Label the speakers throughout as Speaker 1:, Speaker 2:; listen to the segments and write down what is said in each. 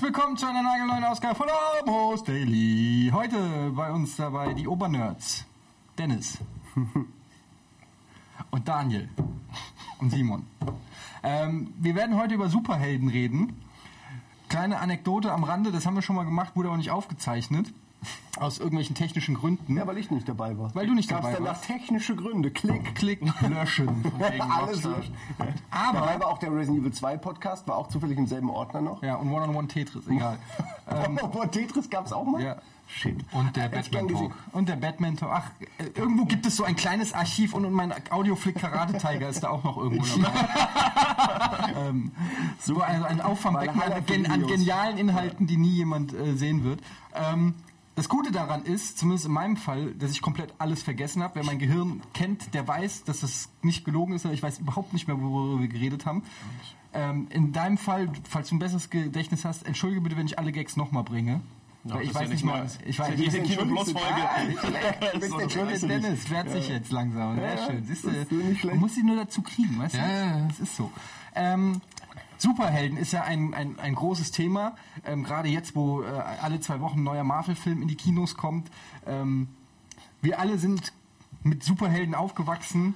Speaker 1: willkommen zu einer nagelneuen Ausgabe von Abos Daily. Heute bei uns dabei die Obernerds. Dennis. Und Daniel. Und Simon. Ähm, wir werden heute über Superhelden reden. Kleine Anekdote am Rande, das haben wir schon mal gemacht, wurde auch nicht aufgezeichnet. Aus irgendwelchen technischen Gründen.
Speaker 2: Ja, weil ich nicht dabei war.
Speaker 1: Weil du nicht dabei
Speaker 2: Gab's danach
Speaker 1: warst.
Speaker 2: technische Gründe. Klick.
Speaker 1: Klick, löschen. Von wegen
Speaker 2: Alles
Speaker 1: Rockstar.
Speaker 2: löschen.
Speaker 1: Aber
Speaker 2: Dabei war auch der Resident Evil 2 Podcast, war auch zufällig im selben Ordner noch.
Speaker 1: Ja, und One-on-One Tetris, egal. ähm,
Speaker 2: Oh, Tetris gab es auch mal?
Speaker 1: Ja.
Speaker 2: Shit.
Speaker 3: Und der
Speaker 2: Hätte ich
Speaker 3: Batman
Speaker 2: gern gesehen.
Speaker 3: Talk.
Speaker 1: und der Batman Talk. Ach, äh, irgendwo gibt es so ein kleines Archiv und, und mein Audioflick Karate Tiger ist da auch noch irgendwo dabei. ähm, so ein, ein Auffangbecken an, gen, an genialen Inhalten, die nie jemand äh, sehen wird. Ähm, das Gute daran ist, zumindest in meinem Fall, dass ich komplett alles vergessen habe. Wer mein Gehirn kennt, der weiß, dass es nicht gelogen ist. aber Ich weiß überhaupt nicht mehr, worüber wir geredet haben. Ähm, in deinem Fall, falls du ein besseres Gedächtnis hast, entschuldige bitte, wenn ich alle Gags nochmal bringe. Weil
Speaker 3: das
Speaker 1: ich
Speaker 3: ist
Speaker 1: weiß
Speaker 3: ja
Speaker 1: nicht
Speaker 3: nicht
Speaker 1: mehr.
Speaker 3: meins.
Speaker 1: Ich weiß,
Speaker 3: Hier ist
Speaker 1: ich
Speaker 3: ja Kino Plus
Speaker 1: bist
Speaker 3: Folge.
Speaker 1: der schöne Dennis, wehrt sich jetzt langsam. Sehr schön. Siehst
Speaker 2: ist
Speaker 1: du,
Speaker 2: so nicht schlecht.
Speaker 1: man muss sie nur dazu kriegen, weißt du?
Speaker 3: Ja, ja, ja.
Speaker 1: Das ist so. Ähm, Superhelden ist ja ein, ein, ein großes Thema. Ähm, Gerade jetzt, wo äh, alle zwei Wochen ein neuer Marvel-Film in die Kinos kommt. Ähm, wir alle sind mit Superhelden aufgewachsen,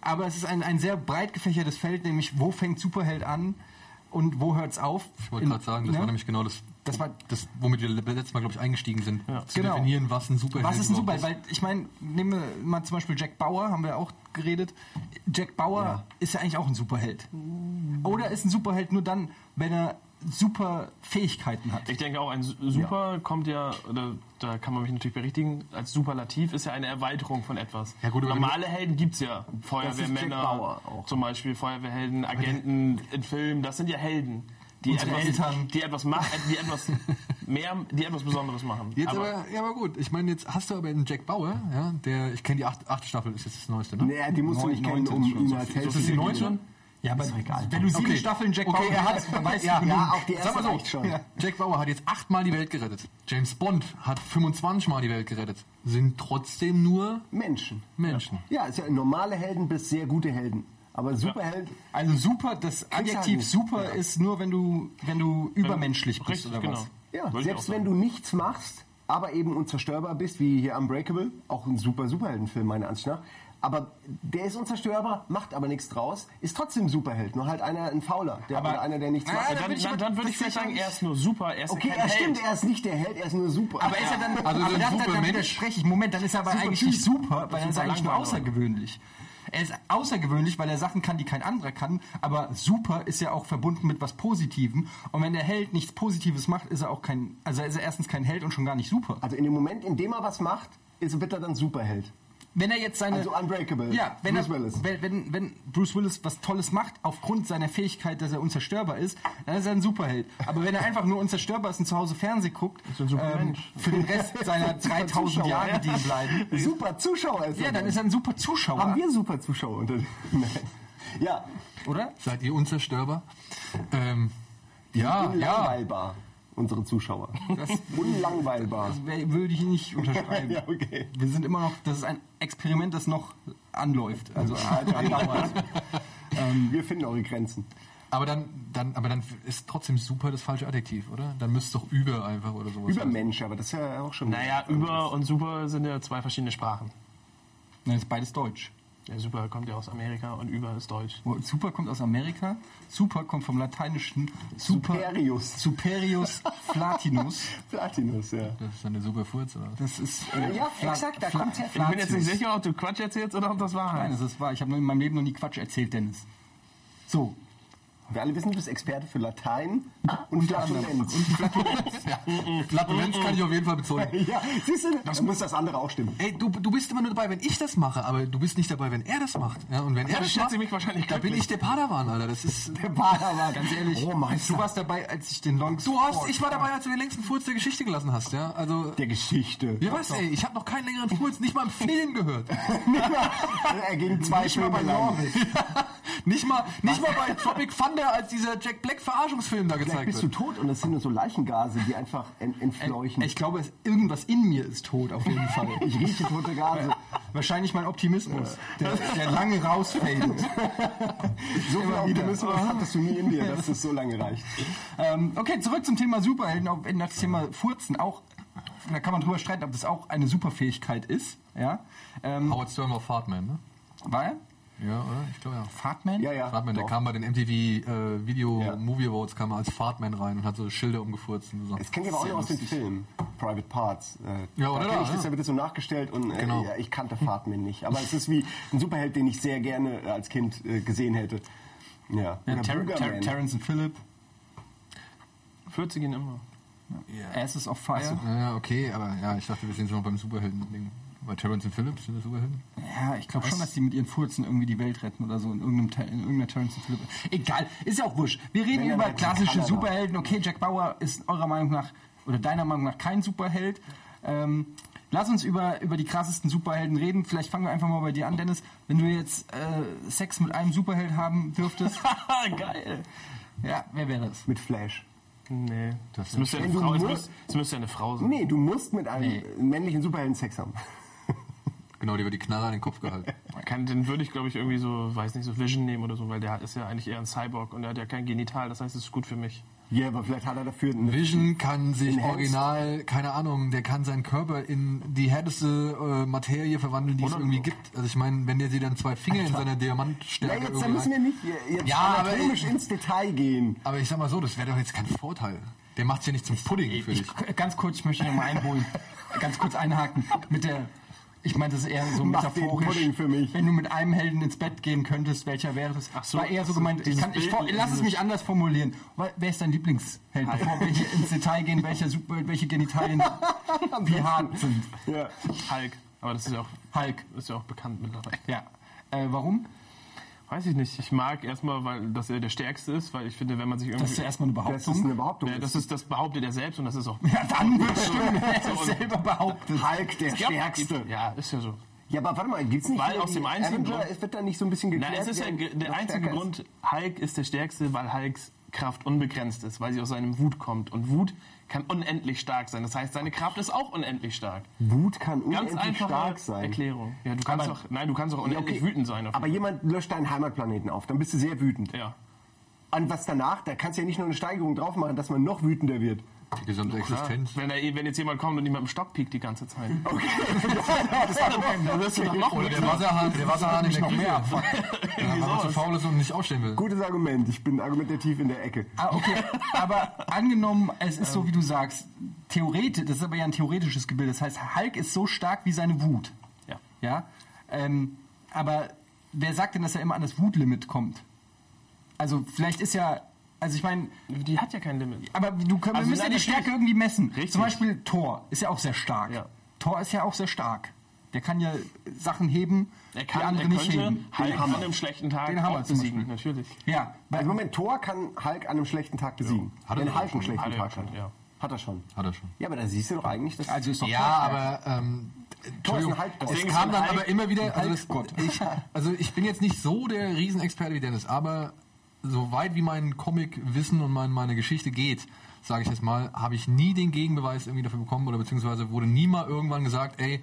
Speaker 1: aber es ist ein, ein sehr breit gefächertes Feld, nämlich wo fängt Superheld an und wo hört's auf?
Speaker 3: Ich wollte
Speaker 1: In-
Speaker 3: gerade sagen, das
Speaker 1: ne?
Speaker 3: war nämlich genau das,
Speaker 1: Das war-
Speaker 3: das, womit wir letztes Mal, glaube ich, eingestiegen sind. Zu
Speaker 1: Genau.
Speaker 3: definieren, was ein Superheld
Speaker 1: Was ist ein
Speaker 3: überhaupt
Speaker 1: Superheld? Weil ich meine, nehmen wir mal zum Beispiel Jack Bauer, haben wir auch geredet. Jack Bauer ist ja eigentlich auch ein Superheld. Oder ist ein Superheld nur dann, wenn er super Fähigkeiten hat?
Speaker 4: Ich denke auch, ein Su- Super kommt ja, oder, da kann man mich natürlich berichtigen, als Superlativ ist ja eine Erweiterung von etwas.
Speaker 3: Ja, gut, aber
Speaker 4: Normale Helden gibt es
Speaker 2: Jack
Speaker 4: ja.
Speaker 2: Bauer
Speaker 4: Feuerwehrmänner,
Speaker 2: auch.
Speaker 4: zum Beispiel Feuerwehrhelden, Agenten in Filmen, das sind ja Helden. Die
Speaker 1: Unsere
Speaker 4: etwas,
Speaker 1: Eltern.
Speaker 4: die etwas machen, die etwas mehr, die etwas Besonderes machen.
Speaker 3: Jetzt aber, ja, aber gut. Ich meine, jetzt hast du aber einen Jack Bauer, ja, der, ich kenne die acht, achte Staffel, ist jetzt das neueste, ne?
Speaker 2: Naja, die musst du nicht kennen,
Speaker 1: 19
Speaker 2: um
Speaker 1: schon.
Speaker 2: ihn als Held
Speaker 3: Ist das die neunte? ne?
Speaker 1: ja, aber
Speaker 2: egal.
Speaker 1: wenn du sieben
Speaker 3: Okay.
Speaker 1: Staffeln Jack
Speaker 3: Okay,
Speaker 1: Bauer
Speaker 3: er hat-
Speaker 1: hast, dann weißt
Speaker 3: ja,
Speaker 1: du
Speaker 2: Ja,
Speaker 1: genug.
Speaker 2: auch die
Speaker 3: Sag mal
Speaker 2: erste
Speaker 3: so.
Speaker 2: reicht schon.
Speaker 1: Ja.
Speaker 3: Jack Bauer hat jetzt achtmal die Welt gerettet. James Bond hat 25 Mal die Welt gerettet. Sind trotzdem nur
Speaker 2: Menschen.
Speaker 3: Menschen.
Speaker 2: Ja, ist ja normale Helden bis sehr gute Helden. Aber Superheld,
Speaker 1: Also super, das
Speaker 2: ich
Speaker 1: Adjektiv
Speaker 2: sagen.
Speaker 1: super ist nur, wenn du, wenn du übermenschlich bist
Speaker 4: Richtig,
Speaker 1: oder
Speaker 4: genau.
Speaker 1: was.
Speaker 2: ja,
Speaker 4: Würde ich auch
Speaker 2: selbst
Speaker 4: sagen.
Speaker 2: wenn du nichts machst, aber eben unzerstörbar bist, wie hier Unbreakable, auch ein super Superheldenfilm meiner Ansicht nach. Aber der ist unzerstörbar, macht aber nichts draus, ist trotzdem Superheld. Nur halt einer ein Fauler, der,
Speaker 1: Aber-
Speaker 2: oder einer, der nichts
Speaker 1: Ah,
Speaker 2: macht.
Speaker 1: da bin
Speaker 4: Dann,
Speaker 1: ich aber-
Speaker 4: dann, dann würde
Speaker 1: das
Speaker 4: ich vielleicht
Speaker 1: sehe ich
Speaker 4: sagen,
Speaker 1: auch
Speaker 4: er ist nur super, er ist
Speaker 2: Okay,
Speaker 4: kein
Speaker 2: er
Speaker 4: Held.
Speaker 2: stimmt, er ist nicht der Held, er ist nur super.
Speaker 1: Aber ist er dann,
Speaker 3: Also
Speaker 1: aber
Speaker 3: so ein
Speaker 1: dann, dann, dann
Speaker 3: Supermensch.
Speaker 1: widerspreche ich. Moment, dann ist er aber eigentlich nicht super, weil er ist eigentlich nur außergewöhnlich. Er ist außergewöhnlich, weil er Sachen kann, die kein anderer kann, aber super ist ja auch verbunden mit was Positivem. Und wenn der Held nichts Positives macht, ist er auch kein, also ist er erstens kein Held und schon gar nicht super.
Speaker 2: Also in dem Moment, in dem er was macht, ist, wird er dann Superheld.
Speaker 1: Wenn er jetzt seine.
Speaker 2: Also Unbreakable,
Speaker 1: Ja, wenn
Speaker 2: Bruce
Speaker 1: er,
Speaker 2: Willis.
Speaker 1: Wenn, wenn, wenn Bruce Willis was Tolles macht, aufgrund seiner Fähigkeit, dass er unzerstörbar ist, dann ist er ein Superheld. Aber wenn er einfach nur unzerstörbar ist und zu Hause Fernseh guckt, ähm, für den Rest seiner 3000
Speaker 2: Zuschauer, ja.
Speaker 1: Jahre, die ihm bleiben,
Speaker 2: Super Zuschauer ist
Speaker 1: Ja,
Speaker 2: er.
Speaker 1: dann ist er ein super Zuschauer,
Speaker 2: Haben wir super Zuschauer unter Nein. Ja,
Speaker 1: oder?
Speaker 3: Seid ihr unzerstörbar? Ähm, ja, ja.
Speaker 2: unlangweilbar, unsere Zuschauer. unlangweilbar.
Speaker 1: Wer- Würde ich nicht unterschreiben.
Speaker 2: Ja, okay.
Speaker 1: Wir sind immer noch, das ist ein Experiment, das noch anläuft. Also andauert.
Speaker 2: Ähm, Wir finden eure Grenzen.
Speaker 3: Aber dann, dann, aber dann ist trotzdem super das falsche Adjektiv, oder? Dann müsst doch über einfach oder sowas.
Speaker 2: Übermensch, aber das ist ja auch schon.
Speaker 4: Naja, über und super sind ja zwei verschiedene Sprachen.
Speaker 1: Nein, ist beides deutsch.
Speaker 4: Ja, super kommt ja aus Amerika und über ist Deutsch.
Speaker 1: Super kommt aus Amerika. Super kommt vom lateinischen super,
Speaker 2: Superius.
Speaker 1: Superius Flatinus.
Speaker 2: Platinus, ja.
Speaker 3: Das ist dann der super Furz, oder?
Speaker 1: Das ist. äh,
Speaker 2: Ja, exakt, da kommt's her.
Speaker 4: Ich bin jetzt nicht sicher, ob du Quatsch erzählst oder ob das wahr
Speaker 1: Nein,
Speaker 4: ist.
Speaker 1: das ist wahr. Ich habe in meinem Leben noch nie Quatsch erzählt, Dennis. So,
Speaker 2: Wir alle wissen, du bist Experte für Latein und Flatulenz.
Speaker 3: oh, Flatulenz kann ich auf jeden Fall bezeugen.
Speaker 2: Ja, siehst du, das muss das andere auch stimmen.
Speaker 3: Ey, du, du bist immer nur dabei, wenn ich das mache, aber du bist nicht dabei, wenn er das macht. Ja, und wenn er
Speaker 4: dann
Speaker 3: das
Speaker 4: schätze
Speaker 3: macht,
Speaker 4: ich mich wahrscheinlich
Speaker 3: da bin
Speaker 4: glücklich.
Speaker 3: ich der Padawan, Alter. Das ist.
Speaker 2: Der Bader war
Speaker 1: ganz ehrlich,
Speaker 2: Oh,
Speaker 1: du
Speaker 2: Meister
Speaker 1: warst dabei, als ich den Long.
Speaker 3: Du hast, ich war dabei, als du den längsten Furz der Geschichte gelassen hast, ja? Also.
Speaker 2: der Geschichte.
Speaker 3: Ja, was, ey? Ich habe noch keinen längeren Furz, nicht mal im Film gehört.
Speaker 2: er ging zwei
Speaker 3: Nicht mal bei
Speaker 2: Filme lang.
Speaker 3: Norwich. nicht mal, nicht mal bei Tropic Thunder, als dieser Jack Black Verarschungsfilm da
Speaker 2: Vielleicht
Speaker 3: gezeigt
Speaker 2: bist
Speaker 3: wird.
Speaker 2: du tot und das sind nur so Leichengase, die einfach en entfleuchen.
Speaker 1: Ich glaube, es, irgendwas in mir ist tot, auf jeden Fall.
Speaker 2: Ich rieche tote Gase.
Speaker 1: Wahrscheinlich mein Optimismus, der, der lange rausfällt.
Speaker 2: So viel
Speaker 1: Immer wieder.
Speaker 2: Optimismus hattest du nie in dir, dass es so lange reicht.
Speaker 1: Ähm, okay, zurück zum Thema Superhelden, auch wenn das Thema Furzen auch, da kann man drüber streiten, ob das auch eine Superfähigkeit ist, ja, ähm,
Speaker 3: Howard Stern war Fartman, ne?
Speaker 1: weil,
Speaker 3: Ja, oder? Ich glaube ja.
Speaker 1: Fartman?
Speaker 2: Ja, ja.
Speaker 3: Fartman, der
Speaker 2: doch.
Speaker 3: kam bei den MTV äh, Video
Speaker 2: Ja.
Speaker 3: Movie Awards kam er als Fartman rein und hat so Schilder umgefurzt und so.
Speaker 2: Das kennt ihr aber auch
Speaker 3: Sehr
Speaker 2: noch aus dem
Speaker 3: lustig.
Speaker 2: Film Private Parts. Äh,
Speaker 3: Ja,
Speaker 2: da
Speaker 3: oder?
Speaker 2: kenn Ich,
Speaker 3: Ja.
Speaker 2: das ja. wird das so nachgestellt und äh,
Speaker 3: Genau.
Speaker 2: ja, ich kannte Fatman nicht. Aber es ist wie ein Superheld, den ich sehr gerne äh, als Kind äh, gesehen hätte. Ja.
Speaker 1: Ja, Ter
Speaker 2: Oder
Speaker 1: Ter
Speaker 2: Boogerman.
Speaker 1: Terrence und Phillip,
Speaker 4: 40 gehen immer.
Speaker 1: Asses of Fire.
Speaker 3: Ja, okay, aber ja, ich dachte, wir sind schon noch beim Superhelden-Ding. Bei Terrence und Phillips sind das Superhelden?
Speaker 1: Ja, ich glaube schon, dass die mit ihren Furzen irgendwie die Welt retten oder so in, irgendeinem, Ter- in irgendeiner Terrence und Phillip. Egal, ist ja auch wurscht. Wir reden
Speaker 2: Wenn er
Speaker 1: über
Speaker 2: retten kann,
Speaker 1: klassische
Speaker 2: aber.
Speaker 1: Superhelden. Okay, Jack Bauer ist eurer Meinung nach oder deiner Meinung nach kein Superheld. Ähm, lass uns über, über die krassesten Superhelden reden. Vielleicht fangen wir einfach mal bei dir an, Dennis. Wenn du jetzt äh, Sex mit einem Superheld haben dürftest,
Speaker 4: Geil.
Speaker 1: ja, wer wäre das?
Speaker 2: Mit Flash.
Speaker 4: Nee. Das,
Speaker 3: Das
Speaker 4: müsste ja eine
Speaker 2: Wenn du
Speaker 4: Frau, das,
Speaker 2: nur-
Speaker 4: müsste, das müsste ja eine Frau sein.
Speaker 2: Nee, du musst mit einem
Speaker 1: Nee.
Speaker 2: äh, männlichen Superhelden Sex haben.
Speaker 3: Genau, die über die Knarre an den Kopf gehalten.
Speaker 4: Kann, den würde ich, glaube ich, irgendwie so, weiß nicht, so Vision nehmen oder so, weil der ist ja eigentlich eher ein Cyborg und er hat ja kein Genital, das heißt, es ist gut für mich.
Speaker 2: Ja, aber vielleicht hat er dafür eine
Speaker 3: Vision kann sich
Speaker 2: Enhanced.
Speaker 3: original, keine Ahnung, der kann seinen Körper in die härteste äh, Materie verwandeln, die es irgendwie gibt. Also ich meine, wenn der dir dann zwei Finger in seiner
Speaker 2: Ja,
Speaker 3: Diamantstärke
Speaker 2: jetzt, da
Speaker 3: irgendwie
Speaker 2: müssen wir
Speaker 3: rein-
Speaker 2: nicht äh, jetzt
Speaker 3: Ja, aber-
Speaker 2: anatomisch ins Detail gehen.
Speaker 3: Aber ich sag mal so, das wäre doch jetzt kein Vorteil. Der macht's ja nicht zum Pudding für dich.
Speaker 1: Ich, ganz kurz, ich möchte nochmal einholen. ganz kurz einhaken. Mit der, ich meine, das ist eher so
Speaker 2: Mach den
Speaker 1: metaphorisch.
Speaker 2: Pudding für mich.
Speaker 1: Wenn du mit einem Helden ins Bett gehen könntest, welcher wäre es? Ach
Speaker 4: so,
Speaker 1: war eher so
Speaker 4: so
Speaker 1: gemeint. Ich
Speaker 4: dieses
Speaker 1: kann, ich, vor-
Speaker 4: Bild,
Speaker 1: lass es
Speaker 4: dieses-
Speaker 1: mich anders formulieren. Wa- Wer ist dein Lieblingsheld? Bevor wir hier ins Detail gehen, welcher Super, welche Genitalien wie hart sind.
Speaker 2: Ja.
Speaker 4: Hulk. Aber das ist ja auch,
Speaker 1: Hulk.
Speaker 4: ist ja auch bekannt mittlerweile.
Speaker 1: Ja. Äh, warum?
Speaker 4: Weiß ich nicht. Ich mag erstmal, weil, dass er der Stärkste ist, weil ich finde, wenn man sich irgendwie.
Speaker 1: Das ist ja erstmal eine
Speaker 2: Das ist
Speaker 1: Behauptung.
Speaker 2: eine Behauptung.
Speaker 4: Ja, das, ist, das behauptet er selbst und das ist auch.
Speaker 1: Ja, dann wird stimmen, wer es selber behauptet.
Speaker 2: Hulk, der Stärkste.
Speaker 4: Ja, ist ja so.
Speaker 2: Ja, aber warte mal, gibt's nicht
Speaker 4: Weil
Speaker 2: hier
Speaker 4: aus
Speaker 2: die
Speaker 4: dem einzigen
Speaker 2: Avenger,
Speaker 4: Grund-
Speaker 2: es wird da nicht so ein bisschen geklärt.
Speaker 4: Nein, es ist ja
Speaker 2: wer
Speaker 4: ge- der
Speaker 2: noch
Speaker 4: einzige
Speaker 2: stärker ist?
Speaker 4: Grund, Hulk ist der Stärkste, weil Hulks Kraft unbegrenzt ist, weil sie aus seinem Wut kommt. Und Wut kann unendlich stark sein. Das heißt, seine Kraft ist auch unendlich stark.
Speaker 2: Wut kann
Speaker 4: Ganz
Speaker 2: unendlich
Speaker 4: einfache
Speaker 2: stark sein.
Speaker 4: Erklärung. Ja, du kannst
Speaker 1: Aber-
Speaker 4: doch, nein, du kannst doch
Speaker 2: Ja,
Speaker 4: unendlich wütend sein. Auf
Speaker 2: aber jemand löscht deinen Heimatplaneten auf, dann bist du sehr wütend.
Speaker 4: ja.
Speaker 2: An was danach, da kannst du ja nicht nur eine Steigerung drauf machen, dass man noch wütender wird.
Speaker 3: Die gesamte
Speaker 4: Klar.
Speaker 3: Existenz.
Speaker 4: Wenn, da, wenn jetzt jemand kommt und ihm mit dem Stock piekt die ganze Zeit.
Speaker 2: das ist
Speaker 4: noch
Speaker 3: Oder der Wasserhahn, der Wasserhahn in der
Speaker 1: noch mehr
Speaker 3: Küche. Ja, weil man zu faul ist und nicht aufstehen will.
Speaker 2: Gutes Argument, ich bin argumentativ in der Ecke.
Speaker 1: Ah, okay. Aber angenommen, es ist so, wie du sagst, theoretisch, das ist aber ja ein theoretisches Gebilde. Das heißt, Hulk ist so stark wie seine Wut.
Speaker 4: Ja.
Speaker 1: Ja. Ähm, aber wer sagt denn, dass er immer an das Wutlimit kommt? Also vielleicht ist ja, also ich meine,
Speaker 4: Die hat ja kein Limit.
Speaker 1: aber du können,
Speaker 4: Also
Speaker 1: wir müssen ja die
Speaker 4: nein, natürlich.
Speaker 1: Stärke irgendwie messen.
Speaker 4: Richtig.
Speaker 1: Zum Beispiel Thor ist ja auch sehr stark.
Speaker 4: Ja.
Speaker 1: Thor ist ja auch sehr stark. Der kann ja Sachen heben,
Speaker 4: Er kann,
Speaker 1: die andere
Speaker 4: er
Speaker 1: nicht
Speaker 4: könnte
Speaker 1: heben.
Speaker 4: Hulk
Speaker 1: Den
Speaker 4: an
Speaker 1: Hammer.
Speaker 4: einem schlechten Tag
Speaker 1: Den Hammer
Speaker 4: auch
Speaker 1: zum
Speaker 4: besiegen, natürlich.
Speaker 1: Ja, weil
Speaker 2: Also Moment, Thor kann Hulk an einem schlechten Tag besiegen.
Speaker 3: Hat er
Speaker 2: Wenn
Speaker 3: doch
Speaker 2: Hulk
Speaker 3: schon.
Speaker 2: einen schlechten
Speaker 4: Hat er
Speaker 2: Tag
Speaker 4: schon,
Speaker 2: hat.
Speaker 4: ja.
Speaker 2: Hat er schon.
Speaker 3: Hat er schon.
Speaker 2: Ja, aber da siehst du doch eigentlich, dass...
Speaker 1: also ist doch
Speaker 3: Ja, aber ähm, Entschuldigung,
Speaker 2: Hulk,
Speaker 3: es
Speaker 2: deswegen
Speaker 4: ist
Speaker 3: kam
Speaker 4: ein
Speaker 3: dann
Speaker 4: Hulk-
Speaker 3: aber immer wieder. Also, das,
Speaker 1: Hulk-Gott.
Speaker 3: ich, also ich bin jetzt nicht so der Riesenexperte wie Dennis, aber soweit wie mein Comic-Wissen und mein, meine Geschichte geht, sage ich jetzt mal, habe ich nie den Gegenbeweis irgendwie dafür bekommen oder beziehungsweise wurde nie mal irgendwann gesagt, ey,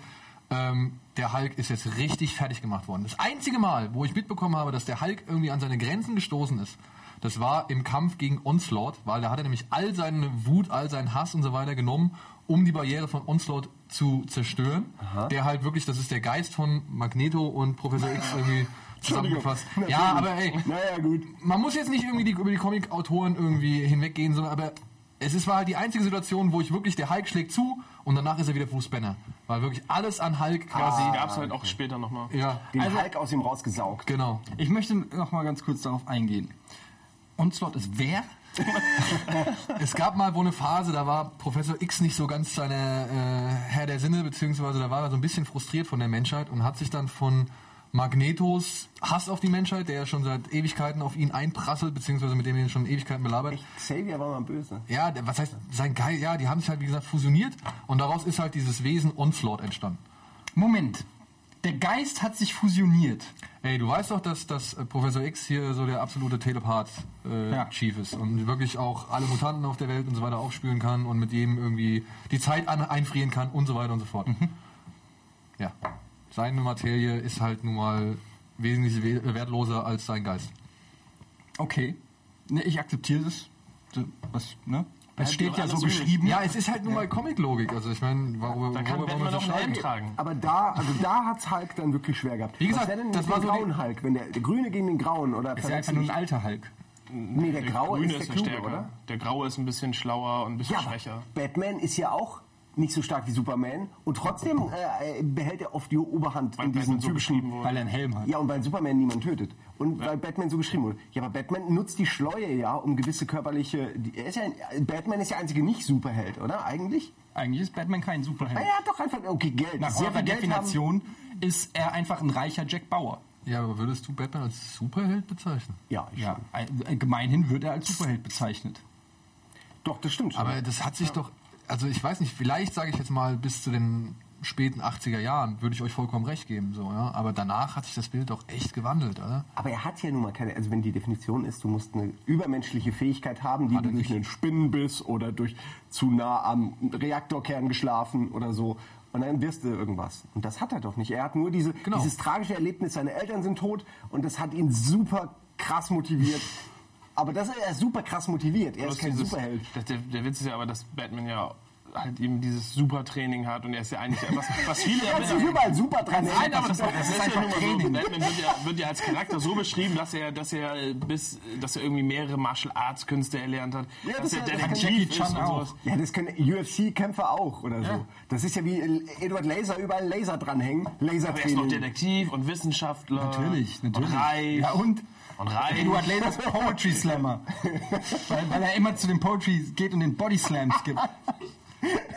Speaker 3: ähm, der Hulk ist jetzt richtig fertig gemacht worden. Das einzige Mal, wo ich mitbekommen habe, dass der Hulk irgendwie an seine Grenzen gestoßen ist, das war im Kampf gegen Onslaught, weil da hat er nämlich all seine Wut, all seinen Hass und so weiter genommen, um die Barriere von Onslaught zu zerstören. Der halt wirklich, das ist der Geist von Magneto und Professor X irgendwie zusammengefasst. Ja, aber ey,
Speaker 2: Naja, gut.
Speaker 3: man muss jetzt nicht irgendwie die, über die Comic-Autoren irgendwie hinweggehen, sondern aber es ist, war halt die einzige Situation, wo ich wirklich, der Hulk schlägt zu und danach ist er wieder Bruce Banner. Weil wirklich alles an Hulk quasi.
Speaker 4: Die gab es halt auch später nochmal.
Speaker 3: ja,
Speaker 2: Den Hulk aus ihm rausgesaugt.
Speaker 3: genau.
Speaker 1: Ich möchte noch mal ganz kurz darauf eingehen. Onslaught ist wer?
Speaker 3: Es gab mal wohl eine Phase, da war Professor X nicht so ganz seine äh, Herr der Sinne, beziehungsweise da war er so ein bisschen frustriert von der Menschheit und hat sich dann von Magnetos Hass auf die Menschheit, der ja schon seit Ewigkeiten auf ihn einprasselt, beziehungsweise mit dem er ihn schon Ewigkeiten belabert,
Speaker 2: Xavier war mal böse.
Speaker 3: Ja, der- was heißt sein Geil? Ja, die haben sich halt, wie gesagt, fusioniert und daraus ist halt dieses Wesen Onslaught entstanden.
Speaker 1: Moment. Der Geist hat sich fusioniert.
Speaker 3: Ey, du weißt doch, dass, dass äh, Professor X hier so der absolute
Speaker 1: Ja.
Speaker 3: Telepath-Chief ist und wirklich auch alle Mutanten auf der Welt und so weiter aufspüren kann und
Speaker 4: Mhm.
Speaker 3: mit jedem irgendwie die Zeit an, einfrieren kann und so weiter und so fort. Ja. seine Materie ist halt nun mal wesentlich we- wertloser als sein Geist.
Speaker 1: Okay. Ne, ich akzeptiere es. So, Was, ne? Es
Speaker 4: hat
Speaker 1: steht
Speaker 4: doch
Speaker 1: ja
Speaker 4: alles
Speaker 1: so
Speaker 4: übrig.
Speaker 1: geschrieben.
Speaker 3: Ja, es ist halt nun mal Comic-Logik. Also ich meine, warum
Speaker 4: Mhm. Da kann Batman noch einen Helm tragen.
Speaker 2: Aber da, also da hat's Hulk dann wirklich schwer gehabt.
Speaker 3: Wie gesagt,
Speaker 2: Was wär denn
Speaker 3: das
Speaker 2: mit
Speaker 3: war
Speaker 2: dem
Speaker 3: so die-
Speaker 2: grauen Hulk, wenn der, der Grüne gegen den Grauen oder
Speaker 1: ist ja einfach nur ein alter Hulk.
Speaker 2: Nee, der Graue ist der Kluge, oder?
Speaker 4: Der Graue ist ein bisschen schlauer und ein bisschen
Speaker 2: Ja, aber
Speaker 4: schwächer.
Speaker 2: Batman ist ja auch nicht so stark wie Superman und trotzdem äh, behält er oft die Oberhand
Speaker 4: Weil
Speaker 2: in diesen
Speaker 4: Batman so
Speaker 2: typischen
Speaker 4: geschrieben wurde.
Speaker 1: Weil er einen Helm hat.
Speaker 2: Ja, und weil Superman niemand tötet. Und weil Batman so geschrieben wurde. Ja, aber Batman nutzt die Schleue ja, um gewisse körperliche. die- Er ist ja, ein- Batman ist der einzige Nicht-Superheld, oder? Eigentlich?
Speaker 1: Eigentlich ist Batman kein
Speaker 2: Na,
Speaker 1: Superheld.
Speaker 2: Er hat doch einfach. Okay, Geld.
Speaker 1: Nach
Speaker 2: Sehr viel
Speaker 1: eurer
Speaker 2: Geld
Speaker 1: Definition ist er einfach ein reicher Jack Bauer.
Speaker 3: Ja, aber würdest du Batman als Superheld bezeichnen?
Speaker 2: Haben. Ja, ich
Speaker 1: Ja, ein- äh, gemeinhin wird er als Superheld bezeichnet.
Speaker 2: Doch, das stimmt schon.
Speaker 3: Aber das hat sich doch, also ich weiß nicht, vielleicht sage ich jetzt mal bis zu den späten 80er Jahren würde ich euch vollkommen recht geben, so, ja. Aber danach hat sich das Bild doch echt gewandelt, oder?
Speaker 2: Aber er hat ja nun mal keine, also wenn die Definition ist, du musst eine übermenschliche Fähigkeit haben, die du durch einen Spinnenbiss oder durch zu nah am Reaktorkern geschlafen oder so. Und dann wirst du irgendwas. Und das hat er doch nicht. Er hat nur diese,
Speaker 3: Genau.
Speaker 2: dieses tragische Erlebnis, seine Eltern sind tot und das hat ihn super krass motiviert. Aber das, er ist super krass motiviert. Er ist
Speaker 4: Bloß
Speaker 2: kein
Speaker 4: dieses-
Speaker 2: Superheld.
Speaker 4: Das, der, der Witz ist ja aber, dass Batman ja halt eben dieses Supertraining hat und er ist ja eigentlich was, was viele
Speaker 2: Er hat
Speaker 4: damit
Speaker 2: sich überall super dran
Speaker 4: Nein, aber das,
Speaker 2: erinnert.
Speaker 4: das ist ja nun mal so. ne? Batman wird ja, wird ja als Charakter so beschrieben, dass er, dass er bis, dass er irgendwie mehrere Martial Arts Künste erlernt hat,
Speaker 2: Ja,
Speaker 4: dass
Speaker 2: das
Speaker 4: er
Speaker 2: hat- das
Speaker 1: hat
Speaker 4: Detektiv
Speaker 1: Jackie Chan
Speaker 4: ist und
Speaker 1: auch.
Speaker 4: sowas.
Speaker 2: Ja, das können UFC-Kämpfer auch oder so. Das ist ja wie Edward Laser, überall Laser dranhängen.
Speaker 4: Aber er ist noch
Speaker 2: Lasertraining.
Speaker 4: Detektiv und Wissenschaftler.
Speaker 1: Natürlich, natürlich.
Speaker 4: Äh, Und reich.
Speaker 1: Ja, und?
Speaker 4: Und reich.
Speaker 1: Eduard Lasers Poetry Slammer. weil, weil er immer zu den Poetry geht und den Body Slams gibt.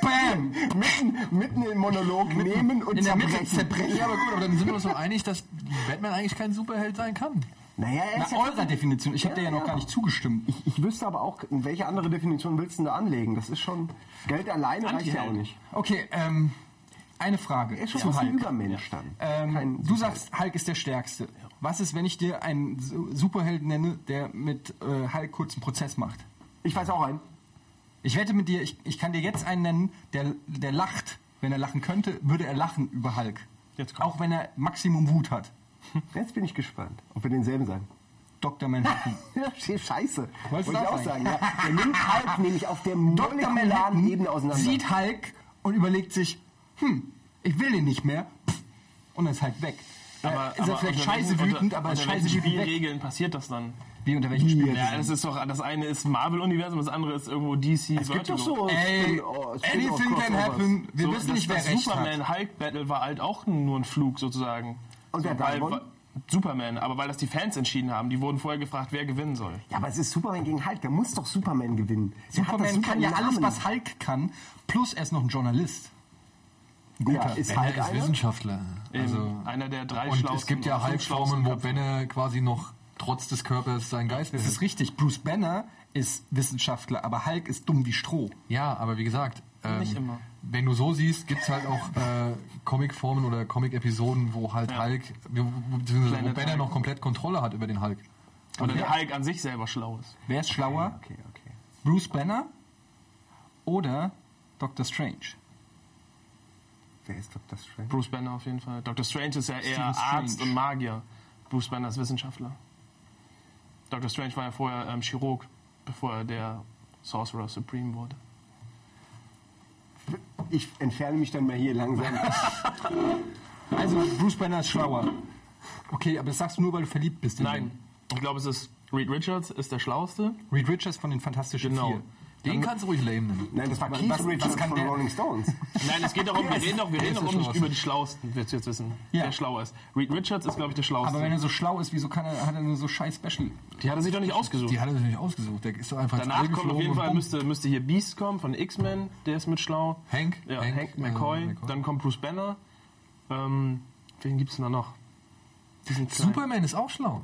Speaker 1: Bam!
Speaker 2: mitten, mitten im Monolog nehmen und
Speaker 1: in der Mitte
Speaker 3: Ja,
Speaker 1: zerbrechen.
Speaker 3: aber gut, aber dann sind wir uns doch einig, dass Batman eigentlich kein Superheld sein kann.
Speaker 2: Naja, er ist
Speaker 1: Nach
Speaker 2: ja,
Speaker 1: eurer Definition. Ich habe dir ja noch gar nicht zugestimmt.
Speaker 2: ich, ich wüsste aber auch, welche andere Definition willst du denn da anlegen? Das ist schon. Geld alleine reicht ja auch
Speaker 4: Antiheld.
Speaker 2: nicht.
Speaker 1: Okay, ähm, eine Frage
Speaker 2: Er ist schon
Speaker 1: zu
Speaker 2: fast ein
Speaker 1: Hulk.
Speaker 2: Übermensch dann.
Speaker 1: Ähm,
Speaker 2: Kein-
Speaker 1: du sagst, Hulk ist der Stärkste. Was ist, wenn ich dir einen Su- Superhelden nenne, der mit äh, Hulk kurz einen Prozess macht?
Speaker 2: ich weiß auch einen.
Speaker 1: Ich wette mit dir, ich, ich kann dir jetzt einen nennen, der, der lacht. Wenn er lachen könnte, würde er lachen über Hulk.
Speaker 4: Jetzt kommt's.
Speaker 1: Auch wenn er Maximum Wut hat.
Speaker 2: Jetzt bin ich gespannt, ob wir denselben sagen.
Speaker 1: Dr. Manhattan.
Speaker 2: Ja, Scheiße.
Speaker 1: Wolltest
Speaker 2: Wollte
Speaker 1: du
Speaker 2: ich
Speaker 1: auch
Speaker 2: auch sagen. Ja, der nimmt halt nämlich auf der
Speaker 1: Dr.
Speaker 2: molekularen
Speaker 1: Manhattan
Speaker 2: Ebene auseinander.
Speaker 1: Hm? sieht Hulk und überlegt sich, hm, ich will den nicht mehr. Pff, Und dann ist Hulk weg.
Speaker 4: Aber,
Speaker 1: Äh, ist er
Speaker 4: aber
Speaker 1: vielleicht
Speaker 4: unter
Speaker 1: scheiße
Speaker 4: welchen-
Speaker 1: wütend,
Speaker 4: unter,
Speaker 1: aber
Speaker 4: unter
Speaker 1: scheiße
Speaker 4: welchen
Speaker 1: wütend weg.
Speaker 4: Spielregeln passiert das dann?
Speaker 1: Wie unter welchen Spielen?
Speaker 4: Ja, also, das ist doch, das eine ist Marvel-Universum, das andere ist irgendwo DC.
Speaker 2: es gibt doch so.
Speaker 1: Ey,
Speaker 2: Spin- oh, Spin-off,
Speaker 1: anything can
Speaker 2: Crossovers.
Speaker 1: happen. Wir
Speaker 4: so,
Speaker 1: wissen
Speaker 4: das,
Speaker 1: nicht, wer
Speaker 4: das
Speaker 1: recht hat.
Speaker 4: Superman-Hulk-Battle war halt auch nur ein Flug sozusagen.
Speaker 2: Und wer
Speaker 4: so,
Speaker 2: hat
Speaker 4: weil,
Speaker 2: gewonnen?
Speaker 4: weil- Superman, aber weil das die Fans entschieden haben. Die wurden vorher gefragt, wer gewinnen soll.
Speaker 2: Ja, aber es ist Superman gegen Hulk. Da muss doch Superman gewinnen. Der hat doch
Speaker 1: Superman
Speaker 2: super
Speaker 1: kann ja alles,
Speaker 2: Namen.
Speaker 1: was Hulk kann. Plus er ist noch ein Journalist.
Speaker 2: ja, ist
Speaker 3: Benne
Speaker 2: Hulk
Speaker 3: ist
Speaker 2: einer?
Speaker 3: Wissenschaftler.
Speaker 4: Eben,
Speaker 3: Also,
Speaker 4: einer der drei
Speaker 3: und es
Speaker 4: schlauesten
Speaker 3: gibt ja
Speaker 4: oder fünf
Speaker 3: Hulk-Formen, wo
Speaker 4: schlauesten Köpfe.
Speaker 3: Benne quasi noch trotz des Körpers seinen Geist
Speaker 4: Mhm.
Speaker 1: Das ist richtig. Bruce Banner ist Wissenschaftler, aber Hulk ist dumm wie Stroh.
Speaker 3: Ja, aber wie gesagt, ähm,
Speaker 4: Nicht immer.
Speaker 3: wenn du so siehst, gibt es halt auch äh, Comicformen oder Comic-Episoden, wo halt
Speaker 4: Ja.
Speaker 3: Hulk, be- beziehungsweise wo
Speaker 4: Planet
Speaker 3: Banner
Speaker 4: Hulk.
Speaker 3: noch komplett Kontrolle hat über den Hulk.
Speaker 4: Oder der Hulk an sich selber schlau ist.
Speaker 1: Wer ist schlauer?
Speaker 2: Okay, okay.
Speaker 1: Bruce Banner oder Doctor Strange?
Speaker 2: Wer ist Dr. Strange?
Speaker 4: Bruce Banner auf jeden Fall. Dr. Strange ist ja eher
Speaker 1: Stephen Strange.
Speaker 4: Arzt und Magier. Bruce Banner ist Wissenschaftler. Dr. Strange war ja vorher ähm, Chirurg, bevor er der Sorcerer Supreme wurde.
Speaker 2: Ich entferne mich dann mal hier langsam.
Speaker 1: Also Bruce Banner ist schlauer. Okay, aber das sagst du nur, weil du verliebt bist. in
Speaker 4: Nein, ich glaube, es ist Reed Richards ist der Schlauste.
Speaker 1: ihn. Reed Richards von den Fantastischen
Speaker 4: Genau.
Speaker 1: Vier.
Speaker 3: Den kannst du ruhig lame nennen.
Speaker 2: Nein, das war Keith
Speaker 1: was
Speaker 2: Richards
Speaker 1: kann
Speaker 2: von
Speaker 1: der-
Speaker 2: Rolling Stones.
Speaker 4: Nein, es geht darum, wir reden doch, wir reden doch
Speaker 3: ist der
Speaker 4: um nicht
Speaker 3: Schlauste.
Speaker 4: über die Schlausten, wirst du jetzt wissen,
Speaker 1: Ja.
Speaker 4: wer schlau ist. Reed Richards ist, glaube ich, der Schlauste.
Speaker 1: Aber wenn er so schlau ist, wieso kann er, hat er nur so scheiß Special?
Speaker 4: die hat er sich doch nicht ausgesucht.
Speaker 3: Die hat er sich nicht ausgesucht. Der ist doch einfach ins All
Speaker 4: Danach kommt auf
Speaker 3: geflogen
Speaker 4: jeden
Speaker 3: und
Speaker 4: Fall,
Speaker 3: bumm.
Speaker 4: müsste, müsste hier Beast kommen von X-Men, der ist mit schlau.
Speaker 3: Hank,
Speaker 4: Ja,
Speaker 3: Hank,
Speaker 4: Hank,
Speaker 3: äh,
Speaker 4: McCoy.
Speaker 3: McCoy.
Speaker 4: Dann kommt Bruce Banner. Ähm, wen gibt's denn da noch? Diesen kleinen-
Speaker 3: Superman ist auch schlau.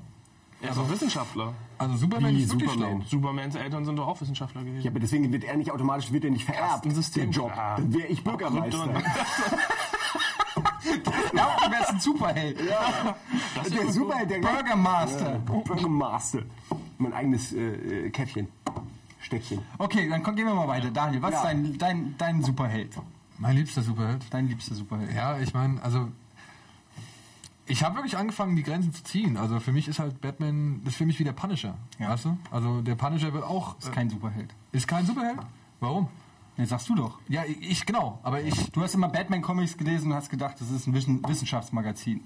Speaker 4: Er ist auch Wissenschaftler.
Speaker 3: Also Superman
Speaker 2: Wie
Speaker 3: ist wirklich
Speaker 2: Superman?
Speaker 3: schlau.
Speaker 4: Supermans Eltern sind doch auch Wissenschaftler
Speaker 2: Ja,
Speaker 4: gewesen.
Speaker 2: aber deswegen wird er nicht automatisch, wird er nicht vererbt, der
Speaker 4: Kastensystem.
Speaker 2: Job.
Speaker 4: Ah.
Speaker 2: Dann wäre ich Bürgermeister.
Speaker 1: Ja, du wärst ein Superheld.
Speaker 2: Der Superheld, der
Speaker 1: Burgermaster.
Speaker 2: Bürgermeister. Mein eigenes äh, äh, Käffchen. Steckchen.
Speaker 1: Okay, dann komm, gehen wir mal weiter. Daniel, was
Speaker 2: Ja.
Speaker 1: ist dein, dein, dein Superheld?
Speaker 3: Mein liebster Superheld.
Speaker 1: Dein liebster Superheld?
Speaker 3: Ja, ich meine, also Ich habe wirklich angefangen, die Grenzen zu ziehen. Also für mich ist halt Batman, das ist für mich wie der Punisher.
Speaker 1: Ja.
Speaker 3: Weißt du? Also der Punisher wird
Speaker 4: Äh.
Speaker 3: auch, äh,
Speaker 1: Ist kein Superheld.
Speaker 3: ist kein Superheld. Warum?
Speaker 1: Nee, sagst du doch.
Speaker 3: Ja, ich genau, aber ich,
Speaker 1: Du hast immer Batman-Comics gelesen und hast gedacht, das ist ein Wissen- Wissenschaftsmagazin.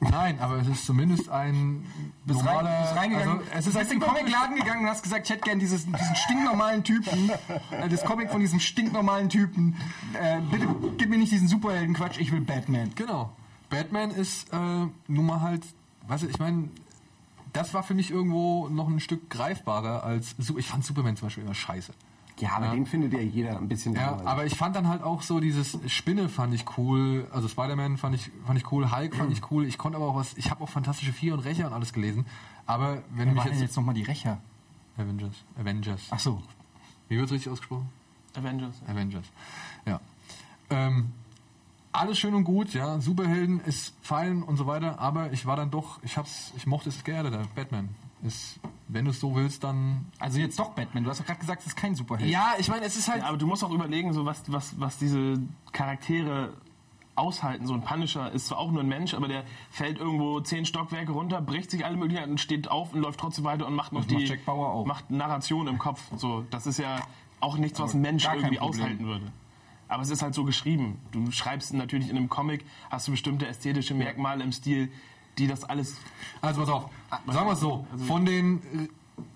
Speaker 3: nein, aber es ist zumindest ein
Speaker 1: Bist rein,
Speaker 3: normaler,
Speaker 1: bist reingegangen,
Speaker 3: also es ist
Speaker 1: bist
Speaker 3: ein
Speaker 1: in den Comicladen gegangen und hast gesagt, ich hätte gern dieses, diesen stinknormalen Typen, äh, das Comic von diesem stinknormalen Typen. Äh, bitte gib mir nicht diesen Superhelden-Quatsch, ich will Batman.
Speaker 3: Genau. Batman ist äh, nun mal halt, weißt du, ich meine, das war für mich irgendwo noch ein Stück greifbarer als, Su- ich fand Superman zum Beispiel immer scheiße.
Speaker 2: Ja, aber den findet ja jeder ein bisschen
Speaker 3: Ja,
Speaker 2: langweilig.
Speaker 3: aber ich fand dann halt auch so dieses Spinne fand ich cool, also Spider-Man fand ich, fand ich cool, Hulk fand ich cool, ich konnte aber auch was, ich habe auch Fantastische Vier und Rächer und alles gelesen, aber wenn du mich
Speaker 1: Waren denn
Speaker 3: jetzt...
Speaker 1: jetzt nochmal die Rächer?
Speaker 3: Avengers, Avengers.
Speaker 1: Ach so.
Speaker 3: Wie wird's richtig ausgesprochen?
Speaker 4: Avengers.
Speaker 3: Avengers. Ja. Ähm, alles schön und gut, ja. Superhelden ist fein und so weiter, aber ich war dann doch, ich hab's, ich mochte es gerne, der Batman. Ist, wenn du es so willst, dann.
Speaker 1: Also jetzt doch Batman. Du hast doch gerade gesagt, es ist kein Superheld.
Speaker 3: Ja, ich meine, es ist halt.
Speaker 4: Ja, aber du musst auch überlegen, so was, was, was diese Charaktere aushalten. So ein Punisher ist zwar auch nur ein Mensch, aber der fällt irgendwo zehn Stockwerke runter, bricht sich alle Möglichkeiten, steht auf und läuft trotzdem weiter und macht noch
Speaker 1: macht
Speaker 4: die
Speaker 1: Jack Bauer auch.
Speaker 4: macht Narration im Kopf. So, das ist ja auch nichts, was ein Mensch
Speaker 1: gar kein
Speaker 4: irgendwie
Speaker 1: Problem.
Speaker 4: aushalten würde. Aber es ist halt so geschrieben. Du schreibst natürlich in einem Comic, hast du bestimmte ästhetische Merkmale im Stil, die das alles
Speaker 3: Also pass auf, sagen wir es so, von den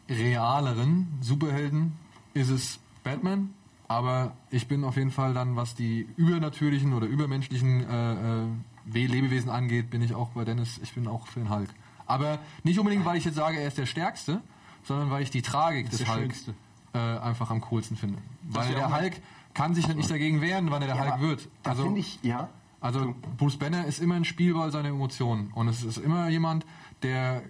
Speaker 3: äh, realeren Superhelden ist es Batman, aber ich bin auf jeden Fall dann, was die übernatürlichen oder übermenschlichen äh, äh, We- Lebewesen angeht, bin ich auch bei Dennis, ich bin auch für den Hulk. Aber nicht unbedingt, weil ich jetzt sage, er ist der Stärkste, sondern weil ich die Tragik des
Speaker 1: der
Speaker 3: Hulk
Speaker 1: Schönste.
Speaker 3: äh, einfach am coolsten finde. Weil
Speaker 4: ja
Speaker 3: der
Speaker 4: auch mal-
Speaker 3: Hulk kann sich dann nicht dagegen wehren, wann er der
Speaker 2: Ja,
Speaker 3: Hulk wird.
Speaker 2: Da finde ich, ja.
Speaker 3: Also Bruce Banner ist immer ein Spielball seiner Emotionen und es ist immer jemand, der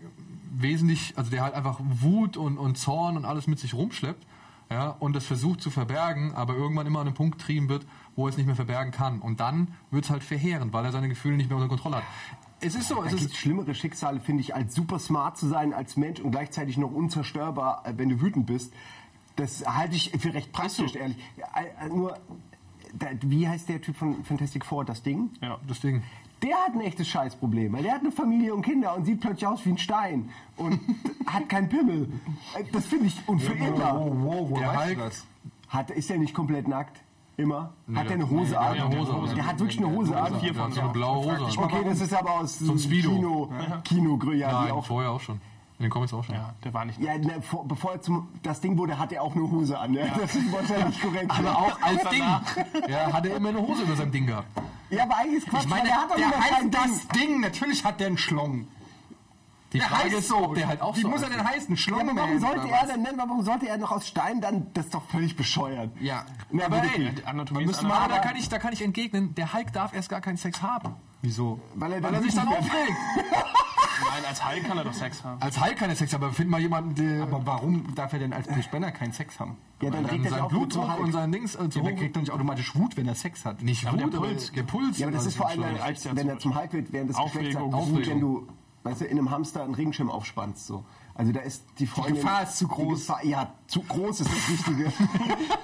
Speaker 3: wesentlich, also der halt einfach Wut und, und Zorn und alles mit sich rumschleppt ja, und das versucht zu verbergen, aber irgendwann immer an einen Punkt getrieben wird, wo er es nicht mehr verbergen kann. Und dann wird es halt verheerend, weil er seine Gefühle nicht mehr unter Kontrolle hat. Es ist so, es
Speaker 2: Da gibt
Speaker 3: ist,
Speaker 2: es schlimmere Schicksale, finde ich, als super smart zu sein als Mensch und gleichzeitig noch unzerstörbar, äh, wenn du wütend bist. Das halte ich für recht praktisch, ehrlich. Ja, äh, äh, Nur, da, wie heißt der Typ von Fantastic Four, das Ding?
Speaker 4: ja.
Speaker 3: das Ding.
Speaker 2: Der hat ein echtes Scheißproblem, weil der hat eine Familie und Kinder und sieht plötzlich aus wie ein Stein und hat keinen Pimmel. Äh, Das finde ich, und für immer.
Speaker 3: genau.
Speaker 1: Oh, wow,
Speaker 3: Der
Speaker 1: weißt du
Speaker 3: Hulk-
Speaker 1: das?
Speaker 2: Hat, ist er nicht komplett nackt? Immer? Hat er eine Hose
Speaker 3: der
Speaker 2: an?
Speaker 3: hat eine Hose an.
Speaker 2: Der hat wirklich eine Hose an.
Speaker 4: Vier
Speaker 3: Der hat
Speaker 4: von
Speaker 3: so eine blaue Hose. an.
Speaker 2: Okay, das ist aber aus
Speaker 3: ein Speedo.
Speaker 2: Kino, Kino, ja, die
Speaker 3: Nein,
Speaker 2: auch
Speaker 3: vorher auch schon. In den Comics auch schon.
Speaker 4: Ja, der war nicht.
Speaker 2: Ja, ne, vor, bevor er zum, das Ding wurde, hat er auch eine Hose an. Ne? Das ist wahrscheinlich korrekt. ne?
Speaker 3: Aber auch als Ding. Ja, hat er immer eine Hose über seinem Ding gehabt.
Speaker 2: ja, aber eigentlich ist Quatsch,
Speaker 1: Ich meine,
Speaker 2: weil er hat doch
Speaker 1: der
Speaker 2: immer kein
Speaker 1: heißt das
Speaker 2: Ding.
Speaker 1: Ding. Natürlich hat der einen Schlong.
Speaker 3: Die
Speaker 1: Der
Speaker 3: Frage
Speaker 1: heißt
Speaker 3: ist,
Speaker 1: so.
Speaker 3: ob der halt auch
Speaker 1: Wie
Speaker 3: so
Speaker 1: muss er
Speaker 3: aussieht.
Speaker 1: denn heißen?
Speaker 2: Ja,
Speaker 1: Schlongman?
Speaker 2: aber warum sollte
Speaker 1: oder
Speaker 2: er
Speaker 1: was?
Speaker 2: denn, nennen? warum sollte er noch aus Stein dann, das ist doch völlig bescheuert.
Speaker 1: Ja.
Speaker 2: Na,
Speaker 3: Aber
Speaker 2: aber
Speaker 3: ey,
Speaker 4: Anatomie
Speaker 1: müsste
Speaker 4: anders.
Speaker 1: man-
Speaker 3: Aber da kann, ich, da kann ich entgegnen, der Hulk darf erst gar keinen Sex haben.
Speaker 1: Wieso?
Speaker 2: weil er,
Speaker 3: Weil er sich dann aufregt.
Speaker 4: Nein, als Hulk kann er doch Sex haben.
Speaker 3: Als Hulk keine Sex, aber find mal jemanden, der
Speaker 1: Aber warum darf er denn als Bruce Banner keinen Sex haben?
Speaker 2: Ja, dann
Speaker 3: dann
Speaker 2: regt er sich
Speaker 3: seinen
Speaker 2: auch nur zum
Speaker 3: Blutdruck
Speaker 2: Hulk.
Speaker 3: und sein Dings äh, zu
Speaker 1: Der
Speaker 3: hoch.
Speaker 1: kriegt doch nicht automatisch Wut, wenn er Sex hat.
Speaker 3: Nicht
Speaker 4: aber
Speaker 3: Wut,
Speaker 4: der
Speaker 3: aber
Speaker 4: Puls.
Speaker 3: der Puls.
Speaker 2: Ja, aber das
Speaker 3: Also
Speaker 2: ist vor allem,
Speaker 3: schon
Speaker 2: dann,
Speaker 3: schlecht.
Speaker 2: als, wenn er zum Hulk wird, während des Geschlechts
Speaker 4: Aufregung,
Speaker 2: hat, auch gut, wenn
Speaker 3: Aufregung.
Speaker 2: du, weißt du, in einem Hamster einen Regenschirm aufspannst. So. Also da ist die Freundin...
Speaker 1: Gefahr ist zu
Speaker 2: die
Speaker 1: groß.
Speaker 2: Gefahr, ja, zu groß ist das richtige...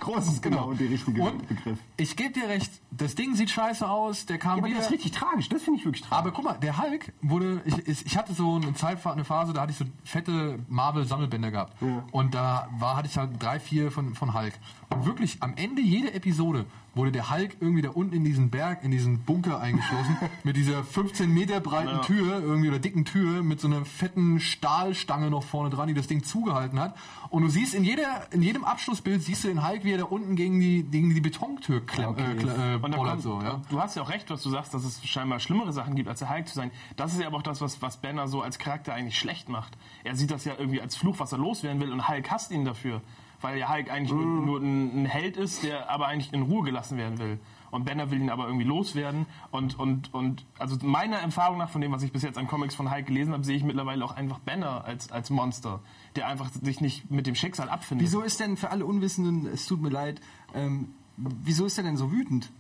Speaker 2: groß ist genau, der richtige
Speaker 3: Und
Speaker 2: Begriff.
Speaker 3: ich gebe dir recht, das Ding sieht scheiße aus, der kam
Speaker 2: Ja, aber
Speaker 3: wieder.
Speaker 2: das ist richtig tragisch, das finde ich wirklich tragisch.
Speaker 3: Aber guck mal, der Hulk wurde, ich, ich, ich hatte so eine Zeit, eine Phase, da hatte ich so fette Marvel-Sammelbänder gehabt. Und da war, hatte ich halt drei, vier von, von Hulk. Und wirklich, am Ende jeder Episode wurde der Hulk irgendwie da unten in diesen Berg, in diesen Bunker eingeschlossen, mit dieser 15 Meter breiten Tür, irgendwie, oder dicken Tür, mit so einer fetten Stahlstange noch vorne dran, die das Ding zugehalten hat. Und du siehst in jeder, in jedem Abschlussbild siehst du den Hulk, wie er da unten gegen die, gegen die Betontür klemm, äh, kle- äh,
Speaker 4: Und da
Speaker 3: bollert
Speaker 4: kommt,
Speaker 3: so, ja.
Speaker 4: Du hast ja auch recht, was du sagst, dass es scheinbar schlimmere Sachen gibt, als der Hulk zu sein. Das ist ja aber auch das, was, was Banner so als Charakter eigentlich schlecht macht. Er sieht das ja irgendwie als Fluch, was er loswerden will und Hulk hasst ihn dafür. Weil ja Hulk eigentlich
Speaker 3: Mm.
Speaker 4: nur, nur ein, ein Held ist, der aber eigentlich in Ruhe gelassen werden will. Und Banner will ihn aber irgendwie loswerden. Und, und, und also meiner Erfahrung nach, von dem, was ich bis jetzt an Comics von Hulk gelesen habe, sehe ich mittlerweile auch einfach Banner als, als Monster, der einfach sich nicht mit dem Schicksal abfindet.
Speaker 1: Wieso ist denn für alle Unwissenden, es tut mir leid, ähm, wieso ist er denn so wütend?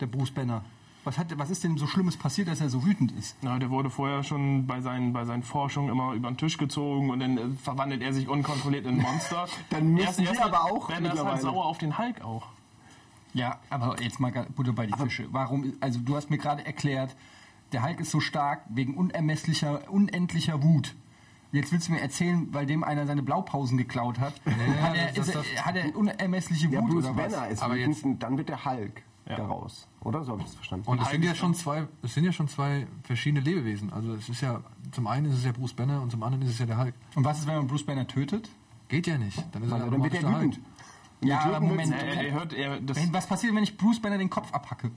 Speaker 1: Der Bruce Banner. Was, hat, was ist denn so Schlimmes passiert, dass er so wütend ist?
Speaker 4: Na, der wurde vorher schon bei seinen, bei seinen Forschungen immer über den Tisch gezogen und dann äh, verwandelt er sich unkontrolliert in ein Monster.
Speaker 2: Dann müssen
Speaker 4: Erst-
Speaker 2: wir
Speaker 4: erst-
Speaker 2: aber auch
Speaker 4: Banner ist halt
Speaker 2: mittlerweile.
Speaker 4: sauer auf den Hulk auch.
Speaker 1: Ja, aber jetzt mal gar- Butter bei die Fische. Warum? Also du hast mir gerade erklärt, der Hulk ist so stark wegen unermesslicher, unendlicher Wut. Jetzt willst du mir erzählen, weil dem einer seine Blaupausen geklaut hat, hat, er,
Speaker 3: das-
Speaker 1: ist er, hat er unermessliche
Speaker 2: Ja,
Speaker 1: Wut
Speaker 2: Bruce
Speaker 1: oder was?
Speaker 2: Banner ist
Speaker 3: Aber
Speaker 2: wütend und dann wird der Hulk
Speaker 4: Ja.
Speaker 2: daraus. Oder? So habe ich das verstanden.
Speaker 3: Und es sind ja schon zwei, es sind ja schon zwei verschiedene Lebewesen. Also es ist ja, zum einen ist es ja Bruce Banner und zum anderen ist es ja der Hulk.
Speaker 1: Und was ist, wenn man Bruce Banner tötet?
Speaker 3: Geht ja nicht. Dann ist
Speaker 2: Weil
Speaker 3: ja
Speaker 2: dann wird er
Speaker 3: automatisch
Speaker 2: wütend.
Speaker 1: Ja, aber Moment. Äh,
Speaker 4: Er, er, er hört, er, das,
Speaker 1: Wenn, was passiert, wenn ich Bruce Banner den Kopf abhacke?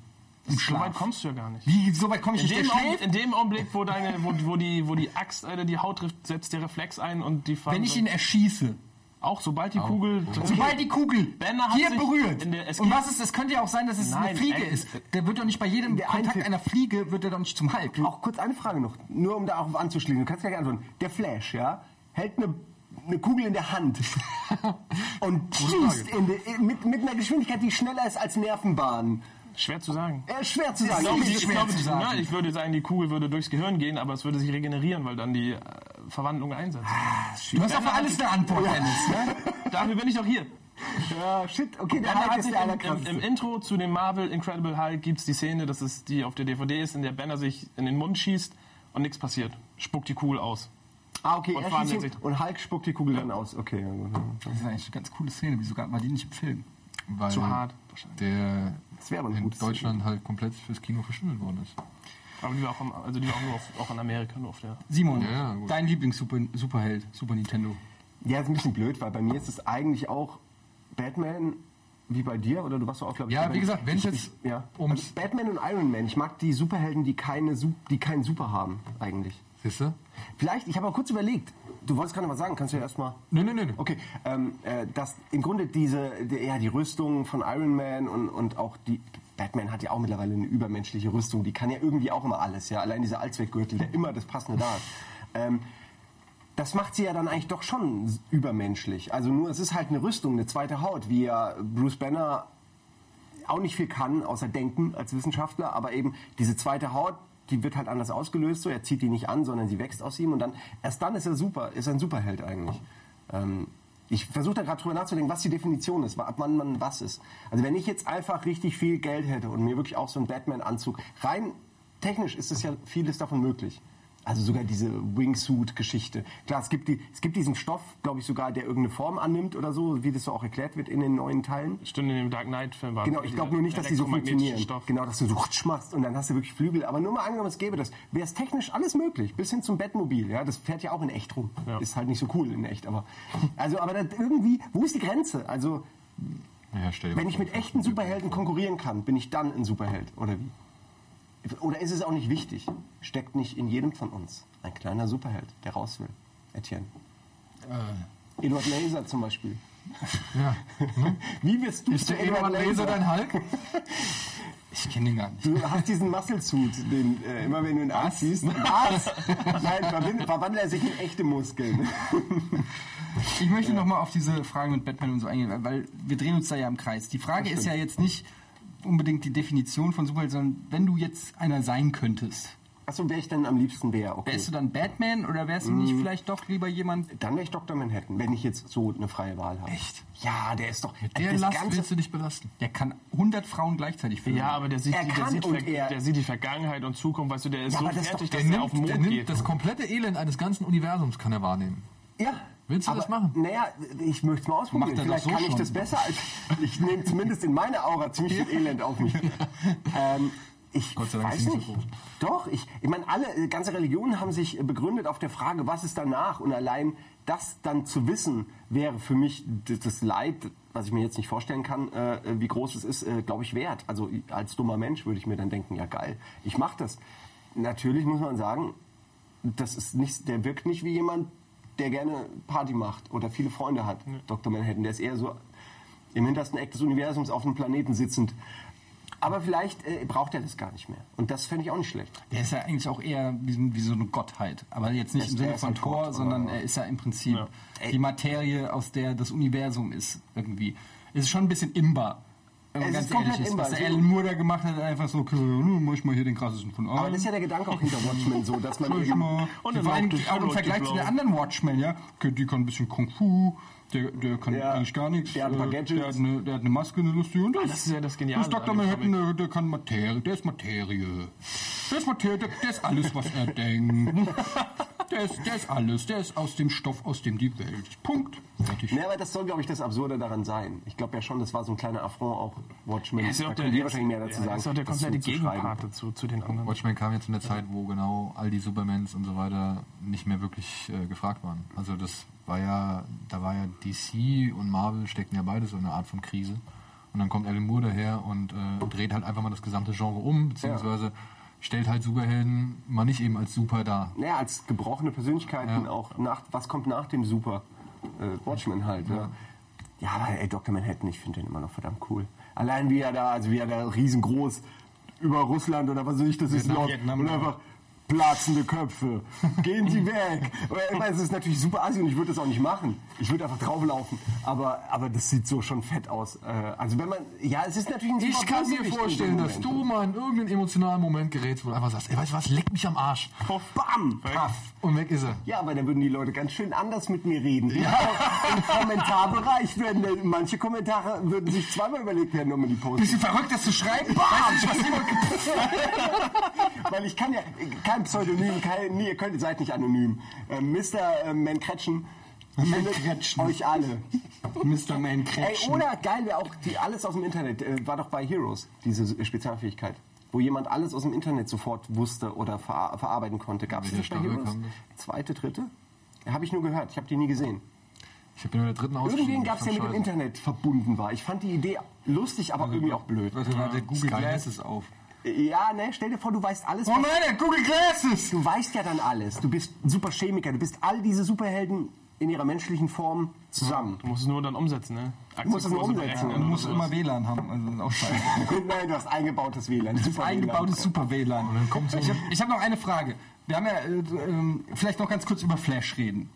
Speaker 1: Im
Speaker 4: so weit
Speaker 1: Schlaf.
Speaker 4: kommst du ja gar nicht.
Speaker 1: Wie, so weit komme ich
Speaker 4: In
Speaker 1: nicht? Der
Speaker 4: dem, Augen-
Speaker 1: schläft.
Speaker 4: in dem Augenblick, wo, deine, wo, wo, die, wo die Axt Alter, die Haut trifft, setzt der Reflex ein und die Faden
Speaker 1: Wenn ich ihn erschieße,
Speaker 4: auch sobald die Kugel
Speaker 1: sobald die Kugel
Speaker 4: Banner hat
Speaker 1: hier
Speaker 4: sich
Speaker 1: berührt.
Speaker 4: in der- es
Speaker 1: und
Speaker 4: geht-
Speaker 1: was ist, es könnte ja auch sein, dass es
Speaker 4: Nein,
Speaker 1: eine Fliege
Speaker 4: äh,
Speaker 1: ist. Der wird doch nicht bei jedem
Speaker 2: der
Speaker 1: Kontakt
Speaker 2: Eintritt-
Speaker 1: einer Fliege, wird er doch nicht zum Halt Hulk.
Speaker 2: Auch kurz eine Frage noch, nur um da auch anzuschließen. Du kannst gar nicht antworten. Der Flash, ja, hält eine, eine Kugel in der Hand und schießt in de, in, mit, mit einer Geschwindigkeit, die schneller ist als Nervenbahnen.
Speaker 4: schwer zu sagen.
Speaker 2: Äh, schwer zu sagen.
Speaker 1: Ist
Speaker 4: glaube,
Speaker 1: nicht
Speaker 4: die- ich,
Speaker 1: schwer
Speaker 4: glaube,
Speaker 1: zu
Speaker 4: die-
Speaker 1: sagen.
Speaker 4: nein, ich würde sagen, die Kugel würde durchs Gehirn gehen, aber es würde sich regenerieren, weil dann die äh, Verwandlung einsetzt.
Speaker 1: Du hast auf alles eine Antwort, Dennis. Ne?
Speaker 4: Dafür bin ich doch hier.
Speaker 2: Ja, shit, okay, der
Speaker 4: Banner
Speaker 2: Hulk
Speaker 4: hat
Speaker 2: ist
Speaker 4: sich
Speaker 2: der
Speaker 4: im, im, im
Speaker 2: allerkrasseste.
Speaker 4: Intro zu dem Marvel Incredible Hulk gibt es die Szene, das ist die auf der DVD ist, in der Banner sich in den Mund schießt und nichts passiert. Spuckt die Kugel aus.
Speaker 2: Ah, okay,
Speaker 4: Und
Speaker 2: er
Speaker 4: verwandelt
Speaker 2: schießt ihn
Speaker 4: sich.
Speaker 2: und Hulk spuckt die Kugel dann aus. Okay, ja, gut.
Speaker 1: Das ist eigentlich eine ganz coole Szene. Wieso gab man die nicht im Film?
Speaker 3: Weil
Speaker 4: Zu hart wahrscheinlich.
Speaker 3: der
Speaker 2: Das wäre aber ein
Speaker 3: in
Speaker 2: gutes
Speaker 3: Deutschland halt komplett fürs Kino verschwindet worden ist.
Speaker 4: Aber die war auch, im, also die war auch, nur auf, auch in Amerika, nur auf der.
Speaker 1: Simon,
Speaker 3: Ja, gut.
Speaker 1: dein Lieblings-Superheld, Super Nintendo.
Speaker 2: Ja, ist ein bisschen blöd, weil bei mir ist es eigentlich auch Batman wie bei dir oder du warst so auch glaube ich
Speaker 3: Ja,
Speaker 2: bei-
Speaker 3: wie gesagt, wenn ich
Speaker 2: ich-
Speaker 3: jetzt
Speaker 2: ich- ja.
Speaker 3: ums-
Speaker 2: also Batman und Iron Man, ich mag die Superhelden, die keine Sup- die keinen Super haben eigentlich.
Speaker 3: Siehst du?
Speaker 2: Vielleicht, ich habe auch kurz überlegt. Du wolltest gerade was sagen, kannst du ja erstmal
Speaker 3: Nö, nö, nö. nö.
Speaker 2: Okay, ähm, äh, dass im Grunde diese, die, ja, die Rüstung von Iron Man und, und auch die. Batman hat ja auch mittlerweile eine übermenschliche Rüstung, die kann ja irgendwie auch immer alles, ja. Allein dieser Allzweckgürtel, der immer das Passende da ist. Ähm, das macht sie ja dann eigentlich doch schon s- übermenschlich. Also nur, es ist halt eine Rüstung, eine zweite Haut, wie ja Bruce Banner auch nicht viel kann, außer denken als Wissenschaftler, aber eben diese zweite Haut, die wird halt anders ausgelöst, so er zieht die nicht an, sondern sie wächst aus ihm und dann erst dann ist er super, ist er ein Superheld eigentlich. Ähm, ich versuche da gerade drüber nachzudenken, was die Definition ist, ab wann man was ist. Also wenn ich jetzt einfach richtig viel Geld hätte und mir wirklich auch so einen Batman-Anzug, rein technisch ist es ja vieles davon möglich. Also sogar diese Wingsuit-Geschichte. Klar, es gibt, die, es gibt diesen Stoff, glaube ich sogar, der irgendeine Form annimmt oder so, wie das so auch erklärt wird in den neuen Teilen.
Speaker 4: Stunde in dem Dark Knight-Film war.
Speaker 2: Genau, ich glaube nur nicht, dass die so
Speaker 4: Elektromagnetische
Speaker 2: funktionieren.
Speaker 4: Stoff.
Speaker 2: Genau, dass du so rutsch machst und dann hast du wirklich Flügel. Aber nur mal angenommen, es gäbe das. Wäre es technisch alles möglich, bis hin zum Bettmobil. Ja, das fährt ja auch in echt rum.
Speaker 4: Ja.
Speaker 2: Ist halt nicht so cool in echt, aber. Also, aber das irgendwie, wo ist die Grenze? Also,
Speaker 3: Ja, stell dir
Speaker 2: wenn
Speaker 3: mal
Speaker 2: ich
Speaker 3: vor,
Speaker 2: mit
Speaker 3: das ist
Speaker 2: echten
Speaker 3: ein
Speaker 2: Superhelden konkurrieren kann, bin ich dann ein Superheld, oder wie? Oder ist es auch nicht wichtig? Steckt nicht in jedem von uns ein kleiner Superheld, der raus will? Etienne. Eduard Laser zum Beispiel.
Speaker 3: Ja.
Speaker 2: Wie wirst du
Speaker 3: Ist der Eduard Laser dein Hulk?
Speaker 1: Ich kenne den gar nicht.
Speaker 2: Du hast diesen Muscle-Suit, den äh, immer wenn du ihn anziehst. Was? Nein, verwand- verwandelt er sich in echte Muskeln.
Speaker 1: Ich möchte noch mal auf diese Frage mit Batman und so eingehen, weil- weil wir drehen uns da ja im Kreis. Die Frage ist ja jetzt nicht unbedingt die Definition von Superheld, sondern wenn du jetzt einer sein könntest,
Speaker 2: Achso, wer ich denn am liebsten wäre? Okay.
Speaker 1: wärst du dann Batman oder wärst du
Speaker 2: Hm.
Speaker 1: nicht vielleicht doch lieber jemand?
Speaker 2: Dann wäre ich Dr. Manhattan, wenn ich jetzt so eine freie Wahl habe.
Speaker 1: Echt?
Speaker 2: Ja, der ist doch.
Speaker 3: Der
Speaker 2: das
Speaker 3: Last
Speaker 2: Ganze-
Speaker 3: willst du nicht belasten.
Speaker 1: Der kann 100 Frauen gleichzeitig finden.
Speaker 4: Ja, aber der sieht,
Speaker 2: Genau. Er
Speaker 4: die, der,
Speaker 2: kann
Speaker 4: sieht
Speaker 2: und
Speaker 4: Ver-
Speaker 2: er-
Speaker 4: der sieht die Vergangenheit und Zukunft, weißt du, der ist
Speaker 2: Ja,
Speaker 4: so
Speaker 2: aber das ist
Speaker 4: fertig,
Speaker 2: doch-
Speaker 4: dass er auf den
Speaker 3: der
Speaker 4: Mond
Speaker 3: nimmt
Speaker 4: geht.
Speaker 2: ne?
Speaker 3: das komplette Elend eines ganzen Universums kann er wahrnehmen.
Speaker 2: ja.
Speaker 3: Willst du das machen?
Speaker 2: Naja, ich möchte es mal ausprobieren.
Speaker 1: Macht er doch
Speaker 2: Vielleicht
Speaker 1: so
Speaker 2: kann ich
Speaker 1: schon.
Speaker 2: das besser. Als, ich nehme zumindest in meiner Aura ziemlich viel Elend auf mich. ähm, ich
Speaker 3: Gott sei Dank
Speaker 2: weiß
Speaker 3: ist sie
Speaker 2: nicht.
Speaker 3: nicht so groß.
Speaker 2: Doch, ich, ich meine, alle äh, ganze Religionen haben sich äh, begründet auf der Frage, was ist danach? Und allein das dann zu wissen, wäre für mich d- das Leid, was ich mir jetzt nicht vorstellen kann, äh, wie groß es ist, äh, glaube ich, wert. Also i- als dummer Mensch würde ich mir dann denken, ja geil, ich mache das. Natürlich muss man sagen, das ist nicht, der wirkt nicht wie jemand, der gerne Party macht oder viele Freunde hat, Dr. Manhattan. Der ist eher so im hintersten Eck des Universums auf einem Planeten sitzend. Aber vielleicht äh, braucht er das gar nicht mehr. Und das fände ich auch nicht schlecht.
Speaker 1: Der ist ja eigentlich auch eher wie, so- wie so eine Gottheit. Aber jetzt nicht
Speaker 2: Er
Speaker 1: im
Speaker 2: ist- er
Speaker 1: Sinne
Speaker 2: ist
Speaker 1: von
Speaker 2: ein Gott,
Speaker 1: Thor,
Speaker 2: aber-
Speaker 1: sondern er ist ja im Prinzip die Materie, aus der das Universum ist, irgendwie. Es ist schon ein bisschen imbar. wenn man
Speaker 2: Es
Speaker 1: ganz
Speaker 2: ist
Speaker 1: ehrlich
Speaker 2: komplett
Speaker 1: ist, was der
Speaker 2: inbar.
Speaker 1: Alan Moore da gemacht hat, einfach so, okay, nun mach ich mal hier den krassesten von allen.
Speaker 2: Aber das ist ja der Gedanke auch hinter Watchmen so, dass man
Speaker 1: Mach ich
Speaker 2: eben-
Speaker 1: mal.
Speaker 4: Und
Speaker 1: Die
Speaker 4: dann
Speaker 1: war
Speaker 4: auch
Speaker 1: ein-
Speaker 4: durch-
Speaker 1: auch im
Speaker 4: durch
Speaker 1: Vergleich
Speaker 4: die
Speaker 1: zu den
Speaker 4: Blau.
Speaker 1: anderen Watchmen, ja, okay, die kann ein bisschen Kung Fu, der, der kann
Speaker 2: Ja.
Speaker 1: eigentlich gar nichts.
Speaker 2: Der hat ein paar
Speaker 1: äh,
Speaker 2: Gadgets.
Speaker 1: Der hat eine, der hat eine Maske, eine lustige und das.
Speaker 4: das ist ja das Geniale
Speaker 1: Das Dr.
Speaker 4: an dem
Speaker 1: Manhattan, der, der kann Materie, der ist Materie. Der ist Materie, der, der ist alles, was er denkt. Der ist, der ist alles, der ist aus dem Stoff, aus dem die Welt. ist. Punkt. Fertig.
Speaker 2: Ja, Ne, aber das soll, glaube ich, das Absurde daran sein. Ich glaube ja schon, das war so ein kleiner Affront auch Watchmen.
Speaker 4: ist ja
Speaker 2: da
Speaker 4: auch der,
Speaker 2: können die wahrscheinlich mehr dazu
Speaker 4: ja,
Speaker 2: sagen.
Speaker 4: Ist auch der
Speaker 2: das
Speaker 4: komplette
Speaker 2: so zu schreiben.
Speaker 4: Gegenpart dazu, zu den anderen.
Speaker 3: Watchmen kam jetzt in der Zeit, wo genau all die Supermans und so weiter nicht mehr wirklich äh, gefragt waren. Also das war ja, da war ja DC und Marvel steckten ja beide so in einer Art von Krise. Und dann kommt Alan Moore daher und äh, dreht halt einfach mal das gesamte Genre um, beziehungsweise stellt halt Superhelden mal nicht eben als super dar.
Speaker 2: Naja, als gebrochene Persönlichkeiten
Speaker 3: Ja.
Speaker 2: auch. Nach, was kommt nach dem Super? Äh, Watchmen halt, ja. Ja, aber ey, Dr. Manhattan, ich finde den immer noch verdammt cool. Allein wie er da, also wie er da riesengroß über Russland oder was weiß ich, das ist
Speaker 1: Vietnam,
Speaker 2: Nord.
Speaker 1: Vietnam,
Speaker 2: und
Speaker 1: ja.
Speaker 2: einfach platzende Köpfe. Gehen Sie weg. Aber ich meine, es ist natürlich super assi und ich würde das auch nicht machen. Ich würde einfach drauflaufen. Aber, aber das sieht so schon fett aus. Äh, also wenn man, ja, es ist natürlich ein
Speaker 3: Ich kann mir
Speaker 2: Bösewicht in dem
Speaker 3: vorstellen, dass
Speaker 2: Moment.
Speaker 3: du mal in irgendeinen emotionalen Moment gerätst, wo du einfach sagst, ey, weißt du was, leck mich am Arsch.
Speaker 2: Bam! Paff!
Speaker 3: Und weg ist er.
Speaker 2: Ja, aber dann würden die Leute ganz schön anders mit mir reden. Auch Im Kommentarbereich werden dann- manche Kommentare würden sich zweimal überlegt werden, um die Posts.
Speaker 1: Bisschen verrückt, das zu schreiben.
Speaker 2: Weil ich kann ja kein Pseudonym, kein, nee, ihr könnt, seid nicht anonym. Äh, Mr. Äh, Mankretschen, ich
Speaker 1: Man
Speaker 2: finde
Speaker 1: Kretschen.
Speaker 2: euch alle.
Speaker 1: Mr. Man
Speaker 2: Ey,
Speaker 1: Kretschen.
Speaker 2: oder geil wäre auch die, alles aus dem Internet. Äh, war doch bei Heroes diese äh, Spezialfähigkeit, wo jemand alles aus dem Internet sofort wusste oder ver verarbeiten konnte. Gab es
Speaker 3: Welche
Speaker 2: das bei
Speaker 3: Staffel
Speaker 2: Heroes?
Speaker 3: kam
Speaker 2: Zweite, dritte? Habe ich nur gehört. Ich habe die nie gesehen.
Speaker 3: Ich bin in der dritten
Speaker 2: Irgendwen gab es ja
Speaker 3: Ich
Speaker 2: mit
Speaker 3: fand
Speaker 2: dem
Speaker 3: scheiße.
Speaker 2: Internet verbunden war. Ich fand die Idee lustig, aber irgendwie auch blöd.
Speaker 1: Also Warte, warte, Google
Speaker 3: Skynet.
Speaker 1: Glasses auf.
Speaker 2: Ja, ne, stell dir vor, du weißt alles.
Speaker 1: Oh nein, der Google Glasses!
Speaker 2: du weißt ja dann alles. Du bist super Chemiker, du bist all diese Superhelden in ihrer menschlichen Form zusammen.
Speaker 4: Du musst es nur dann umsetzen, ne? Du
Speaker 2: musst es nur umsetzen.
Speaker 1: Du musst immer WLAN haben, also das ist auch scheiße.
Speaker 2: nein, du hast eingebautes WLAN. Super
Speaker 1: Eingebautes Super WLAN. Ich habe hab noch eine Frage. Wir haben ja äh, ähm, vielleicht noch ganz kurz über Flash reden.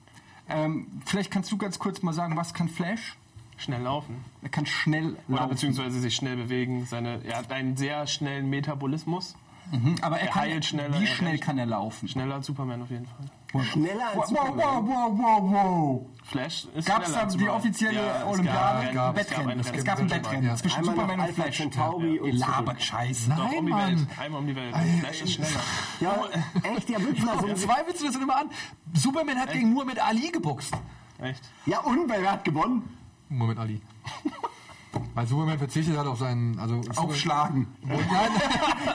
Speaker 1: Ähm, vielleicht kannst du ganz kurz mal sagen, was kann Flash?
Speaker 4: Schnell laufen.
Speaker 1: Er kann schnell
Speaker 4: Oder
Speaker 1: laufen.
Speaker 4: beziehungsweise sich schnell bewegen. Seine, er hat einen sehr schnellen Metabolismus.
Speaker 1: Mhm, aber er,
Speaker 4: er
Speaker 1: kann,
Speaker 4: heilt schneller,
Speaker 1: Wie
Speaker 4: er
Speaker 1: schnell
Speaker 4: rennt.
Speaker 1: kann er laufen?
Speaker 4: Schneller als Superman auf jeden Fall.
Speaker 2: Schneller als
Speaker 1: Wow, wow,
Speaker 2: Superman.
Speaker 1: wow, wow, wow, wow.
Speaker 4: Flash ist
Speaker 1: Gab es
Speaker 4: schneller
Speaker 1: da
Speaker 4: als
Speaker 1: die
Speaker 4: Superman.
Speaker 1: offizielle
Speaker 4: Ja, es
Speaker 1: Olympiade?
Speaker 4: Gab,
Speaker 1: Gab, Wettrennen.
Speaker 4: es
Speaker 1: Es gab ein Wettrennen
Speaker 3: Ja.
Speaker 1: zwischen
Speaker 2: Einmal
Speaker 1: Superman
Speaker 2: noch
Speaker 1: und
Speaker 2: Alpha
Speaker 1: Flash.
Speaker 2: Centauri und
Speaker 1: Ihr labert Scheiße.
Speaker 3: Nein,
Speaker 4: um die
Speaker 3: Mann.
Speaker 4: Welt. Einmal um die Welt. Flash ist schneller.
Speaker 2: Ja, echt, ja, wirklich mal so. ein-
Speaker 3: Zweifelst du das denn immer an? Superman hat gegen Muhammad Ali geboxt.
Speaker 4: Echt?
Speaker 2: Ja, und wer hat gewonnen?
Speaker 3: Muhammad Ali. Weil Superman verzichtet hat auf seinen. Also
Speaker 1: Aufschlagen.
Speaker 3: Nein,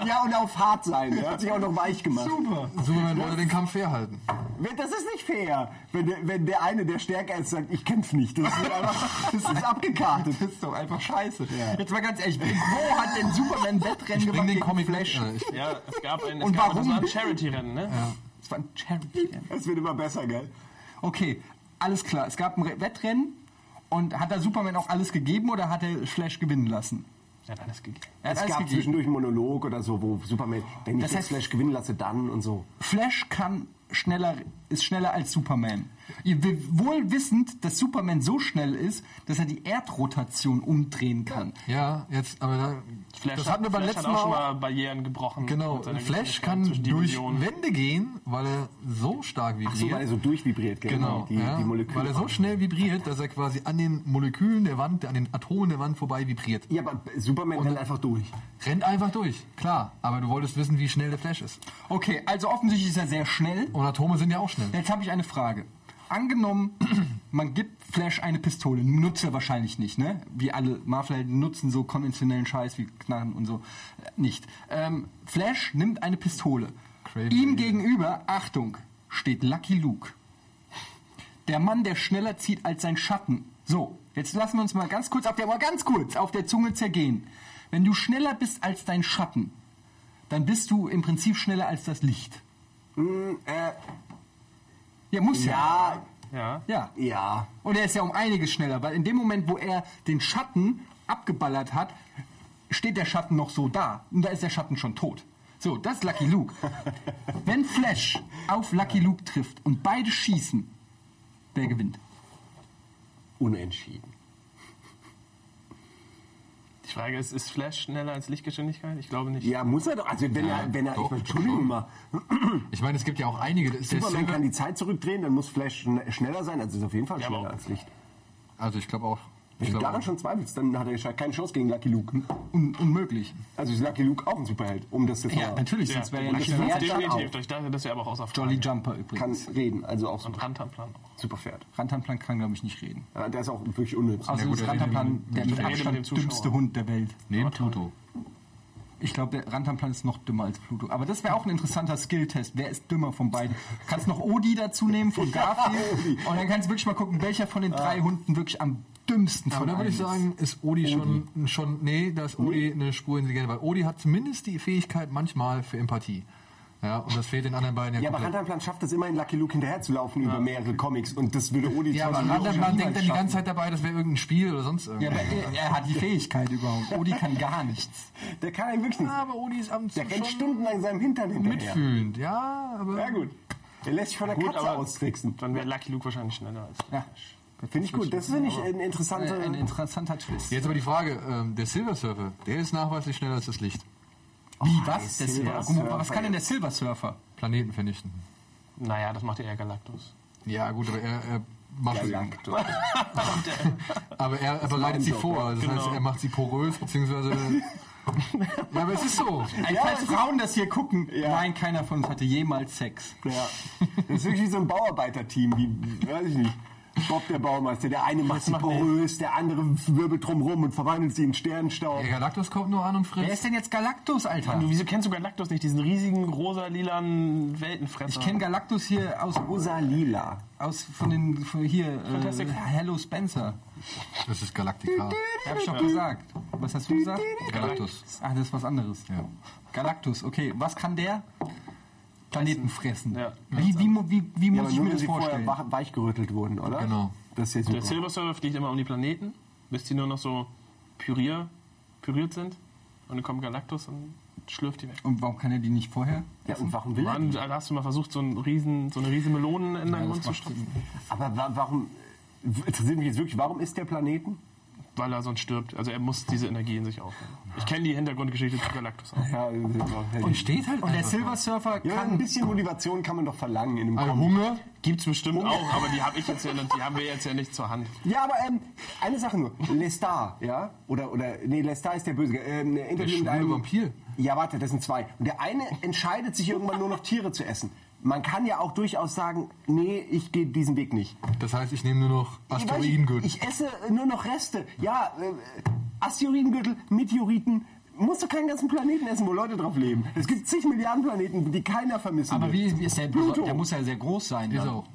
Speaker 2: Ja, und auf hart sein. Er hat sich auch noch weich gemacht.
Speaker 1: Super.
Speaker 3: Superman wollte den Kampf fair halten.
Speaker 2: Wenn- Das ist nicht fair, wenn, der- wenn der eine, der stärker ist, sagt, ich kämpfe nicht. Das ist, einfach, das ist abgekartet.
Speaker 1: Das ist doch einfach scheiße.
Speaker 2: Ja.
Speaker 1: Jetzt mal ganz ehrlich, wo hat denn Superman Wettrennen
Speaker 3: Ich
Speaker 1: gemacht?
Speaker 3: bring den
Speaker 1: gegen
Speaker 3: Comic
Speaker 1: Flash.
Speaker 3: Äh, ich,
Speaker 4: Ja, es gab ein, es
Speaker 1: Und
Speaker 4: gab
Speaker 1: warum?
Speaker 4: Das war ein Charity-Rennen, ne?
Speaker 1: Das war ein Charity.
Speaker 2: Es wird immer besser, gell?
Speaker 1: Okay, alles klar. Es gab ein Re- Wettrennen und hat da Superman auch alles gegeben oder hat er Flash gewinnen lassen?
Speaker 4: Er hat alles gegeben.
Speaker 1: Er hat
Speaker 2: Es
Speaker 1: alles
Speaker 2: gab
Speaker 1: gegeben.
Speaker 2: zwischendurch einen Monolog oder so, wo Superman, wenn ich
Speaker 1: Das
Speaker 2: das
Speaker 1: heißt-
Speaker 2: heißt, Flash gewinnen lasse, dann und so.
Speaker 1: Flash kann schneller, ist schneller als Superman. Ihr wi- Wohl wissend, dass Superman so schnell ist, dass er die Erdrotation umdrehen kann.
Speaker 3: ja, jetzt, aber da,
Speaker 4: Flash,
Speaker 3: das hatten wir beim
Speaker 4: Flash
Speaker 3: letzten
Speaker 4: hat auch schon
Speaker 3: Mal.
Speaker 4: mal Barrieren gebrochen.
Speaker 3: Genau,
Speaker 4: mit seiner
Speaker 3: Flash
Speaker 4: Geschwindigkeit
Speaker 3: kann
Speaker 4: zwischen die
Speaker 3: durch
Speaker 4: Millionen.
Speaker 3: Wände gehen, weil er so stark vibriert.
Speaker 2: So, weil er so durchvibriert, gell?
Speaker 3: Genau,
Speaker 2: Die,
Speaker 3: ja,
Speaker 2: die Moleküle.
Speaker 3: weil er so schnell vibriert, dass er quasi an den Molekülen der Wand, an den Atomen der Wand vorbei vibriert.
Speaker 2: ja, aber Superman rennt einfach durch.
Speaker 3: Rennt einfach durch, klar. Aber du wolltest wissen, wie schnell der Flash ist.
Speaker 1: Okay, also offensichtlich ist er sehr schnell.
Speaker 3: Und Atome sind ja auch schnell.
Speaker 1: Jetzt habe ich eine Frage. Angenommen, man gibt Flash eine Pistole, nutzt er wahrscheinlich nicht, ne? Wie alle Marvel-Helden nutzen so konventionellen Scheiß wie Knarren und so äh, nicht. Ähm, Flash nimmt eine Pistole.
Speaker 3: Craven.
Speaker 1: Ihm gegenüber, Achtung, steht Lucky Luke. Der Mann, der schneller zieht als sein Schatten. So, jetzt lassen wir uns mal ganz kurz auf der, mal ganz kurz auf der Zunge zergehen. Wenn du schneller bist als dein Schatten, dann bist du im Prinzip schneller als das Licht.
Speaker 2: Äh,
Speaker 1: Ja, muss
Speaker 2: ja,
Speaker 4: Ja.
Speaker 1: Ja.
Speaker 2: ja.
Speaker 1: Und er ist ja um einiges schneller, weil in dem Moment, wo er den Schatten abgeballert hat, steht der Schatten noch so da. Und da ist der Schatten schon tot. So, das ist Lucky Luke. Wenn Flash auf Lucky Luke trifft und beide schießen, wer gewinnt?
Speaker 2: Unentschieden.
Speaker 4: Ich frage, ist, ist Flash schneller als Lichtgeschwindigkeit? Ich glaube nicht.
Speaker 2: Ja, muss er doch. Also wenn
Speaker 3: Ja,
Speaker 2: er, wenn er,
Speaker 3: doch.
Speaker 2: ich meine, Entschuldigung mal,
Speaker 3: Ich meine, es gibt ja auch einige. das- Der
Speaker 2: Superman kann
Speaker 3: Silver,
Speaker 2: die Zeit zurückdrehen, dann muss Flash schn- schneller sein. Also ist auf jeden Fall
Speaker 4: Ja, aber
Speaker 2: schneller
Speaker 4: auch-
Speaker 2: als Licht.
Speaker 3: also ich glaube auch. Ich
Speaker 2: Wenn du
Speaker 3: glaube
Speaker 2: daran
Speaker 3: auch.
Speaker 2: schon zweifelst, dann hat er keine Chance gegen Lucky Luke.
Speaker 1: Un unmöglich.
Speaker 2: Also ist Lucky Luke auch ein Superheld, um das jetzt
Speaker 1: Ja,
Speaker 2: mal-
Speaker 1: natürlich,
Speaker 4: Ja,
Speaker 1: sonst wäre ja
Speaker 4: das
Speaker 1: nicht
Speaker 2: das
Speaker 1: mehr
Speaker 2: wär-
Speaker 1: als
Speaker 2: dann
Speaker 4: definitiv.
Speaker 2: auch.
Speaker 4: Ich dachte, das wäre aber auch außer Frage.
Speaker 1: Jolly Jumper
Speaker 2: Kann
Speaker 1: übrigens.
Speaker 2: reden, also auch so ein
Speaker 4: Und Rantanplan.
Speaker 2: Superpferd.
Speaker 1: Rantanplan kann, glaube ich, nicht reden.
Speaker 2: Ja, der ist auch wirklich unnütz.
Speaker 1: Außer
Speaker 3: gut,
Speaker 1: ist
Speaker 3: der redet
Speaker 1: Rantanplan
Speaker 3: mit-
Speaker 1: der
Speaker 3: mit-
Speaker 1: mit
Speaker 4: der redet mit dem
Speaker 1: Abstand
Speaker 4: Zuschauer.
Speaker 1: dümmste Hund der Welt.
Speaker 3: Neben Pluto.
Speaker 1: Ich glaube, der Rantanplan ist noch dümmer als Pluto. Aber das wäre auch ein interessanter Skilltest. Wer ist dümmer von beiden? Du kannst noch Odi dazu nehmen von Garfield. und dann kannst du wirklich mal gucken, welcher von den drei Hunden wirklich am dümmsten
Speaker 3: Aber
Speaker 1: von
Speaker 3: da würde ich
Speaker 1: allen ist.
Speaker 3: sagen, ist Odi, Schon, schon, nee, da ist Odi eine Spur intelligenter, weil Odi hat zumindest die Fähigkeit manchmal für Empathie. Ja, und das fehlt den anderen beiden ja,
Speaker 2: Ja, aber
Speaker 3: komplett.
Speaker 2: Rantanplan schafft es immerhin, Lucky Luke hinterherzulaufen über mehrere Comics und das würde Odin
Speaker 3: Ja,
Speaker 2: zum
Speaker 3: aber
Speaker 2: Beispiel auch
Speaker 3: Randerplan
Speaker 1: niemals
Speaker 3: denkt dann die ganze
Speaker 1: schaffen.
Speaker 3: Zeit dabei, das wäre irgendein Spiel oder sonst
Speaker 1: Ja,
Speaker 3: irgendwas.
Speaker 1: aber er, er hat die Fähigkeit überhaupt. Odi kann gar nichts.
Speaker 2: nicht- Der kann eigentlich wirklich nicht.
Speaker 3: aber Odi ist am
Speaker 2: Der rennt
Speaker 3: Ah, schon
Speaker 2: stundenlang seinem Hintern hinterher.
Speaker 3: mitfühlend, ja, aber
Speaker 2: Ja gut. Der lässt sich von der
Speaker 4: Gut,
Speaker 2: Katze
Speaker 4: aber-
Speaker 2: austricksen.
Speaker 4: Dann wäre Lucky Luke wahrscheinlich schneller als.
Speaker 1: Ja. Äh,
Speaker 2: Finde ich gut. Das finde ich ein interessanter...
Speaker 1: Ein interessanter Twist.
Speaker 3: jetzt aber die Frage, ähm, der Silver Surfer, der ist nachweislich schneller als das Licht.
Speaker 1: Wie, was? Der Silver
Speaker 2: Silver
Speaker 1: Surfer. Was
Speaker 2: Surfer
Speaker 1: kann denn der Silver Surfer?
Speaker 3: Planeten vernichten.
Speaker 4: Naja, das macht ja eher Galactus.
Speaker 3: Ja, gut, aber er, er macht
Speaker 2: Galactus.
Speaker 3: aber er, er bereitet sie
Speaker 2: Job,
Speaker 3: vor. Das heißt,
Speaker 4: Genau.
Speaker 3: er macht sie porös, beziehungsweise. ja, aber es ist so.
Speaker 1: Ey,
Speaker 2: Ja,
Speaker 1: Äh, falls
Speaker 2: es ist-
Speaker 1: Frauen das hier gucken,
Speaker 2: Ja.
Speaker 1: nein, keiner von uns hatte jemals Sex.
Speaker 2: Ja. Das ist wirklich wie so ein Bauarbeiterteam, wie, weiß ich nicht. Bob der Baumeister, der eine macht sie porös, der andere wirbelt drumrum und verwandelt sie in Sternenstaub.
Speaker 3: Der Galactus kommt nur an und
Speaker 1: Wer
Speaker 3: frisst.
Speaker 1: ist denn jetzt Galactus, Alter?
Speaker 4: Du, wieso kennst du Galactus nicht? Diesen riesigen rosa-lilanen Weltenfresser.
Speaker 1: Ich kenne Galactus hier aus,
Speaker 2: Rosa Lila.
Speaker 1: aus von den von hier äh,
Speaker 4: Fantastic Four.
Speaker 1: Hello Spencer.
Speaker 3: Das ist Galactica.
Speaker 1: Hab ich doch gesagt. Was hast du gesagt?
Speaker 3: Galactus.
Speaker 1: Ah, das ist was anderes.
Speaker 3: Ja.
Speaker 1: Galactus, okay. Was kann der? Planeten fressen.
Speaker 4: Ja.
Speaker 1: Wie, wie, mu- wie, wie
Speaker 2: Ja, aber
Speaker 1: muss ich
Speaker 2: nur,
Speaker 1: mir
Speaker 2: wenn
Speaker 1: das
Speaker 2: sie vorher
Speaker 1: vorstellen?
Speaker 2: wach, weichgerüttelt wurden, oder?
Speaker 3: Genau.
Speaker 2: Das ist ja
Speaker 4: Der
Speaker 2: super.
Speaker 4: Silver Surfer fliegt immer um die Planeten, bis die nur noch so pürier, püriert sind. Und dann kommt Galactus und schlürft die weg.
Speaker 1: Und warum kann er die nicht vorher?
Speaker 2: Ja, und warum will er
Speaker 4: Mann, da hast du mal versucht, so, einen riesen, so eine riesen Melonen in deinen Mund zu stopfen?
Speaker 2: Aber wa warum, interessiert mich jetzt wirklich, warum ist der Planeten?
Speaker 4: Weil er sonst stirbt. Also er muss diese Energie in sich aufnehmen. Ich kenne die Hintergrundgeschichte zu Galactus auch.
Speaker 2: Ja,
Speaker 3: Und steht halt
Speaker 1: Und der
Speaker 3: einfach
Speaker 1: Silver Surfer
Speaker 2: ja, ein
Speaker 1: kann.
Speaker 2: bisschen Motivation kann man doch verlangen in einem
Speaker 3: da. Also
Speaker 2: Comic.
Speaker 3: Hunger?
Speaker 4: Gibt's
Speaker 2: Oh.
Speaker 4: bestimmt auch, aber die habe ich jetzt ja, nicht- die haben wir jetzt ja nicht zur Hand.
Speaker 2: Ja, aber ähm, eine Sache nur. Lestar, ja? Oder, oder, nee, Lestar ist der Böse. Ähm, ein Interview
Speaker 3: schwule Vampir.
Speaker 2: Ja, warte, das sind zwei. Und der eine entscheidet sich irgendwann nur noch Tiere zu essen. Man kann ja auch durchaus sagen, nee, ich gehe diesen Weg nicht.
Speaker 3: Das heißt, ich nehme nur noch
Speaker 2: Ich weiß nicht,
Speaker 3: Asteroidengürtel.
Speaker 2: Ich esse nur noch Reste. Ja, äh, Asteroidengürtel, Meteoriten. Musst du keinen ganzen Planeten essen, wo Leute drauf leben. Es gibt zig Milliarden Planeten, die keiner vermissen
Speaker 1: Aber
Speaker 2: will.
Speaker 1: wie, wie ist der?
Speaker 2: Pluto.
Speaker 1: Der muss ja sehr groß sein.
Speaker 3: Ist
Speaker 1: dann.
Speaker 3: auch.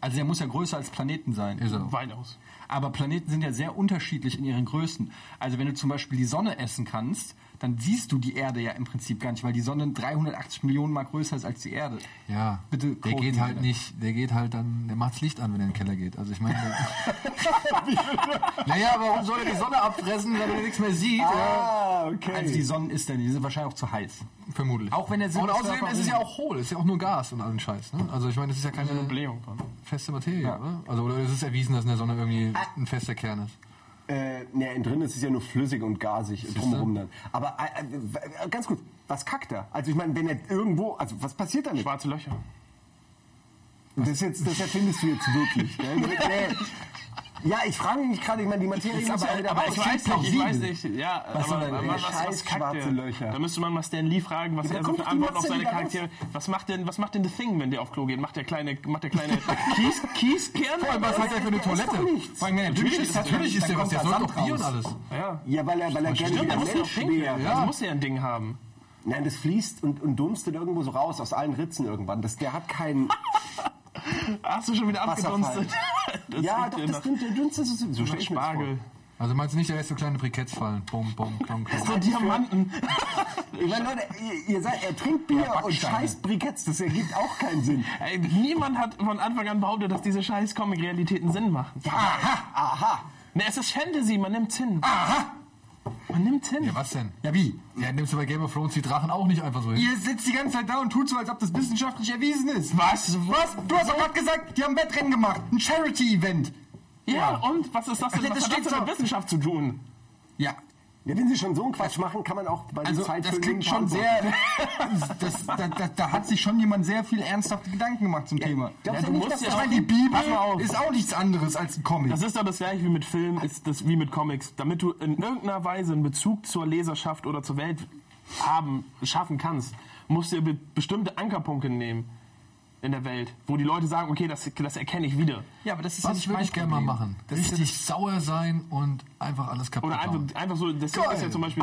Speaker 1: Also der muss ja größer als Planeten sein.
Speaker 3: Ist auch.
Speaker 4: Weitaus.
Speaker 1: Aber Planeten sind ja sehr unterschiedlich in ihren Größen. Also wenn du zum Beispiel die Sonne essen kannst, dann siehst du die Erde ja im Prinzip gar nicht, weil die Sonne 380 Millionen Mal größer ist als die Erde.
Speaker 3: Ja,
Speaker 1: Bitte
Speaker 3: der
Speaker 1: quoten
Speaker 3: geht
Speaker 1: Sie
Speaker 3: halt
Speaker 1: das.
Speaker 3: nicht, der geht halt dann, der macht's Licht an, wenn er in den Keller geht. Also ich meine. naja, aber warum soll er die Sonne abfressen, wenn er nichts mehr sieht? ja?
Speaker 2: ah, okay.
Speaker 1: Also die Sonne ist ja nicht, die sind wahrscheinlich auch zu heiß.
Speaker 3: Vermutlich.
Speaker 1: Auch wenn der
Speaker 3: und
Speaker 1: Silbersurfer
Speaker 3: außerdem ist es ja auch hohl, ist ja auch nur Gas und allen Scheiß. Ne? Also ich meine, es ist ja keine
Speaker 4: Blähung.
Speaker 3: feste Materie, oder? Also oder es ist erwiesen, dass in der Sonne irgendwie ein fester Kern ist.
Speaker 2: Äh, ne, innen drin ist es ja nur flüssig und gasig drumherum dann. Aber äh, äh, ganz gut, was kackt er? Also ich meine, wenn er irgendwo, also was passiert da nicht?
Speaker 4: Schwarze Löcher.
Speaker 2: Das, jetzt, das erfindest du jetzt wirklich. Gell? Nee. Ja, ich frage mich gerade, ich meine, die Materie
Speaker 1: Ist
Speaker 2: muss
Speaker 1: aber-
Speaker 2: ja
Speaker 4: halt
Speaker 2: wieder
Speaker 1: aber
Speaker 2: raus.
Speaker 1: es klingt
Speaker 4: ich
Speaker 1: plausibel.
Speaker 4: weiß nicht. Ja,
Speaker 1: soll
Speaker 4: aber,
Speaker 1: denn
Speaker 4: aber
Speaker 1: der
Speaker 4: was, was,
Speaker 2: scheiß
Speaker 4: was kackt
Speaker 2: schwarze
Speaker 4: der?
Speaker 2: Löcher?
Speaker 4: Da müsste man mal Stan Lee fragen, was
Speaker 2: Ja,
Speaker 4: er
Speaker 2: da
Speaker 4: so
Speaker 2: kommt
Speaker 4: für
Speaker 2: die
Speaker 4: Antworten auf
Speaker 2: Matze
Speaker 4: seine
Speaker 2: wieder
Speaker 4: Charaktere. Was macht denn, was macht denn The Thing, wenn der auf Klo geht? Macht der kleine, macht der kleine Kies, Kieskern?
Speaker 3: Vor allem, was hat er für eine Toilette?
Speaker 1: Vor allem, wenn er
Speaker 4: Natürlich
Speaker 1: dünn
Speaker 4: ist- natürlich
Speaker 1: dann kommt da Sand
Speaker 3: Bier
Speaker 1: raus.
Speaker 4: Ja.
Speaker 2: Ja, weil er, weil er gerne
Speaker 4: Stimmt,
Speaker 2: wieder
Speaker 4: der muss ja auch
Speaker 2: Mensch
Speaker 4: pinkeln.
Speaker 2: wäre.
Speaker 4: Ja. Also muss er ja ein Ding haben.
Speaker 2: Nein, das fließt und, und dunstet irgendwo so raus, aus allen Ritzen irgendwann. Das, der hat keinen...
Speaker 4: Hast du schon wieder
Speaker 2: Wasserfall.
Speaker 4: abgedunstet? Das
Speaker 2: ja,
Speaker 4: liegt
Speaker 2: doch,
Speaker 4: dir
Speaker 2: das,
Speaker 4: nach-
Speaker 2: dun- der dunstet so, so stell
Speaker 4: nach
Speaker 2: ich mir das vor.
Speaker 4: Spargel.
Speaker 3: Also meinst du nicht, da lässt so kleine Briketts fallen? Bum, bum, klong, klong.
Speaker 4: So Diamanten.
Speaker 2: Ich meine, Leute, ihr, ihr seid, er trinkt Bier und
Speaker 1: Backsteine.
Speaker 2: scheißt Briketts, das ergibt auch keinen Sinn.
Speaker 4: Ey, niemand hat von Anfang an behauptet, dass diese scheiß Comic-Realitäten Sinn machen.
Speaker 2: Aha, aha.
Speaker 4: Ne, es ist Fantasy, man nimmt's hin.
Speaker 1: Aha!
Speaker 4: Man nimmt's hin.
Speaker 3: Ja, was denn?
Speaker 1: Ja, wie?
Speaker 3: Ja, nimmst du bei Game of Thrones die Drachen auch nicht einfach so hin?
Speaker 1: Ihr sitzt die ganze Zeit da und tut so, als ob das wissenschaftlich erwiesen ist.
Speaker 4: Was?
Speaker 1: Was? Du hast doch gerade gesagt, die haben ein Wettrennen gemacht. Ein Charity-Event.
Speaker 4: Ja, und was ist das denn?
Speaker 1: Ja, Also,
Speaker 4: Was
Speaker 1: das
Speaker 4: hat das
Speaker 1: steht
Speaker 4: denn mit
Speaker 1: so.
Speaker 4: Wissenschaft zu tun?
Speaker 1: Ja.
Speaker 2: Ja, wenn sie schon so einen Quatsch machen, kann man auch bei
Speaker 1: Also
Speaker 2: der Zeit
Speaker 1: das
Speaker 2: für
Speaker 1: klingt
Speaker 2: irgendeinen
Speaker 1: schon
Speaker 2: Antwort-
Speaker 1: sehr. Das, da, da, da hat sich schon jemand sehr viel ernsthafte Gedanken gemacht zum Thema.
Speaker 2: glaubst
Speaker 1: Ja,
Speaker 2: du
Speaker 1: du
Speaker 2: nicht,
Speaker 1: musst
Speaker 2: dass
Speaker 1: ja
Speaker 2: das
Speaker 1: ich meine,
Speaker 2: auch-
Speaker 1: die
Speaker 2: Pass mal
Speaker 1: Bibel
Speaker 2: auf.
Speaker 1: ist auch nichts anderes als ein Comic.
Speaker 4: Das ist doch das gleiche wie mit Filmen, ist das wie mit Comics. Damit du in irgendeiner Weise einen Bezug zur Leserschaft oder zur Welt haben, schaffen kannst, musst du be bestimmte Ankerpunkte nehmen in der Welt, wo die Leute sagen, okay, das, das erkenne ich wieder.
Speaker 1: ja, aber das ist
Speaker 3: Das würde ich gerne mal machen. Richtig sauer sein und einfach alles kaputt
Speaker 4: Oder einfach,
Speaker 3: hauen.
Speaker 4: einfach so, das
Speaker 1: Geil.
Speaker 4: ist ja zum Beispiel,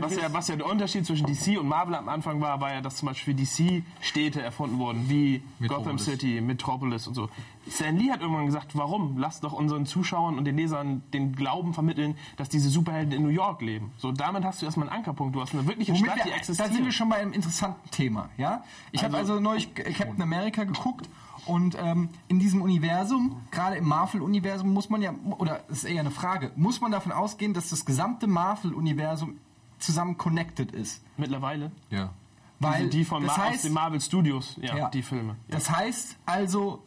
Speaker 4: was, ja, was ja der Unterschied zwischen DC und Marvel am Anfang war, war ja, dass zum Beispiel DC Städte erfunden wurden, wie Gotham
Speaker 3: Metropolis.
Speaker 4: City, Metropolis und so. Stan Lee hat irgendwann gesagt, warum? Lasst doch unseren Zuschauern und den Lesern den Glauben vermitteln, dass diese Superhelden in New York leben. So, damit hast du erstmal einen Ankerpunkt. Du hast eine wirkliche
Speaker 1: Womit
Speaker 4: Stadt, die
Speaker 1: wir, da sind wir
Speaker 4: existiert.
Speaker 1: schon bei einem interessanten Thema. Ja? Ich habe
Speaker 4: Also-
Speaker 1: also neulich G- Captain America geguckt und ähm, in diesem Universum, gerade im Marvel-Universum, muss man ja, oder ist eher eine Frage, muss man davon ausgehen, dass das gesamte Marvel-Universum zusammen connected ist?
Speaker 4: Mittlerweile.
Speaker 3: Ja.
Speaker 1: Weil
Speaker 4: sind die von
Speaker 1: das
Speaker 4: Mar aus
Speaker 1: heißt,
Speaker 4: den Marvel Studios, ja,
Speaker 1: Ja.
Speaker 4: die Filme. Ja.
Speaker 1: Das heißt also,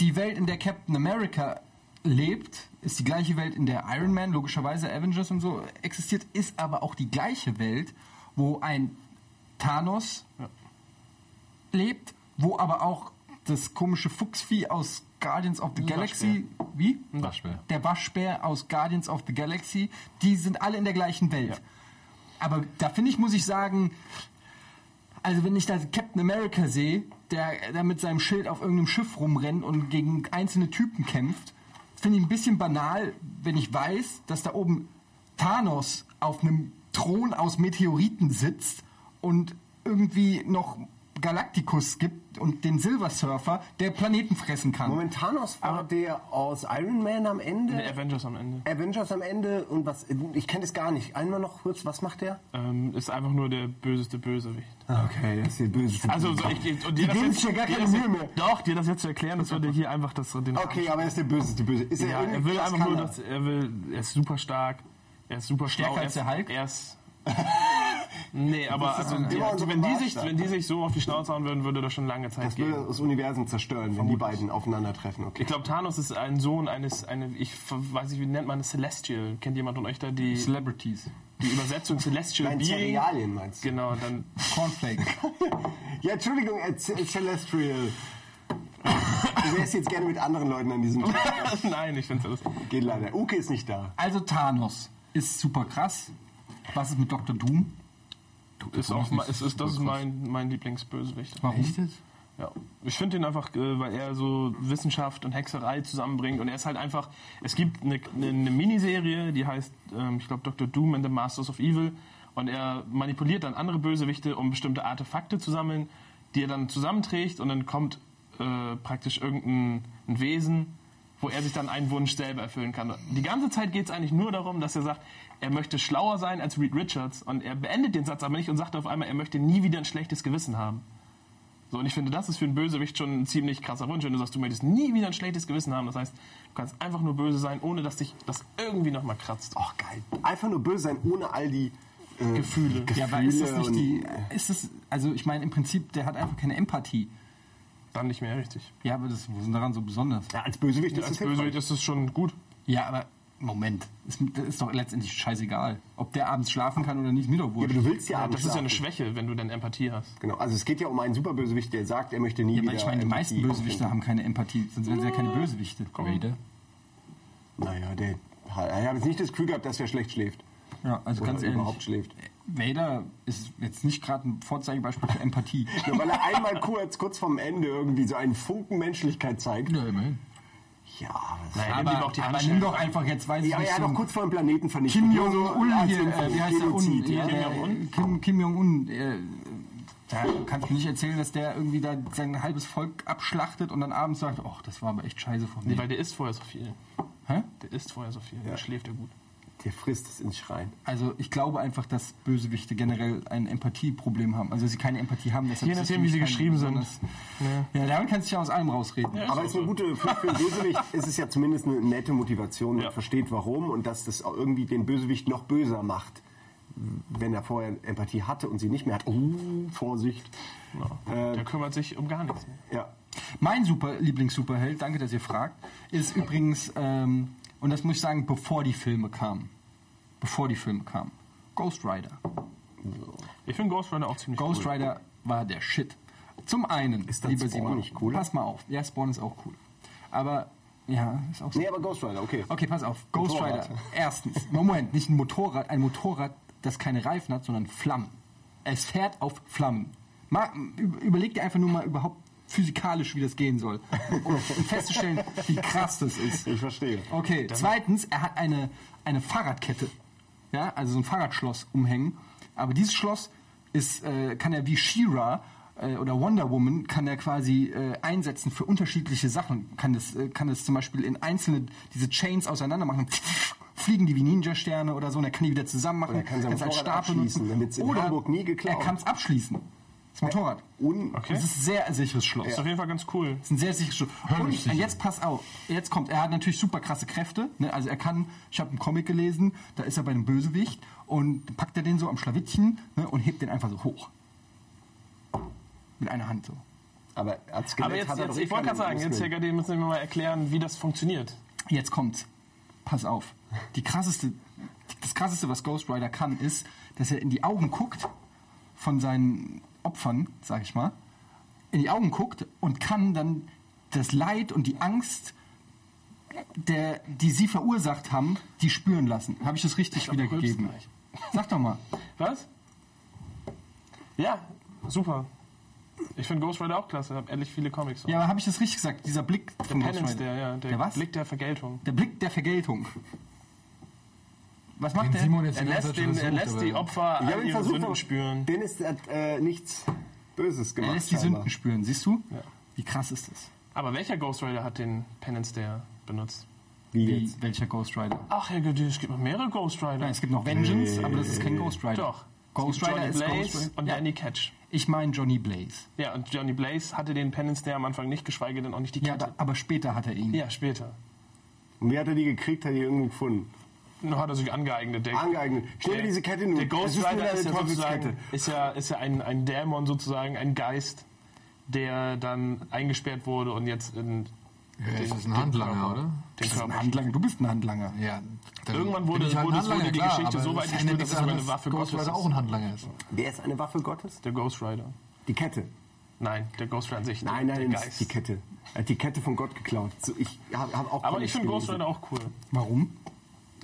Speaker 1: die Welt, in der Captain America lebt, ist die gleiche Welt, in der Iron Man, logischerweise Avengers und so existiert, ist aber auch die gleiche Welt, wo ein Thanos lebt, wo aber auch das komische Fuchsvieh aus Guardians of the Galaxy, wie?
Speaker 3: Ein Waschbär.
Speaker 1: Der Waschbär aus Guardians of the Galaxy, die sind alle in der gleichen Welt. Aber da finde ich, muss ich sagen, also wenn ich da Captain America sehe, der da mit seinem Schild auf irgendeinem Schiff rumrennt und gegen einzelne Typen kämpft, finde ich ein bisschen banal, wenn ich weiß, dass da oben Thanos auf einem Thron aus Meteoriten sitzt und irgendwie noch Galacticus gibt und den Silver Surfer, der Planeten fressen kann.
Speaker 2: Moment, Thanos war der aus Iron Man am Ende,
Speaker 4: Der Avengers am Ende.
Speaker 2: Avengers am Ende und was, ich kenne das gar nicht. Einmal noch kurz, was macht der?
Speaker 4: Ähm, ist einfach nur der böseste Bösewicht.
Speaker 2: Ah, Okay, das ist hier böse.
Speaker 4: Also, so, ich, ich, und
Speaker 2: Die geben sich ja gar keine
Speaker 4: das
Speaker 2: Mühe
Speaker 4: jetzt-
Speaker 2: mehr.
Speaker 4: Doch, dir das jetzt zu erklären, das würde hier einfach das, den
Speaker 2: Okay, aber er ist der böse, die böse. Ist
Speaker 4: Ja, er
Speaker 2: irgendwie
Speaker 4: will
Speaker 2: krass,
Speaker 4: einfach nur,
Speaker 2: kann er?
Speaker 4: dass er will, er ist super stark, er ist super
Speaker 1: Stärker
Speaker 4: schlau,
Speaker 1: als
Speaker 4: er ist-
Speaker 1: der Hulk?
Speaker 4: Er ist Nee, aber also, die,
Speaker 2: immer
Speaker 4: also
Speaker 2: so
Speaker 4: wenn, die
Speaker 2: gemacht,
Speaker 4: sich,
Speaker 2: ja.
Speaker 4: wenn die sich so auf die Schnauze hauen würden, würde das schon lange Zeit
Speaker 2: Das würde
Speaker 4: gehen.
Speaker 2: das Universum zerstören, wenn die beiden aufeinandertreffen. Okay.
Speaker 4: Ich glaube, Thanos ist ein Sohn eines, eine, ich f- weiß nicht, wie nennt man das, Celestial. Kennt jemand von euch da die,
Speaker 1: Celebrities.
Speaker 4: die Übersetzung Celestial
Speaker 2: Nein,
Speaker 4: Being?
Speaker 2: Cerealien meinst du?
Speaker 4: Genau, dann
Speaker 1: Cornflakes.
Speaker 2: Ja, Entschuldigung, äh, Ce- Celestial. Du wärst jetzt gerne mit anderen Leuten an diesem Tisch.
Speaker 4: Nein, ich finde alles.
Speaker 2: Geht leider. Uke ist nicht da.
Speaker 1: Also Thanos ist super krass. Was ist mit Dr. Doom?
Speaker 4: Ist auch, ma- es ist, das ist mein, mein Lieblingsbösewicht.
Speaker 1: Warum?
Speaker 4: Ja. Ich finde ihn einfach, äh, weil er so Wissenschaft und Hexerei zusammenbringt und er ist halt einfach, es gibt eine, eine, eine Miniserie, die heißt, ähm, ich glaube, Dr. Doom and the Masters of Evil und er manipuliert dann andere Bösewichte, um bestimmte Artefakte zu sammeln, die er dann zusammenträgt und dann kommt äh, praktisch irgendein ein Wesen, wo er sich dann einen Wunsch selber erfüllen kann. Die ganze Zeit geht es eigentlich nur darum, dass er sagt, er möchte schlauer sein als Reed Richards und er beendet den Satz aber nicht und sagt auf einmal, er möchte nie wieder ein schlechtes Gewissen haben. So, und ich finde, das ist für einen Bösewicht schon ein ziemlich krasser Wunsch, wenn du sagst, du möchtest nie wieder ein schlechtes Gewissen haben. Das heißt, du kannst einfach nur böse sein, ohne dass dich das irgendwie nochmal kratzt.
Speaker 2: Ach, geil. Einfach nur böse sein, ohne all die äh,
Speaker 4: Gefühle.
Speaker 2: Gefühle.
Speaker 1: Ja, aber ist das nicht
Speaker 2: und-
Speaker 1: die. Ist das, also ich meine, im Prinzip, der hat einfach keine Empathie.
Speaker 4: Dann nicht mehr richtig.
Speaker 1: Ja, aber das was ist denn daran so besonders.
Speaker 2: Ja, als Bösewicht ist
Speaker 4: Als
Speaker 2: das hilfreich.
Speaker 4: Bösewicht ist es schon gut.
Speaker 1: Ja, aber Moment. Ist, das ist doch letztendlich scheißegal. Ob der abends schlafen kann oder nicht, mir doch
Speaker 2: Ja,
Speaker 1: wurscht.
Speaker 2: aber du willst ja, abends
Speaker 4: Das ist ja eine
Speaker 2: schlafen.
Speaker 4: Schwäche, wenn du dann Empathie hast.
Speaker 2: Genau, also es geht ja um einen Superbösewicht, der sagt, er möchte nie
Speaker 1: Ja,
Speaker 2: wieder...
Speaker 1: aber ich meine, die meisten
Speaker 2: Empathie
Speaker 1: Bösewichte haben keine Empathie, sonst wären sie ja keine Bösewichte.
Speaker 3: Vader.
Speaker 2: aufwenden. Naja, der... Er hat jetzt nicht das Gefühl gehabt, dass er schlecht schläft.
Speaker 1: Ja, also
Speaker 2: Oder
Speaker 1: ganz
Speaker 2: überhaupt
Speaker 1: ehrlich.
Speaker 2: schläft.
Speaker 1: Vader ist jetzt nicht gerade ein Vorzeigebeispiel für Empathie.
Speaker 2: Nur weil er einmal kurz, kurz vorm Ende irgendwie so einen Funken Menschlichkeit zeigt.
Speaker 3: Ja, immerhin.
Speaker 2: Ja, aber das
Speaker 4: Naja, nimm ihm
Speaker 1: aber
Speaker 4: auch die
Speaker 1: aber
Speaker 4: Handschellen.
Speaker 1: nimm doch einfach jetzt, weiß ich
Speaker 2: Ja, aber
Speaker 1: nicht.
Speaker 2: er hat
Speaker 1: so
Speaker 2: doch
Speaker 1: ein-
Speaker 2: kurz vor dem Planeten vernichtet.
Speaker 1: Kim
Speaker 2: Ja, so
Speaker 1: Jong-un
Speaker 2: als
Speaker 1: hier, äh, wie heißt der? Un,
Speaker 2: Genozid,
Speaker 1: ja,
Speaker 2: ja.
Speaker 1: der,
Speaker 4: Jong-un?
Speaker 1: Kim, Kim Jong-un. Äh, da kannst du mir nicht erzählen, dass der irgendwie da sein halbes Volk abschlachtet und dann abends sagt, ach, das war aber echt scheiße von mir.
Speaker 4: Weil der isst vorher so viel.
Speaker 1: Hä?
Speaker 4: Der isst vorher so viel. Dann schläft er gut.
Speaker 2: Der frisst es ins Schrein.
Speaker 1: Also ich glaube einfach, dass Bösewichte generell ein Empathieproblem haben. Also dass sie keine Empathie haben. deshalb
Speaker 4: Je
Speaker 1: ist es
Speaker 4: nachdem,
Speaker 1: für
Speaker 4: wie
Speaker 1: mich
Speaker 4: sie
Speaker 1: kein
Speaker 4: geschrieben sind.
Speaker 1: besonders- Ja, damit kannst du ja aus allem rausreden.
Speaker 2: Aber es ist eine gute, für, für den Bösewicht ist es ja zumindest eine nette Motivation. Man
Speaker 4: Ja.
Speaker 2: versteht warum und dass das auch irgendwie den Bösewicht noch böser macht. Wenn er vorher Empathie hatte und sie nicht mehr hat. Oh, Vorsicht. Äh,
Speaker 4: Ja. Der kümmert sich um gar nichts. Mehr.
Speaker 2: Ja.
Speaker 1: Mein super Lieblings-Superheld, danke, dass ihr fragt, ist übrigens, ähm, und das muss ich sagen, bevor die Filme kamen. bevor die Filme kamen. Ghost Rider.
Speaker 4: Ich finde Ghost Rider auch ziemlich
Speaker 1: Ghost
Speaker 4: cool.
Speaker 1: Rider war der Shit. Zum einen,
Speaker 2: Ist dann Spawn nicht cool?
Speaker 1: pass mal auf. Ja, Spawn ist auch cool. Aber, ja, ist auch so.
Speaker 2: Nee, aber Ghost Rider, okay.
Speaker 1: Okay, pass auf. Ghost
Speaker 2: Motorrad.
Speaker 1: Rider. Erstens, Moment, nicht ein Motorrad, ein Motorrad, das keine Reifen hat, sondern Flammen. Es fährt auf Flammen. Mal, üb- überleg dir einfach nur mal überhaupt physikalisch, wie das gehen soll. Um festzustellen, wie krass das ist.
Speaker 2: Ich verstehe.
Speaker 1: Okay, zweitens, er hat eine, eine Fahrradkette. Ja, also so ein Fahrradschloss umhängen. Aber dieses Schloss ist, äh, kann er wie She-Ra äh, oder Wonder Woman kann er quasi äh, einsetzen für unterschiedliche Sachen. Kann das, äh, kann das zum Beispiel in einzelne, diese Chains auseinander machen. Fliegen die wie Ninja-Sterne oder so und er kann die wieder zusammen machen.
Speaker 2: Oder er kann sein
Speaker 1: kann's als
Speaker 2: Motorrad
Speaker 1: Stab benutzen.
Speaker 2: abschließen, damit's in
Speaker 1: Oder
Speaker 2: Hamburg nie geklaut.
Speaker 1: Er kann es abschließen. Das Motorrad.
Speaker 2: Un
Speaker 4: Okay.
Speaker 1: Das ist ein sehr sicheres Schloss.
Speaker 4: Ist auf jeden Fall ganz cool.
Speaker 1: Das ist ein sehr sicheres Schuss. Und
Speaker 3: Höllisch sicher.
Speaker 1: jetzt pass auf, jetzt kommt, er hat natürlich super krasse Kräfte. Ne? Also er kann, ich habe einen Comic gelesen, da ist er bei einem Bösewicht und packt er den so am Schlawittchen ne? und hebt den einfach so hoch. Mit einer Hand so.
Speaker 2: Aber als Skelett
Speaker 4: Aber jetzt,
Speaker 2: hat er
Speaker 4: jetzt
Speaker 2: doch eh
Speaker 4: ich wollte
Speaker 2: keine
Speaker 4: gerade sagen, jetzt
Speaker 2: Muskeln.
Speaker 4: Jäger, müssen wir mal erklären, wie das funktioniert.
Speaker 1: Jetzt kommt's. Pass auf. Die krasseste, das krasseste, was Ghost Rider kann, ist, dass er in die Augen guckt von seinen Opfern, sag ich mal, in die Augen guckt und kann dann das Leid und die Angst, der, die sie verursacht haben, die spüren lassen. Habe ich das richtig wiedergegeben?
Speaker 4: rülpst
Speaker 1: Sag doch mal.
Speaker 4: Was? Ja, super. Ich finde Ghost Rider auch klasse, hab ehrlich viele Comics.
Speaker 1: Ja, aber habe ich das richtig gesagt? Dieser Blick von Ghost
Speaker 4: Penance,
Speaker 1: Rider.
Speaker 4: der, ja, der,
Speaker 1: der was?
Speaker 4: Blick der Vergeltung.
Speaker 1: Der Blick der Vergeltung. Was macht
Speaker 3: Den
Speaker 1: der?
Speaker 3: Simon jetzt
Speaker 4: Er
Speaker 3: die
Speaker 4: lässt,
Speaker 3: ganze Zeit
Speaker 4: den,
Speaker 3: schon
Speaker 4: er
Speaker 3: versucht,
Speaker 4: lässt
Speaker 3: aber-
Speaker 4: die Opfer
Speaker 2: Ich
Speaker 4: all
Speaker 2: habe ihn
Speaker 4: ihre
Speaker 2: versucht,
Speaker 4: Sünden
Speaker 2: aber
Speaker 4: spüren.
Speaker 2: Dennis hat äh, nichts Böses gemacht.
Speaker 1: Er lässt die
Speaker 2: scheinbar.
Speaker 1: Sünden spüren, siehst du?
Speaker 4: Ja.
Speaker 1: Wie krass ist das?
Speaker 4: Aber welcher Ghost Rider hat den Penance der benutzt?
Speaker 2: Wie
Speaker 1: Wie,
Speaker 2: jetzt?
Speaker 1: welcher Ghost Rider?
Speaker 4: Ach, Herr Güte, es gibt noch mehrere Ghost Rider.
Speaker 1: Nein, es gibt noch Vengeance, aber das ist kein Ghost Rider.
Speaker 4: Doch.
Speaker 1: Ghost Rider
Speaker 4: Johnny
Speaker 1: ist
Speaker 4: Blaze
Speaker 1: Ghost Rider.
Speaker 4: und
Speaker 1: ja,
Speaker 4: Danny Catch.
Speaker 1: Ich meine Johnny Blaze.
Speaker 4: Ja, und Johnny Blaze hatte den Penance der am Anfang nicht, geschweige denn auch nicht die
Speaker 1: Ja,
Speaker 4: Kette.
Speaker 1: da, aber später hat er ihn.
Speaker 4: Ja, später.
Speaker 2: Und wer hat er die gekriegt? Hat er die irgendwo gefunden?
Speaker 4: Noch hat er sich angeeignet,
Speaker 1: Ah,
Speaker 4: der
Speaker 2: Angeeignet. Ich nehme diese Kette nur.
Speaker 4: Der Ghost
Speaker 2: Das ist nur
Speaker 4: Rider
Speaker 2: eine
Speaker 4: ist ja, sozusagen,
Speaker 2: Teufelskette.
Speaker 4: ist ja, ist ja ein, ein Dämon sozusagen, ein Geist, der dann eingesperrt wurde und jetzt in
Speaker 3: Ja,
Speaker 4: den-
Speaker 3: ist das ein
Speaker 4: den
Speaker 3: Handlanger,
Speaker 4: Körper-
Speaker 3: oder?
Speaker 4: Den
Speaker 1: Du bist ein
Speaker 4: Körper.
Speaker 1: Handlanger, du bist ein Handlanger.
Speaker 3: Ja, dann
Speaker 4: Irgendwann wurde-
Speaker 3: bin ich halt
Speaker 4: wurde-
Speaker 3: Handlanger,
Speaker 4: wurde die Geschichte
Speaker 3: aber
Speaker 4: so weit
Speaker 3: es
Speaker 4: gespielt, dass
Speaker 3: ändert
Speaker 4: es
Speaker 3: nichts
Speaker 4: sogar eine
Speaker 3: daran, dass
Speaker 4: Waffe
Speaker 3: Ghost
Speaker 4: Gottes
Speaker 3: Rider
Speaker 4: ist.
Speaker 3: auch ein Handlanger ist.
Speaker 2: Wer ist eine Waffe Gottes?
Speaker 4: Der Ghost Rider.
Speaker 2: Die Kette.
Speaker 4: Nein, der Ghost Rider an sich.
Speaker 2: Nein, nein,
Speaker 4: der
Speaker 2: das ist die
Speaker 4: Geist.
Speaker 2: Kette. Er hat die Kette von Gott geklaut. So, ich habe hab auch
Speaker 4: Aber
Speaker 2: keine
Speaker 4: ich finde
Speaker 2: Spiele
Speaker 4: Ghost Rider auch cool.
Speaker 1: Warum?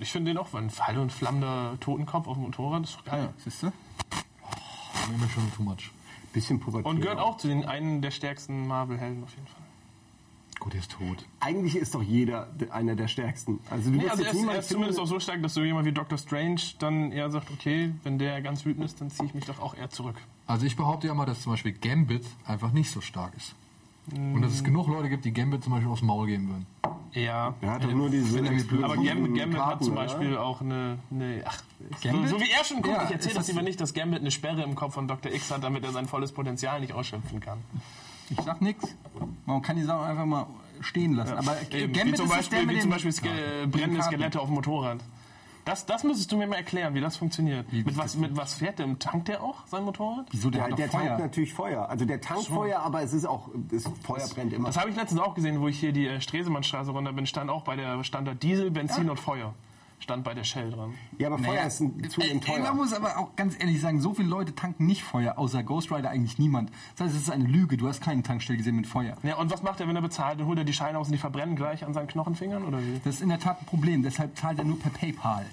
Speaker 4: Ich finde den auch, weil ein Pfeil und flammender Totenkopf auf dem Motorrad ist doch geil.
Speaker 1: Siehst du?
Speaker 3: Das ist mir schon too much.
Speaker 2: gesehen. Bisschen pubertär.
Speaker 4: Und gehört auch zu den einen der stärksten Marvel-Helden auf jeden Fall.
Speaker 3: Gut, er ist tot.
Speaker 2: Eigentlich ist doch jeder de- einer der stärksten. Also, du
Speaker 4: Nee,
Speaker 2: wirst
Speaker 4: also er
Speaker 2: jetzt
Speaker 4: ist, er
Speaker 2: niemals
Speaker 4: ist zumindest auch
Speaker 2: finden-
Speaker 4: so stark, dass so jemand wie Dr. Strange dann eher sagt, okay, wenn der ganz wütend ist, dann ziehe ich mich doch auch eher zurück.
Speaker 3: Also ich behaupte ja mal, dass zum Beispiel Gambit einfach nicht so stark ist. Und dass es genug Leute gibt, die Gambit zum Beispiel aufs Maul geben würden.
Speaker 4: Ja.
Speaker 2: Er hat doch nur diese
Speaker 3: Wenn er mit
Speaker 2: Explosion
Speaker 4: Aber Gambit,
Speaker 2: im
Speaker 4: Gambit hat
Speaker 2: Karten,
Speaker 4: zum
Speaker 2: oder?
Speaker 4: Beispiel auch eine. eine ach, so,
Speaker 1: Gambit?
Speaker 4: so wie er schon guckt,
Speaker 1: Ja,
Speaker 4: ich erzähle
Speaker 1: ist
Speaker 4: das
Speaker 1: das-
Speaker 4: lieber nicht, dass Gambit eine Sperre im Kopf von Dr. X hat, damit er sein volles Potenzial nicht ausschöpfen kann.
Speaker 1: Ich sag nix. Man kann die Sachen einfach mal stehen lassen. Aber
Speaker 4: Eben, Äh, wie
Speaker 1: Gambit
Speaker 4: zum
Speaker 1: ist das der
Speaker 4: Beispiel,
Speaker 1: mit
Speaker 4: wie
Speaker 1: den-
Speaker 4: zum Beispiel Ske äh, brennende
Speaker 1: Karten.
Speaker 4: Skelette auf dem Motorrad. Das, das müsstest du mir mal erklären, wie das funktioniert. mit, was, mit was fährt der? Tankt der auch sein Motorrad?
Speaker 1: Wieso, der
Speaker 2: Ja,
Speaker 1: hat
Speaker 2: der
Speaker 1: doch
Speaker 2: tankt
Speaker 1: Feuer.
Speaker 2: natürlich Feuer. Also der tankt Feuer, aber es ist auch, das Feuer brennt immer.
Speaker 4: Das habe ich letztens auch gesehen, wo ich hier die äh, Stresemannstraße runter bin, stand auch bei der Standard Diesel, Benzin und Feuer. Stand bei der Shell dran.
Speaker 2: Ja, aber Feuer ist
Speaker 4: halt
Speaker 2: ein,
Speaker 1: Äh,
Speaker 2: zunehmend
Speaker 1: ey, Man
Speaker 2: teuer.
Speaker 1: muss aber auch ganz ehrlich sagen, so viele Leute tanken nicht Feuer, außer Ghost Rider eigentlich niemand. Das heißt, es ist eine Lüge. Du hast keine Tankstelle gesehen mit Feuer.
Speaker 4: Ja, und was macht er, wenn er bezahlt? Dann holt er die Scheine aus und die verbrennen gleich an seinen Knochenfingern oder wie?
Speaker 1: Das ist in der Tat ein Problem. Deshalb zahlt er nur per PayPal.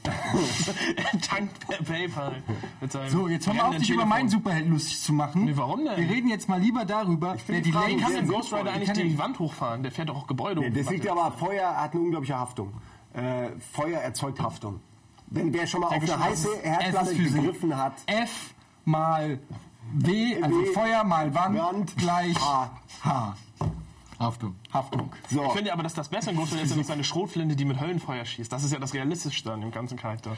Speaker 4: er tankt per PayPal. Mit seinem
Speaker 1: So, jetzt hör mal auf,
Speaker 4: brennenden
Speaker 1: dich über
Speaker 4: Telefon.
Speaker 1: meinen Superhelden lustig zu machen.
Speaker 4: Nee, warum denn?
Speaker 1: Wir reden jetzt mal lieber darüber, wer
Speaker 2: die
Speaker 1: die
Speaker 2: Frage
Speaker 1: Lane
Speaker 4: Kann denn
Speaker 2: Sinnvoll.
Speaker 4: Ghost Rider
Speaker 1: Wie
Speaker 4: eigentlich
Speaker 1: kann
Speaker 4: die
Speaker 1: denn-
Speaker 4: Wand hochfahren? Der fährt doch auch Gebäude
Speaker 2: Ja,
Speaker 4: hoch.
Speaker 2: das liegt aber, Feuer hat eine unglaubliche Haftung. Äh, Feuer erzeugt Haftung. Wenn wer schon mal auf eine heiße Herdplatte
Speaker 1: Essensphysik.
Speaker 2: gegriffen hat,
Speaker 1: F mal W, also
Speaker 2: W,
Speaker 1: Feuer mal Wand,
Speaker 2: Wand,
Speaker 1: gleich
Speaker 2: H.
Speaker 1: H.
Speaker 3: Haftung.
Speaker 1: Haftung.
Speaker 2: so.
Speaker 4: Ich finde aber, dass das besser in Ghost Rider ist, als eine Schrotflinte, die mit Höllenfeuer schießt. Das ist ja das Realistischste an dem ganzen Charakter.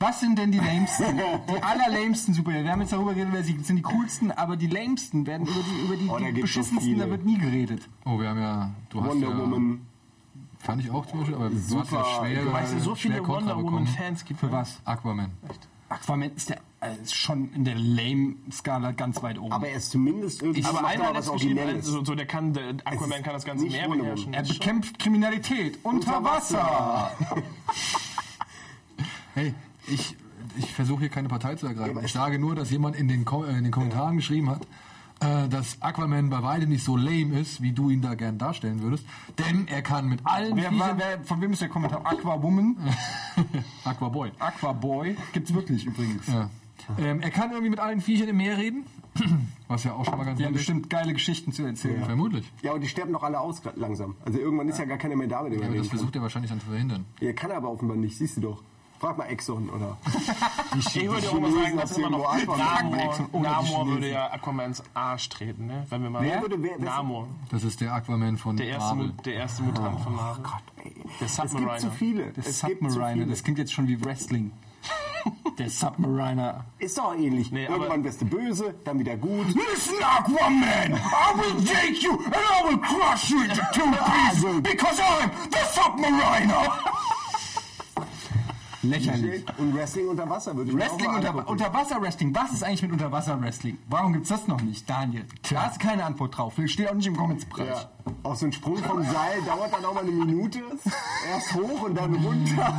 Speaker 1: Was sind denn die lamesten? die allerlamesten Superhelden. Wir haben jetzt darüber geredet, wer sie sind die coolsten, aber die lamesten werden über die, über die,
Speaker 2: Oh, da
Speaker 1: die
Speaker 2: gibt's so
Speaker 1: beschissensten,
Speaker 2: viele.
Speaker 1: da wird nie geredet.
Speaker 3: Oh, wir haben ja. Du hast
Speaker 2: Wonder
Speaker 3: ja,
Speaker 2: Woman.
Speaker 3: Fand ich auch zum Beispiel, aber du hast ja
Speaker 2: Super.
Speaker 3: schwer.
Speaker 4: Du weißt ja, so viele
Speaker 3: schwer Kontra
Speaker 4: Wonder
Speaker 3: bekommen.
Speaker 4: Woman-Fans gibt. Für
Speaker 1: was?
Speaker 3: Aquaman.
Speaker 1: Aquaman ist, der, äh, ist schon in der Lame-Skala ganz weit oben.
Speaker 2: Aber er ist zumindest irgendwie
Speaker 4: Aber
Speaker 2: macht er
Speaker 4: einer hat
Speaker 2: was
Speaker 4: es geschrieben,
Speaker 2: Originelles.
Speaker 4: also, so, der kann, der
Speaker 2: Es
Speaker 4: Aquaman
Speaker 2: ist
Speaker 4: kann das ganze
Speaker 2: nicht
Speaker 4: Meer
Speaker 2: Wonder
Speaker 4: beherrschen.
Speaker 1: er bekämpft Kriminalität unter Wasser.
Speaker 3: Hey, ich, ich versuche hier keine Partei zu ergreifen. Ich sage nur, dass jemand in den, Ko äh, in den Kommentaren geschrieben hat, äh, dass Aquaman bei weitem nicht so lame ist, wie du ihn da gern darstellen würdest. Denn er kann mit allen
Speaker 1: Wer, war- wer, von wem ist der Kommentar? Aquawoman?
Speaker 3: Aquaboy.
Speaker 1: Aquaboy? Gibt's wirklich übrigens.
Speaker 3: Ja. Ähm, er kann irgendwie mit allen Viechern im Meer reden. Was ja auch schon mal ganz
Speaker 1: Die haben
Speaker 3: nett ist.
Speaker 1: bestimmt geile Geschichten zu erzählen.
Speaker 3: Vermutlich.
Speaker 2: Ja, und die sterben doch alle aus grad langsam. Also irgendwann ist ja gar keiner mehr da, mit dem
Speaker 3: Ja,
Speaker 2: er
Speaker 3: aber das
Speaker 2: reden kann.
Speaker 3: versucht er wahrscheinlich dann zu verhindern.
Speaker 2: Ja, kann er aber offenbar nicht, siehst du doch. Frag mal Exxon oder.
Speaker 4: Ich würde auch mal sagen, dass immer noch
Speaker 2: Chinesen erzählen nur
Speaker 4: Namor,
Speaker 2: Aquaman.
Speaker 4: Namor würde ja Aquamans Arsch treten, ne? Wenn wir mal.
Speaker 2: Wer würde- wer- wer-
Speaker 4: Namor,
Speaker 3: Das ist der Aquaman von
Speaker 4: der erste,
Speaker 3: Marvel.
Speaker 4: Mu- der erste Mutant von Marvel. Der
Speaker 2: Oh Es gibt zu
Speaker 4: Submariner.
Speaker 2: viele.
Speaker 1: Der
Speaker 2: es gibt zu
Speaker 1: Submariner,
Speaker 2: viele.
Speaker 1: das klingt jetzt schon wie Wrestling. Der Submariner.
Speaker 2: Ist doch ähnlich.
Speaker 4: Nee, aber-
Speaker 2: Irgendwann wirst du böse, dann wieder gut.
Speaker 1: Listen, Aquaman! I will take you and I will crush you into two pieces because I'm the Submariner! Lächerlich.
Speaker 2: Und Wrestling unter Wasser würde ich mir
Speaker 1: Wrestling
Speaker 2: auch mal
Speaker 1: unter,
Speaker 2: angucken.
Speaker 1: Unterwasser-Wrestling. Was ist eigentlich mit Unterwasser-Wrestling? Warum gibt's das noch nicht, Daniel? Da hast du keine Antwort drauf. Steht auch nicht im Comments-Bereich.
Speaker 2: Ja. Auch so ein Sprung vom Seil dauert dann auch mal eine Minute. Erst hoch und dann runter.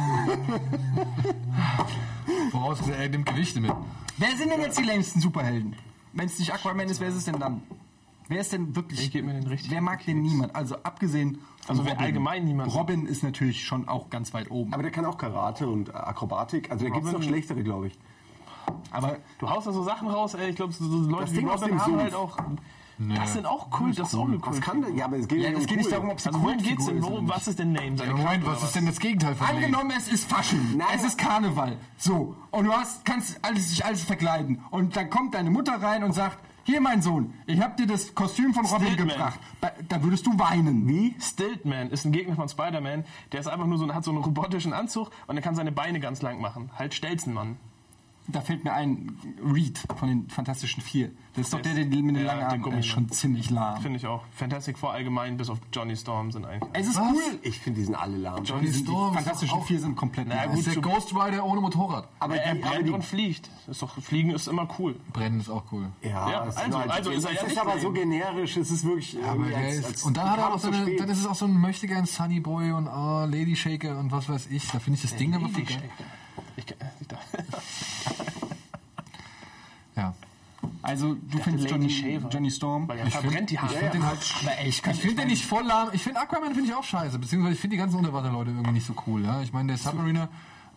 Speaker 3: Vorausgesetzt, er nimmt Gewichte mit.
Speaker 1: Wer sind denn jetzt die längsten Superhelden? Wenn es nicht Aquaman ist, wer ist es denn dann? Wer ist denn wirklich?
Speaker 4: Ich geb mir den richtigen
Speaker 1: Wer mag denn niemand? Also abgesehen von
Speaker 4: Also wer allgemein niemand-
Speaker 1: Robin ist natürlich schon auch ganz weit oben.
Speaker 2: Aber der kann auch Karate und Akrobatik. Also da gibt es
Speaker 4: Robin-
Speaker 2: noch schlechtere, glaube ich.
Speaker 1: Aber
Speaker 4: Du haust da so Sachen raus, ey. Ich glaube, so so Leute
Speaker 2: Das
Speaker 4: wie
Speaker 2: Ding aus
Speaker 4: Robin
Speaker 2: dem
Speaker 4: haben
Speaker 2: Sumpf.
Speaker 4: halt auch. Das sind auch cool, das ist auch eine cool.
Speaker 2: Was kann denn? Ja, aber es geht
Speaker 1: ja,
Speaker 2: um
Speaker 1: es geht nicht
Speaker 2: cool.
Speaker 1: darum, ob es
Speaker 4: Also, worum geht's denn? Worum, was ist denn Name? Seine
Speaker 3: Moment,
Speaker 4: Kraft
Speaker 3: was
Speaker 4: oder
Speaker 3: ist denn das Gegenteil von Leben?
Speaker 1: Angenommen, es ist Fasching.
Speaker 2: Nein.
Speaker 1: es ist Karneval. So. Und du hast, kannst alles, dich alles verkleiden. Und dann kommt deine Mutter rein und sagt, hier mein Sohn, ich habe dir das Kostüm von Robin
Speaker 4: Statement.
Speaker 1: gebracht. Da, da würdest du weinen. Wie?
Speaker 4: Stiltman ist ein Gegner von Spider-Man, der ist einfach nur so, hat so einen robotischen Anzug und er kann seine Beine ganz lang machen. Halt Stelzenmann.
Speaker 1: Da fällt mir ein, Reed von den Fantastischen Vier. Das ist doch der, der mit den
Speaker 4: Ja,
Speaker 1: langen
Speaker 4: der
Speaker 1: Armen der ist
Speaker 4: Gummi.
Speaker 1: schon ziemlich lahm.
Speaker 4: Finde ich auch. Fantastic Four allgemein, bis auf Johnny Storm sind eigentlich.
Speaker 1: Es ist cool.
Speaker 2: Ich finde, die sind alle lahm.
Speaker 3: Johnny
Speaker 1: Die
Speaker 3: Storm ist
Speaker 1: Fantastischen
Speaker 3: auch-
Speaker 1: Vier sind komplett
Speaker 4: Na
Speaker 1: lahm.
Speaker 3: Das ist der
Speaker 4: zu-
Speaker 3: Ghost Rider ohne Motorrad.
Speaker 2: Aber
Speaker 4: er
Speaker 2: die, aber
Speaker 4: brennt
Speaker 2: die,
Speaker 4: Äh, und fliegt. Ist doch, Fliegen ist immer cool.
Speaker 3: Brennen ist auch cool.
Speaker 2: ja,
Speaker 4: Ja,
Speaker 2: es
Speaker 4: also-
Speaker 2: sind
Speaker 4: also ist er ja
Speaker 2: es ist
Speaker 4: nicht
Speaker 2: aber
Speaker 4: lame.
Speaker 2: so generisch. Es ist wirklich.
Speaker 3: Aber
Speaker 2: irgendwie
Speaker 3: der
Speaker 2: als-
Speaker 3: ist-
Speaker 2: als-
Speaker 3: und dann, hat er
Speaker 2: kam
Speaker 3: auch so
Speaker 2: zu
Speaker 3: eine,
Speaker 2: spät.
Speaker 3: dann ist es auch so ein möchtegern Sunny Boy und ah, Lady Shaker und was weiß ich. Da finde ich das Ding aber viel geil.
Speaker 4: Ich, kann- ich, da-
Speaker 3: Ja.
Speaker 1: Also, du findest
Speaker 4: Lady
Speaker 1: Johnny,
Speaker 4: Shaver.
Speaker 1: Johnny Storm.
Speaker 4: weil er verbrennt die Haare.
Speaker 1: Ich finde den halt sch- Aber ey, ich kann-
Speaker 3: Ich finde den nicht voll lahm. Ich finde Aquaman finde ich auch scheiße. Beziehungsweise ich finde die ganzen Unterwasserleute irgendwie nicht so cool. Ja? Ich meine, der Submariner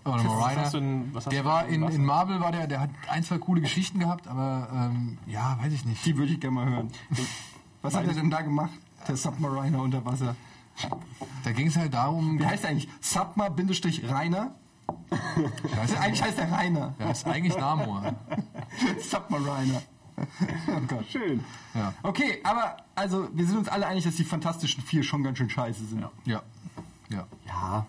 Speaker 3: oder Mariner,
Speaker 4: hast du denn- was hast
Speaker 3: der
Speaker 4: du
Speaker 3: war
Speaker 4: denn
Speaker 3: in,
Speaker 4: was?
Speaker 3: in Marvel, war der, der hat ein, zwei coole Geschichten gehabt, aber ähm, ja, weiß ich nicht.
Speaker 1: Die würde ich gerne mal hören. Was hat er denn da gemacht? Der Submariner unter Wasser.
Speaker 3: Da ging es halt darum,
Speaker 1: Wie heißt er eigentlich? Submar-Rainer? Also eigentlich heißt er Rainer.
Speaker 3: ja, ist eigentlich Namor.
Speaker 1: Submariner. Oh Gott.
Speaker 2: Schön.
Speaker 3: Ja.
Speaker 1: Okay, aber also wir sind uns alle einig, dass die Fantastischen Vier schon ganz schön scheiße sind.
Speaker 3: ja. Ja.
Speaker 2: Ja.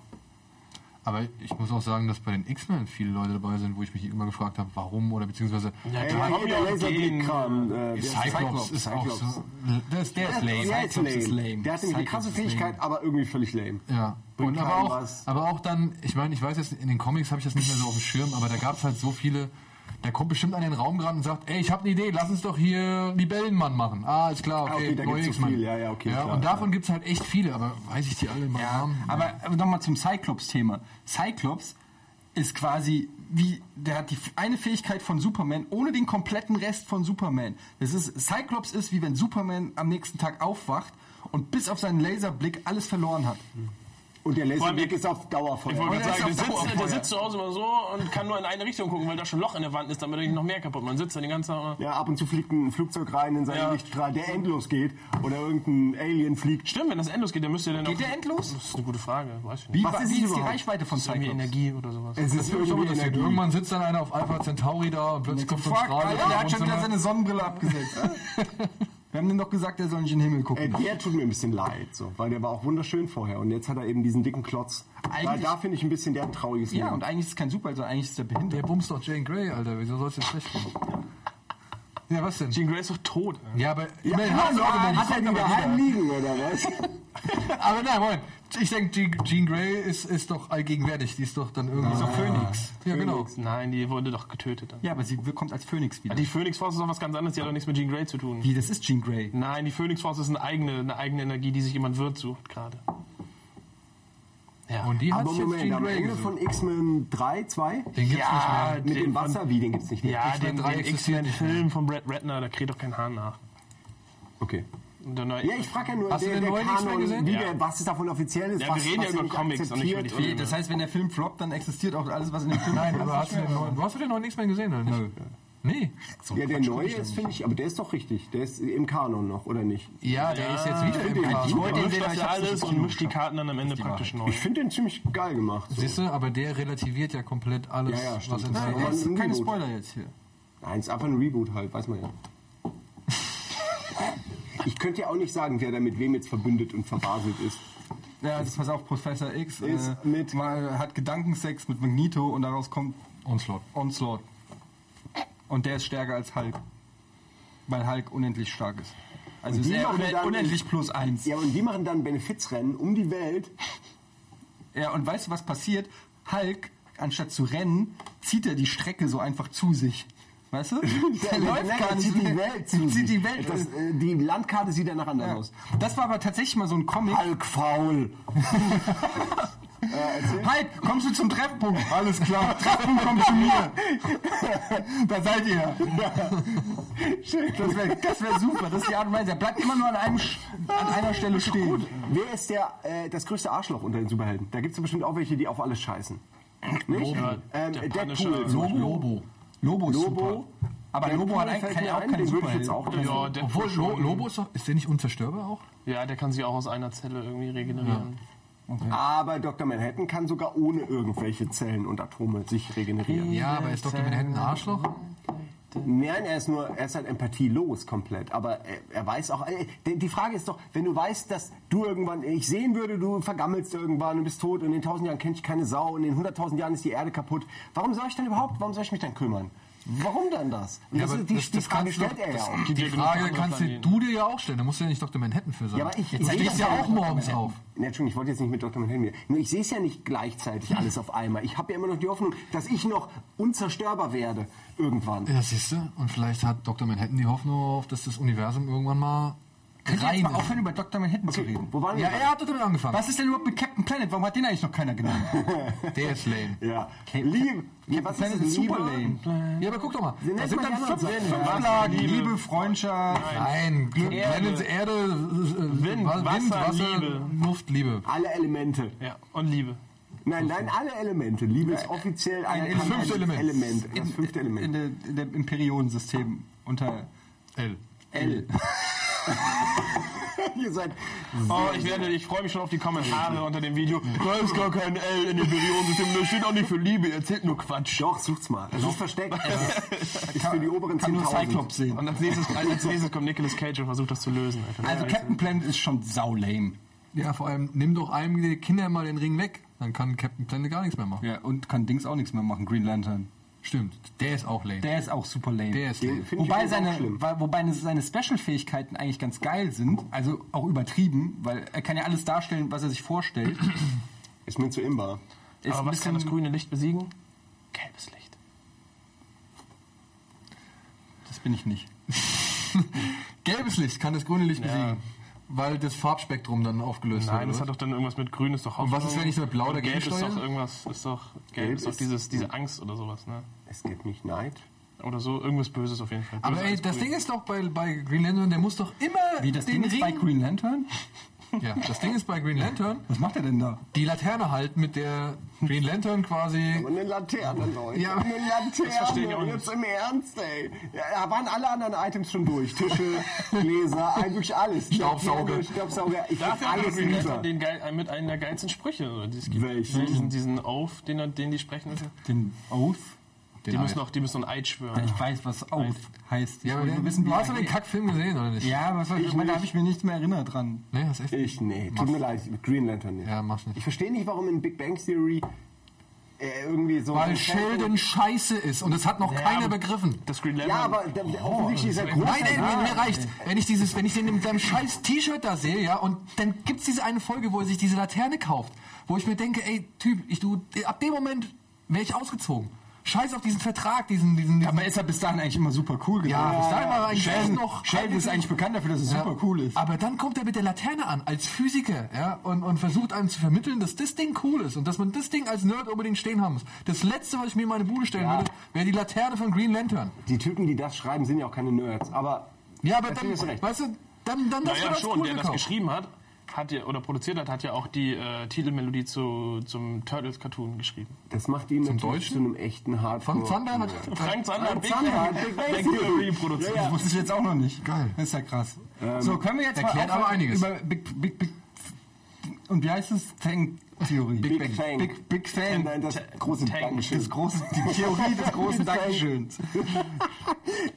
Speaker 3: Aber ich muss auch sagen, dass bei den X-Men viele Leute dabei sind, wo ich mich immer gefragt habe, warum oder beziehungsweise Äh,
Speaker 2: Ja,
Speaker 4: da
Speaker 2: ja,
Speaker 4: haben
Speaker 2: hier
Speaker 4: wir
Speaker 2: der
Speaker 4: auch den-
Speaker 2: Laserblick-Kram. äh, der-
Speaker 3: Cyclops, ist auch
Speaker 2: Cyclops.
Speaker 3: so. Der ist, der ist lame.
Speaker 2: Ja, ist lame.
Speaker 1: ist lame.
Speaker 2: Der hat nämlich eine
Speaker 1: Cyclops
Speaker 2: krasse
Speaker 1: ist lame.
Speaker 2: Fähigkeit, aber irgendwie völlig lame.
Speaker 3: Ja. Und
Speaker 2: Bringt
Speaker 3: aber
Speaker 2: keinem
Speaker 3: auch,
Speaker 2: was.
Speaker 3: aber auch dann, ich meine, ich weiß jetzt, in den Comics habe ich das nicht mehr so auf dem Schirm, aber da gab es halt so viele, da kommt bestimmt einer in den Raum gerannt und sagt, ey, ich habe eine Idee, lass uns doch hier Libellenmann machen. Ah, ist klar, okay,
Speaker 2: Ah, okay, da
Speaker 3: neue
Speaker 2: gibt's so
Speaker 3: X-Men.
Speaker 2: viel, ja, ja, okay,
Speaker 3: ja,
Speaker 2: klar,
Speaker 3: und
Speaker 2: ja.
Speaker 3: davon gibt es halt echt viele, aber weiß ich die alle mal
Speaker 1: Ja,
Speaker 3: Namen?
Speaker 1: aber aber nochmal zum Cyclops-Thema. Cyclops ist quasi wie, der hat die f- eine Fähigkeit von Superman ohne den kompletten Rest von Superman. Das ist, Cyclops ist wie wenn Superman am nächsten Tag aufwacht und bis auf seinen Laserblick alles verloren hat.
Speaker 2: Und der Laserblick
Speaker 4: Vor allem-
Speaker 2: ist auf Dauerfeuer.
Speaker 4: Ich wollte gerade
Speaker 1: Und er
Speaker 4: sagen,
Speaker 1: ist
Speaker 4: der
Speaker 1: auf
Speaker 4: sitzt, halt, der
Speaker 1: Dauerfeuer.
Speaker 4: sitzt zu Hause immer so und kann nur in eine Richtung gucken, weil da schon ein Loch in der Wand ist, damit er nicht noch mehr kaputt. Man sitzt da den ganzen Tag.
Speaker 2: Ja, ab und zu fliegt ein Flugzeug rein in seinen
Speaker 4: Ja.
Speaker 2: Lichtstrahl, der endlos geht. Oder irgendein Alien fliegt.
Speaker 4: Stimmt, wenn das endlos geht, dann müsst ihr dann
Speaker 1: Geht der endlos?
Speaker 4: Das ist eine gute Frage, weiß ich
Speaker 1: Wie,
Speaker 4: nicht.
Speaker 2: Was
Speaker 1: wa-
Speaker 2: ist
Speaker 1: wie
Speaker 2: es
Speaker 1: ist die
Speaker 2: überhaupt?
Speaker 1: Reichweite von
Speaker 4: Ist irgendwie
Speaker 1: Cyclops?
Speaker 4: Energie oder sowas.
Speaker 2: Es ist
Speaker 3: Schon mal
Speaker 2: irgendwie
Speaker 3: interessiert.
Speaker 2: Energie.
Speaker 3: Irgendwann sitzt dann einer auf Alpha Centauri da und plötzlich kommt so ein
Speaker 1: Fuck,
Speaker 3: Strahl.
Speaker 1: Alter,
Speaker 3: aus dem
Speaker 1: Ah, der hat schon wieder
Speaker 3: Wohnzimmer.
Speaker 1: seine Sonnenbrille abgesetzt. Wir haben ihm doch gesagt, er soll nicht in den Himmel
Speaker 2: Ey,
Speaker 1: gucken.
Speaker 2: Äh, der tut mir ein bisschen leid, so, weil der war auch wunderschön vorher. Und jetzt hat er eben diesen dicken Klotz. Da,
Speaker 1: Eigentlich-
Speaker 2: da finde ich ein bisschen, der hat ein trauriges
Speaker 1: ja,
Speaker 2: Leben.
Speaker 1: und eigentlich ist es kein Superheld, sondern eigentlich ist er behindert.
Speaker 3: Der bumst doch Jane Grey, Alter. Wieso soll's jetzt schlecht kommen? Ja, was denn?
Speaker 4: Jean Grey ist doch tot.
Speaker 3: Ja, aber
Speaker 2: Ja,
Speaker 3: immerhin
Speaker 2: hat,
Speaker 3: hat's auch
Speaker 2: er,
Speaker 3: immer
Speaker 2: hat er die
Speaker 3: geguckt, aber
Speaker 2: daheim liegen, oder was?
Speaker 3: Aber nein, Moment. Ich denke, Jean Grey ist, ist doch allgegenwärtig. Die ist doch dann irgendwie. Ah,
Speaker 1: ist doch Phönix.
Speaker 3: Ja, genau.
Speaker 4: Nein, die wurde doch getötet. Dann.
Speaker 1: Ja, aber sie kommt als Phönix wieder.
Speaker 4: Die Phoenix Force ist doch was ganz anderes, die hat doch nichts mit Jean Grey zu tun.
Speaker 1: Ah, Wie, das ist Jean Grey.
Speaker 4: Nein, die Phoenix Force ist eine eigene, eine eigene Energie, die sich jemand wird sucht gerade.
Speaker 3: Ja. Und die hat
Speaker 2: Aber
Speaker 3: jetzt Jean
Speaker 2: Moment, am
Speaker 3: Grey
Speaker 2: Ende
Speaker 3: gesucht.
Speaker 2: von X-Men 3, 2?
Speaker 3: Den
Speaker 4: Ja,
Speaker 3: gibt's nicht mehr.
Speaker 2: Mit
Speaker 4: den
Speaker 2: dem Wasser? Wie, den gibt's nicht mehr?
Speaker 4: Ja,
Speaker 3: X-Men
Speaker 4: den,
Speaker 3: drei
Speaker 4: den
Speaker 3: existiert nicht mehr.
Speaker 4: X-Men-Film von Brad Ratner, da kriegt doch kein Hahn nach.
Speaker 2: Okay.
Speaker 4: Und der neue
Speaker 2: Ja, ich frage ja nur,
Speaker 3: Hast du den neuen X-Men gesehen?
Speaker 2: wie
Speaker 4: Ja.
Speaker 2: der, was ist davon offiziell ist,
Speaker 4: Ja, wir
Speaker 2: was,
Speaker 4: reden
Speaker 2: was
Speaker 4: ja
Speaker 2: er
Speaker 4: über
Speaker 2: nicht
Speaker 4: Comics und nicht über die
Speaker 2: akzeptiert.
Speaker 1: Okay, Äh, das heißt, wenn der Film floppt, dann existiert auch alles, was in dem Film
Speaker 3: Nein, aber hast du, den neuen, hast du den neuen X-Men gesehen oder nicht?
Speaker 1: Nö.
Speaker 3: Nee.
Speaker 2: Ja, der neue ist, finde ich, aber der ist doch richtig. Der ist im Kanon noch, oder nicht?
Speaker 3: Ja, der ist jetzt wieder im
Speaker 1: Ich
Speaker 3: Kanon.
Speaker 1: wollte ihn sehen, aber
Speaker 4: mischt das
Speaker 1: ich
Speaker 4: ja
Speaker 1: hab's nicht
Speaker 4: alles
Speaker 1: im
Speaker 4: und
Speaker 1: Kino
Speaker 4: mischt die
Speaker 1: geschafft.
Speaker 4: Karten dann am Ende praktisch neu.
Speaker 2: Ich finde den ziemlich geil gemacht. So.
Speaker 3: Siehst du, aber der relativiert ja komplett alles,
Speaker 2: Ja, ja,
Speaker 3: was
Speaker 2: stimmt.
Speaker 3: in
Speaker 2: Nein,
Speaker 3: seinem
Speaker 1: Das ist keine Spoiler jetzt hier.
Speaker 2: Nein, ist einfach ein Reboot halt, weiß man ja. Ich könnte ja auch nicht sagen, wer da mit wem jetzt verbündet und verbaselt ist.
Speaker 1: Ja, das pass auf, Professor X äh,
Speaker 2: Ist mit-
Speaker 1: mal, hat Gedankensex mit Magneto und daraus kommt
Speaker 3: Onslaught.
Speaker 1: Onslaught. Und der ist stärker als Hulk. Weil Hulk unendlich stark ist. Also
Speaker 2: Und die
Speaker 1: ist er
Speaker 2: machen
Speaker 1: une-
Speaker 2: dann-
Speaker 1: unendlich plus eins. Ja.
Speaker 2: Ja, und die machen dann Benefizrennen um die Welt.
Speaker 1: und weißt du, was passiert? Hulk, anstatt zu rennen, zieht er die Strecke so einfach zu sich. Weißt du? Der läuft
Speaker 2: Nein,
Speaker 1: gar nicht
Speaker 2: zieht die
Speaker 1: mehr.
Speaker 2: Welt zu
Speaker 1: Zieht
Speaker 2: sich.
Speaker 1: die Welt. um.
Speaker 2: Das, äh, die Landkarte sieht danach anders
Speaker 1: ja.
Speaker 2: aus.
Speaker 1: Das war aber tatsächlich mal so ein Comic.
Speaker 2: Hulk faul. Äh,
Speaker 1: Halt, kommst du zum Treffpunkt? Alles klar, Treffpunkt kommt zu mir. Da seid ihr. Das wäre das wär super, das ist die Art und Weise. Er bleibt immer nur an, einem, Sch- an einer Stelle stehen.
Speaker 2: Wer ist der, äh, das größte Arschloch unter den Superhelden? Da gibt es bestimmt auch welche, die auf alles scheißen. Nicht?
Speaker 4: Ja,
Speaker 2: ähm,
Speaker 4: der
Speaker 2: Deadpool.
Speaker 4: Punisher.
Speaker 2: zum Beispiel.
Speaker 3: Lobo.
Speaker 1: Lobo ist
Speaker 2: Lobo.
Speaker 1: super. Aber
Speaker 2: Deadpool
Speaker 1: Lobo hat
Speaker 2: fällt
Speaker 1: eigentlich
Speaker 2: mir
Speaker 1: keine, auch
Speaker 2: ein,
Speaker 1: keine
Speaker 2: den würde ich jetzt
Speaker 1: Superhelden.
Speaker 2: auch
Speaker 4: Ja,
Speaker 2: ja,
Speaker 4: Deadpool
Speaker 3: Obwohl, Lo
Speaker 4: schon.
Speaker 3: Lobo ist doch, ist der nicht unzerstörbar auch?
Speaker 4: Ja, der kann sich auch aus einer Zelle irgendwie regenerieren.
Speaker 2: Aber Dr. Manhattan kann sogar ohne irgendwelche Zellen und Atome sich regenerieren.
Speaker 3: Ja, aber ist Dr. Manhattan ein Arschloch?
Speaker 2: Nein, er ist nur, er ist halt empathielos komplett. Aber er, er weiß auch, äh, die die Frage ist doch, wenn du weißt, dass du irgendwann, ich sehen würde, du vergammelst irgendwann, du bist tot und in tausend Jahren kennt ich keine Sau und in hunderttausend Jahren ist die Erde kaputt. Warum soll ich dann überhaupt, warum soll ich mich dann kümmern? Warum dann das? Und
Speaker 3: Ja,
Speaker 2: das
Speaker 3: aber
Speaker 2: ist die,
Speaker 3: das-
Speaker 2: die
Speaker 3: das
Speaker 2: Frage
Speaker 3: kannst du doch-
Speaker 2: stellt er ja
Speaker 3: das-
Speaker 2: auch.
Speaker 3: Die
Speaker 4: gibt ja genug
Speaker 3: Frage
Speaker 4: andere
Speaker 3: kannst du,
Speaker 4: Planeten.
Speaker 3: du dir ja auch stellen. Da musst du ja nicht Dr. Manhattan für sein.
Speaker 2: Ja, aber ich-
Speaker 3: Jetzt
Speaker 2: ich-
Speaker 3: stehst
Speaker 2: ich-
Speaker 3: ja auch
Speaker 2: Dr.
Speaker 3: morgens auf.
Speaker 2: Ne, Entschuldigung, ich wollte jetzt nicht mit Dr. Manhattan wieder. Nur ich sehe es ja nicht gleichzeitig alles auf einmal. Ich habe ja immer noch die Hoffnung, dass ich noch unzerstörbar werde irgendwann.
Speaker 3: Ja, siehst du. Und vielleicht hat Dr. Manhattan die Hoffnung auf, dass das Universum irgendwann mal
Speaker 1: Könnt ihr jetzt
Speaker 3: rein
Speaker 1: mal aufhören, über Dr. Manhattan zu reden?
Speaker 2: Wo waren
Speaker 3: Ja,
Speaker 2: wir?
Speaker 3: er hat damit angefangen.
Speaker 1: Was ist denn überhaupt mit Captain Planet? Warum hat den eigentlich noch keiner genannt?
Speaker 3: Der ist lame.
Speaker 2: Ja. Liebe. Nee, was ist
Speaker 1: Planet
Speaker 2: das?
Speaker 1: ist super
Speaker 2: Liebe?
Speaker 1: lame.
Speaker 3: Ja, aber guck doch mal.
Speaker 2: nennt
Speaker 3: Da sind
Speaker 2: man
Speaker 3: dann
Speaker 2: die
Speaker 3: fünf,
Speaker 2: anderen Sachen.
Speaker 3: fünf
Speaker 4: Was?
Speaker 1: Anlagen,
Speaker 4: Liebe.
Speaker 1: Liebe, Freundschaft.
Speaker 3: Nein, Glück,
Speaker 4: Erde.
Speaker 3: Erde, Erde äh,
Speaker 4: Wind, Wasser, Liebe.
Speaker 3: Luft, Liebe.
Speaker 2: Alle Elemente.
Speaker 4: Ja, und Liebe.
Speaker 2: Nein, nein, alle Elemente. Liebe ist offiziell ein
Speaker 1: Element.
Speaker 2: anerkanntes
Speaker 3: Fünfte Element.
Speaker 2: Element. Das fünfte
Speaker 1: In,
Speaker 2: Element.
Speaker 1: der, in dem Imperionsystem unter
Speaker 3: L.
Speaker 1: L.
Speaker 2: Ihr seid.
Speaker 4: Oh, ich werde, ich freue mich schon auf die Kommentare unter dem Video. Da ist gar kein L in dem Periodensystem, das steht auch nicht für Liebe, erzählt nur Quatsch.
Speaker 2: Doch, sucht's mal. Das ist versteckt. Ist für die oberen
Speaker 1: Kann nur Cyclops
Speaker 2: 10.000.
Speaker 1: sehen.
Speaker 4: Und als nächstes, als nächstes kommt Nicolas Cage und versucht das zu lösen. Alter.
Speaker 1: Also Captain Planet ist schon sau lame.
Speaker 3: Ja, vor allem, nimm doch einem der Kinder mal den Ring weg. Dann kann Captain Planet gar nichts mehr machen.
Speaker 1: Ja, und kann Dings auch nichts mehr machen, Green Lantern.
Speaker 3: Stimmt. Der ist auch lame.
Speaker 1: Der ist auch super lame.
Speaker 3: Der ist lame.
Speaker 2: Find ich
Speaker 1: wobei
Speaker 2: übrigens auch
Speaker 1: seine,
Speaker 2: schlimm.
Speaker 1: weil- wobei ne- seine Special-Fähigkeiten eigentlich ganz geil sind, also auch übertrieben, weil er kann ja alles darstellen, was er sich vorstellt.
Speaker 2: Ist mir zu imbar.
Speaker 1: Ist ein
Speaker 4: Aber was
Speaker 1: bisschen-
Speaker 4: kann das grüne Licht besiegen? Gelbes Licht.
Speaker 1: Das bin ich nicht.
Speaker 3: Gelbes Licht kann das grüne Licht
Speaker 4: Ja.
Speaker 3: besiegen. Weil das Farbspektrum dann aufgelöst
Speaker 4: Nein,
Speaker 3: wird.
Speaker 4: das
Speaker 3: oder
Speaker 4: hat doch dann irgendwas mit Grün, ist doch
Speaker 3: Und was ist, wenn ich mit Blau
Speaker 4: Und
Speaker 3: dagegen
Speaker 4: Gelb ist
Speaker 3: steuere?
Speaker 4: doch irgendwas, ist doch, Gelb,
Speaker 2: Gelb
Speaker 4: ist doch
Speaker 2: ist-
Speaker 4: dieses, diese Angst oder sowas, ne?
Speaker 2: Es gibt mich Neid.
Speaker 4: Oder so, irgendwas Böses auf jeden Fall.
Speaker 3: was? Aber
Speaker 4: Böser
Speaker 3: ey,
Speaker 4: als
Speaker 3: das
Speaker 4: Grün.
Speaker 3: Ding ist doch bei, bei Green Lantern, der muss doch immer
Speaker 1: Wie das
Speaker 3: den
Speaker 1: Ding ist
Speaker 3: Ring.
Speaker 1: bei Green Lantern?
Speaker 3: ja, das Ding ist bei Green Lantern,
Speaker 1: Was macht er denn da?
Speaker 3: die Laterne halten, mit der Green Lantern quasi
Speaker 2: Und eine Laterne, Leute.
Speaker 3: Ja.
Speaker 2: eine Laterne.
Speaker 4: Das verstehe ich auch nicht.
Speaker 2: Jetzt im Ernst, ey. Ja, da waren alle anderen Items schon durch. Tische, Gläser, ein- wirklich alles.
Speaker 3: Staubsauger.
Speaker 2: Laterne, Staubsauger. Ich hab
Speaker 4: Dafür hat
Speaker 2: alles
Speaker 4: Green
Speaker 2: lieber.
Speaker 4: Lantern den geil, äh, mit einem der geilsten Sprüche. äh, Oder? Dieses-
Speaker 2: Welchen?
Speaker 4: Diesen, diesen Auf, den, er- den die sprechen.
Speaker 1: Den Oath?
Speaker 3: den
Speaker 4: Die
Speaker 3: Ei.
Speaker 4: müssen noch, die müssen noch ein Eid schwören.
Speaker 1: Ah, Ich weiß, was Oath heißt. Ich
Speaker 3: Ja, aber
Speaker 1: wollte
Speaker 3: wir
Speaker 1: nur
Speaker 3: wissen,
Speaker 1: wie
Speaker 3: hast du
Speaker 1: er-
Speaker 3: den Kackfilm gesehen oder nicht?
Speaker 1: Ja, was soll ich, ich meine, da habe ich mir nichts mehr erinnert dran.
Speaker 3: Nee, hast echt.
Speaker 2: Ich, nee, tut mir leid, Green Lantern nicht.
Speaker 3: Ja, mach's nicht.
Speaker 2: Ich verstehe nicht, warum in Big Bang Theory äh, irgendwie so.
Speaker 3: Weil
Speaker 2: so-
Speaker 3: Sheldon scheiße ist und das hat noch keiner
Speaker 4: aber-
Speaker 3: begriffen.
Speaker 4: Das Green Lantern.
Speaker 2: Ja, aber da, da- offensichtlich ist er groß.
Speaker 3: Oh, Nein, ey, mir- mir reicht's. Wenn ich dieses, wenn ich den mit seinem scheiß T-Shirt da sehe, ja, und dann gibt's diese eine Folge, wo er sich diese Laterne kauft, wo ich mir denke, ey, Typ, ich du, ab dem Moment wäre ich ausgezogen. Scheiß auf diesen Vertrag, diesen, diesen, diesen
Speaker 1: Aber ist er bis dahin eigentlich immer super cool gewesen.
Speaker 3: Ja, bis dahin war er eigentlich
Speaker 1: Sheldon,
Speaker 3: echt noch-
Speaker 1: Sheldon ist eigentlich bekannt dafür, dass er super cool ist.
Speaker 3: Aber dann kommt er mit der Laterne an, als Physiker, ja, und, und versucht einem zu vermitteln, dass das Ding cool ist und dass man das Ding als Nerd unbedingt stehen haben muss. Das letzte, was ich mir in meine Bude stellen
Speaker 2: Ja.
Speaker 3: würde, wäre die Laterne von Green Lantern.
Speaker 2: Die Typen, die das schreiben, sind ja auch keine Nerds. Aber
Speaker 3: Ja, aber
Speaker 2: Das
Speaker 3: dann,
Speaker 2: ist recht.
Speaker 3: weißt du, dann, dann das
Speaker 4: Naja,
Speaker 3: als
Speaker 4: schon, der das
Speaker 3: gekauft.
Speaker 4: geschrieben hat, hat ja, oder produziert hat, hat ja auch die äh, Titelmelodie zu, zum Turtles-Cartoon geschrieben.
Speaker 2: das macht ihn natürlich
Speaker 3: Deutschen?
Speaker 2: zu einem echten Hardcore.
Speaker 3: Von Zander hat,
Speaker 4: Frank Zander hat Big
Speaker 2: Zander
Speaker 4: Bang-
Speaker 2: hat Big Bang
Speaker 4: Bang
Speaker 2: Theory
Speaker 4: Theory produziert.
Speaker 2: Ja, ja.
Speaker 1: Wusste ich jetzt auch noch nicht.
Speaker 3: Geil.
Speaker 1: Das ist ja krass. so, können wir jetzt
Speaker 3: erklärt
Speaker 1: aufhören
Speaker 3: aber einiges.
Speaker 1: über Big, Big, Big, und wie heißt es? Fang-Theorie.
Speaker 2: Big Fang.
Speaker 1: Big, Big Fang.
Speaker 2: Nein, das große
Speaker 4: Tank.
Speaker 1: Das
Speaker 2: Dankenschild.
Speaker 1: große, die Theorie des großen Dankeschöns.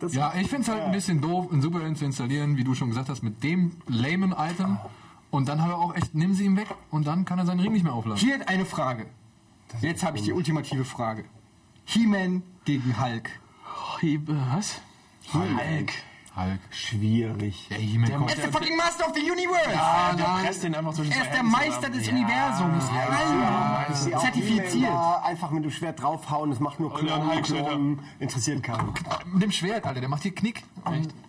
Speaker 3: Ja, ich find's halt ein bisschen doof, einen Superhelden zu installieren, wie du schon gesagt hast, mit dem lamen Item. Und dann hat er auch echt, nimm sie ihm weg und dann kann er seinen Ring nicht mehr aufladen.
Speaker 1: Hier eine Frage. Jetzt habe ich die ultimative Frage. He-Man gegen Hulk.
Speaker 4: äh, Was? Hulk.
Speaker 3: Hulk.
Speaker 2: Schwierig.
Speaker 3: Ja, He-Man kommt-
Speaker 1: Er ist der fucking Master of the Universe.
Speaker 4: Ah, der presst den einfach zwischen
Speaker 1: Er
Speaker 4: zwei
Speaker 1: ist der
Speaker 4: Händen
Speaker 1: Meister
Speaker 4: zusammen.
Speaker 1: des Universums. Alter.
Speaker 2: Ja, auch
Speaker 1: Zertifiziert.
Speaker 2: E-Mail, Einfach mit dem Schwert draufhauen, das macht nur
Speaker 4: Und dann
Speaker 2: Klonen,
Speaker 4: Hulk steht da.
Speaker 2: Klonen, interessiert keinen.
Speaker 3: Mit dem Schwert, Alter, der macht hier Knick.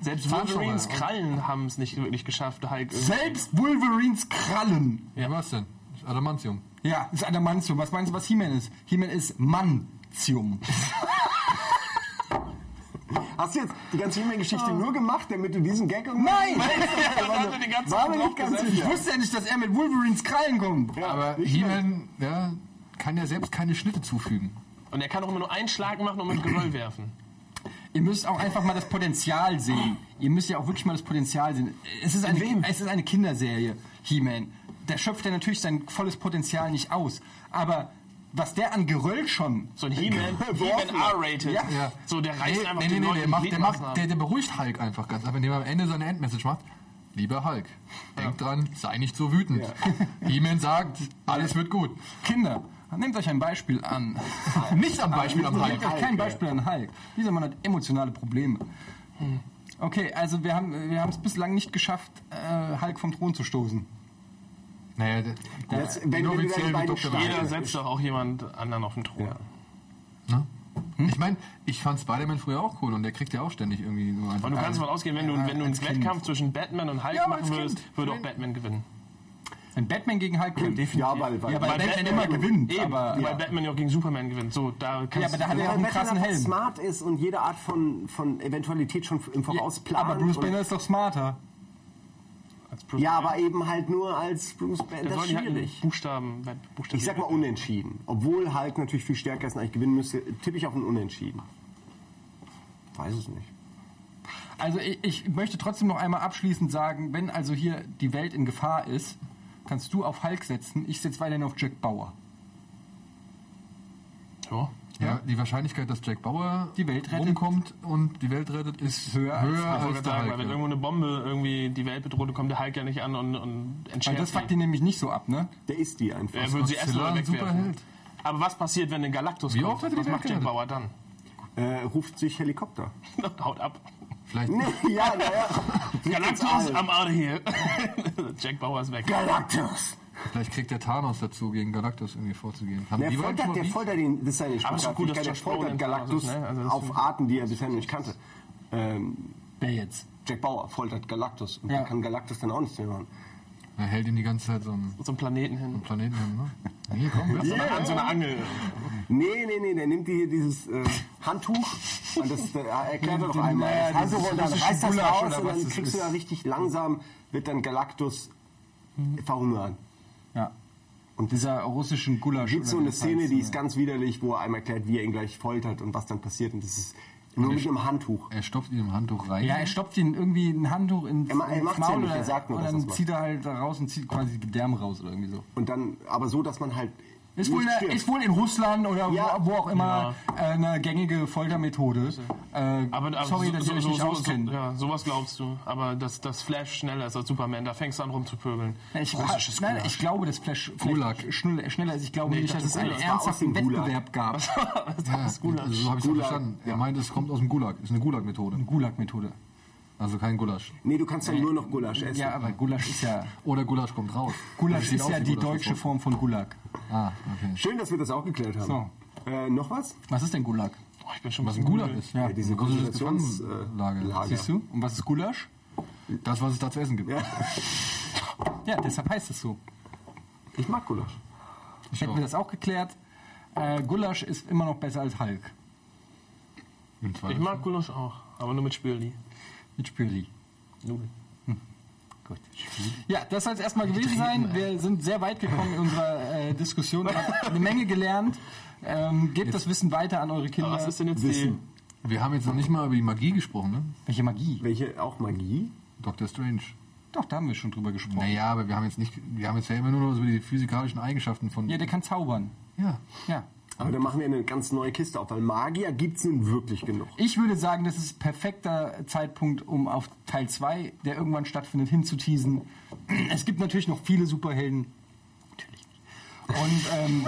Speaker 4: Selbst Wolverines Krallen haben es nicht wirklich geschafft, Hulk. irgendwie-
Speaker 1: Selbst Wolverines Krallen.
Speaker 3: Ja, was denn? Adamantium.
Speaker 1: Ja, ist Adamantium. Was meinst du, was He-Man ist? He-Man ist Mantium.
Speaker 2: Hast du jetzt die ganze E-Mail-Geschichte nur gemacht, damit du diesen Gag irgendwie...
Speaker 1: Nein!
Speaker 4: Das hat er die ganze
Speaker 2: War
Speaker 4: Zeit
Speaker 2: mir nicht ganz
Speaker 4: draufgesetzt.
Speaker 1: Ich
Speaker 2: sicher.
Speaker 1: wusste ja nicht, dass er mit Wolverines Krallen kommt.
Speaker 3: Aber He-Man, ja, kann ja selbst keine Schnitte zufügen.
Speaker 4: Und er kann auch immer nur einen Schlag machen und mit Geröll werfen.
Speaker 1: Ihr müsst auch einfach mal das Potenzial sehen. Ihr müsst ja auch wirklich mal das Potenzial sehen. Es ist eine, es ist eine Kinderserie, He-Man. Da schöpft er natürlich sein volles Potenzial nicht aus. Aber was der an Geröll schon.
Speaker 4: So ein He-Man,
Speaker 1: Geworfen.
Speaker 4: He-Man R-rated.
Speaker 1: Ja.
Speaker 3: Ja.
Speaker 4: So, der reißt einfach
Speaker 3: nee,
Speaker 4: den
Speaker 3: nee, nee,
Speaker 4: Leuten
Speaker 3: der
Speaker 4: die
Speaker 3: macht, der, macht,
Speaker 4: Gliedmaßen
Speaker 3: der, der beruhigt Hulk einfach ganz einfach, indem er am Ende seine Endmessage macht. Lieber Hulk, denk dran, sei nicht so wütend. He-Man sagt, alles wird gut.
Speaker 1: Kinder, nehmt euch ein Beispiel an.
Speaker 3: Nicht am Beispiel am
Speaker 1: Nehmt
Speaker 3: Hulk.
Speaker 1: euch kein Beispiel an Hulk. Dieser Mann hat emotionale Probleme. Okay, also wir haben wir haben es bislang nicht geschafft, äh, Hulk vom Thron zu stoßen.
Speaker 3: Naja, der-
Speaker 2: Jetzt, wenn wir wieder
Speaker 3: inoffiziell
Speaker 2: die beiden
Speaker 3: wird Dr.
Speaker 2: Steine-
Speaker 3: Hulk.
Speaker 4: Jeder setzt doch auch jemand anderen auf den Thron.
Speaker 3: Ne? Ich meine, ich fand Spider-Man früher auch cool und der kriegt ja auch ständig irgendwie so einfach.
Speaker 4: Und du kannst davon ausgehen, wenn du, wenn du einen
Speaker 1: als Kind.
Speaker 4: Wettkampf zwischen Batman und Hulk
Speaker 3: Ja, aber
Speaker 4: machen
Speaker 3: als
Speaker 4: würdest,
Speaker 3: Kind.
Speaker 4: würde auch Batman gewinnen.
Speaker 1: Wenn Batman gegen Hulk kämpft,
Speaker 2: Ja, weil... weil
Speaker 1: Ja, weil
Speaker 4: Weil
Speaker 1: Batman immer
Speaker 4: Batman
Speaker 1: gewinnt,
Speaker 4: Eben,
Speaker 1: aber
Speaker 4: weil Batman ja auch gegen Superman gewinnt. So, da kannst
Speaker 1: ja, aber da hat
Speaker 2: Ja,
Speaker 1: er auch
Speaker 2: weil
Speaker 1: einen
Speaker 2: Batman
Speaker 1: krassen
Speaker 2: einfach
Speaker 1: Helm.
Speaker 2: smart ist und jede Art von, von Eventualität schon im Voraus plant.
Speaker 1: Aber Bruce
Speaker 2: und-
Speaker 1: Banner ist doch smarter.
Speaker 4: als Bruce
Speaker 2: Ja,
Speaker 4: Wayne.
Speaker 2: aber eben halt nur als Bruce Banner. Das
Speaker 4: Da
Speaker 2: ist
Speaker 4: sollen die halt
Speaker 2: schwierig.
Speaker 4: mit Buchstaben, mit Buchstaben.
Speaker 2: Ich sag mal unentschieden. Obwohl Hulk natürlich viel stärker ist, als ich gewinnen müsste, tippe ich auf ein Unentschieden. Weiß es nicht.
Speaker 1: Also ich, ich möchte trotzdem noch einmal abschließend sagen, wenn also hier die Welt in Gefahr ist, kannst du auf Hulk setzen, ich setze weiterhin auf Jack Bauer.
Speaker 4: Ja.
Speaker 3: Ja, die Wahrscheinlichkeit, dass Jack Bauer
Speaker 1: Die Welt rettet.
Speaker 3: rumkommt und die Welt rettet, ist höher,
Speaker 1: als-
Speaker 4: Ich wollte
Speaker 3: als,
Speaker 4: gerade
Speaker 3: der
Speaker 4: sagen, weil
Speaker 3: Hulk.
Speaker 4: wenn
Speaker 3: ja.
Speaker 4: irgendwo eine Bombe irgendwie die Welt bedroht, dann kommt der Hulk ja nicht an und, und
Speaker 1: Weil
Speaker 4: entschärft
Speaker 1: das fuckt
Speaker 4: die.
Speaker 1: ihn nämlich nicht so ab, ne?
Speaker 2: Der ist die einfach.
Speaker 4: Er würde sie
Speaker 3: Godzilla
Speaker 4: erstmal
Speaker 3: ein
Speaker 4: wegwerfen.
Speaker 3: Superheld?
Speaker 4: Aber was passiert, wenn ein Galactus
Speaker 3: Wie
Speaker 4: kommt?
Speaker 3: oft hat er die
Speaker 4: was
Speaker 3: Welt
Speaker 4: macht Jack
Speaker 3: gerettet?
Speaker 4: Bauer dann?
Speaker 2: Äh, ruft sich Helikopter.
Speaker 4: Haut ab.
Speaker 3: Vielleicht
Speaker 2: ja, naja.
Speaker 4: Galactus, am Ade hier. Jack Bauer ist weg.
Speaker 2: Galactus!
Speaker 3: Vielleicht kriegt der Thanos dazu, gegen Galactus irgendwie vorzugehen. Haben
Speaker 2: Der
Speaker 3: die beiden
Speaker 2: foltert,
Speaker 3: schon
Speaker 2: der
Speaker 3: mal-
Speaker 2: foltert den, das ist seine
Speaker 4: Aber ist doch
Speaker 2: Sportart.
Speaker 4: gut,
Speaker 2: Der
Speaker 4: dass Josh Brolin
Speaker 2: foltert Galactus
Speaker 4: da ist, ne? Also das
Speaker 2: auf
Speaker 4: find-
Speaker 2: Arten, die er bisher nicht kannte. Ähm,
Speaker 1: Wer jetzt?
Speaker 2: Jack Bauer foltert Galactus. Und
Speaker 1: Ja.
Speaker 2: dann kann Galactus dann auch nichts mehr machen.
Speaker 3: Er hält ihn die ganze Zeit so einen
Speaker 4: Zum Planeten hin.
Speaker 3: Planeten hin, ne? Nee, komm, lass
Speaker 4: Sondern An so einer Angel.
Speaker 2: Nee, nee, nee, der nimmt hier dieses äh, Handtuch und das äh, erklärt er doch einmal.
Speaker 1: naja,
Speaker 2: das Handtuch
Speaker 1: dieses
Speaker 2: und dann
Speaker 1: russische
Speaker 2: reißt das
Speaker 1: Gulasch
Speaker 2: raus
Speaker 1: oder
Speaker 2: und
Speaker 1: was
Speaker 2: dann
Speaker 1: das
Speaker 2: kriegst du
Speaker 1: ist.
Speaker 2: da richtig langsam, wird dann Galactus verhungern.
Speaker 1: Ja. Und dieser russischen Gulasch.
Speaker 2: Gibt so
Speaker 1: oder
Speaker 2: eine
Speaker 1: wie das
Speaker 2: Szene,
Speaker 1: heißt,
Speaker 2: die
Speaker 1: ne?
Speaker 2: ist ganz widerlich, wo er einmal erklärt, wie er ihn gleich foltert und was dann passiert und das ist nur mit einem Handtuch.
Speaker 3: Er stopft ihn im Handtuch rein.
Speaker 1: Ja, er stopft ihn irgendwie ein Handtuch in
Speaker 2: Er ma- er macht's ja nicht, er sagt nur,
Speaker 1: und
Speaker 2: dass
Speaker 1: dann
Speaker 2: er's
Speaker 1: zieht er halt da raus und zieht quasi die Gedärme raus oder irgendwie so.
Speaker 2: Und dann, aber so, dass man halt
Speaker 1: Ist
Speaker 2: nicht
Speaker 1: wohl, eine,
Speaker 2: stirbt.
Speaker 1: ist wohl in Russland oder
Speaker 2: Ja.
Speaker 1: wo, wo auch immer äh, eine gängige Foltermethode. Äh,
Speaker 4: Aber, aber
Speaker 1: sorry,
Speaker 4: so,
Speaker 1: dass ich
Speaker 4: so,
Speaker 1: euch
Speaker 4: so,
Speaker 1: nicht
Speaker 4: so, so,
Speaker 1: auskenne.
Speaker 4: ja, sowas glaubst du. Aber dass das Flash schneller ist als Superman, da fängst du an rumzupöbeln.
Speaker 1: Ich,
Speaker 4: Russisches
Speaker 1: nein,
Speaker 4: Gulasch.
Speaker 1: ich glaube, dass Flash
Speaker 3: Gulag.
Speaker 1: Flash schneller, schneller ist. Ich glaube
Speaker 4: ich
Speaker 1: nicht, dass
Speaker 4: dachte,
Speaker 1: es einen
Speaker 4: Gulag.
Speaker 2: Das war aus
Speaker 1: ernsthaften
Speaker 2: dem Gulag.
Speaker 1: Wettbewerb gab.
Speaker 4: das
Speaker 3: Ja,
Speaker 4: ist gut.
Speaker 3: So habe ich es
Speaker 2: Gulag,
Speaker 3: verstanden. Er meint, es kommt aus dem Gulag. Ist eine
Speaker 1: Mhm.
Speaker 3: Gulag-Methode.
Speaker 1: Gulag-Methode.
Speaker 3: Also kein Gulasch.
Speaker 2: Nee, du kannst dann nur noch Gulasch essen.
Speaker 1: Äh, Ja, aber Gulasch ist ja
Speaker 3: Oder Gulasch kommt raus. Also
Speaker 1: Gulasch
Speaker 3: Das sieht
Speaker 1: ist
Speaker 3: aus
Speaker 1: ja
Speaker 3: wie
Speaker 1: die
Speaker 3: Gulasch,
Speaker 1: deutsche
Speaker 3: das
Speaker 1: Form von Gulag.
Speaker 3: kommt. Ah, okay.
Speaker 2: Schön, dass wir das auch geklärt haben.
Speaker 1: So.
Speaker 2: Äh, noch was? Äh,
Speaker 1: Was ist denn Gulag?
Speaker 4: Oh, ich bin schon
Speaker 3: Was ein Gulag ist.
Speaker 1: Ja,
Speaker 2: diese
Speaker 3: Russisches
Speaker 2: Konzentrations-
Speaker 3: Gefangenenlager.
Speaker 2: äh, Lager.
Speaker 3: Siehst du? Und was ist Gulasch? Das, was es da zu essen gibt.
Speaker 1: Ja, deshalb heißt es so.
Speaker 2: Ich mag Gulasch.
Speaker 1: Ich hätten
Speaker 3: auch.
Speaker 1: wir das auch geklärt. Äh, Gulasch ist immer noch besser als Hulk
Speaker 3: Im Zweifel.
Speaker 4: Ich mag Gulasch auch, aber nur mit Spürli.
Speaker 1: mit Spürli.
Speaker 4: Nudeln.
Speaker 1: Gut. Ja, das soll es erstmal gewesen sein. Wir sind sehr weit gekommen in unserer äh, Diskussion. Wir haben eine Menge gelernt. Ähm, gebt das Wissen weiter an eure Kinder.
Speaker 4: Aber was ist denn jetzt
Speaker 2: Wissen.
Speaker 3: Wir haben jetzt noch nicht mal über die Magie gesprochen, ne?
Speaker 1: Welche Magie?
Speaker 2: Welche auch Magie?
Speaker 3: Dr. Strange.
Speaker 1: Doch, da haben wir schon drüber gesprochen.
Speaker 3: Naja, aber wir haben jetzt nicht, wir haben jetzt ja immer nur noch über die physikalischen Eigenschaften von.
Speaker 1: Ja, der kann zaubern.
Speaker 3: Ja.
Speaker 1: Ja.
Speaker 2: Aber da machen wir eine ganz neue Kiste auf, weil Magier gibt es nun wirklich genug.
Speaker 1: Ich würde sagen, das ist perfekter Zeitpunkt, um auf Teil 2, der irgendwann stattfindet, hinzuteasen. Es gibt natürlich noch viele Superhelden. Natürlich nicht. Und ähm,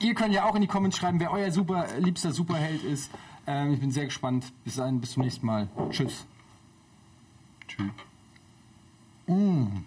Speaker 1: ihr könnt ja auch in die Comments schreiben, wer euer super, liebster Superheld ist. Ähm, ich bin sehr gespannt. Bis dahin, bis zum nächsten Mal. Tschüss.
Speaker 3: Tschüss.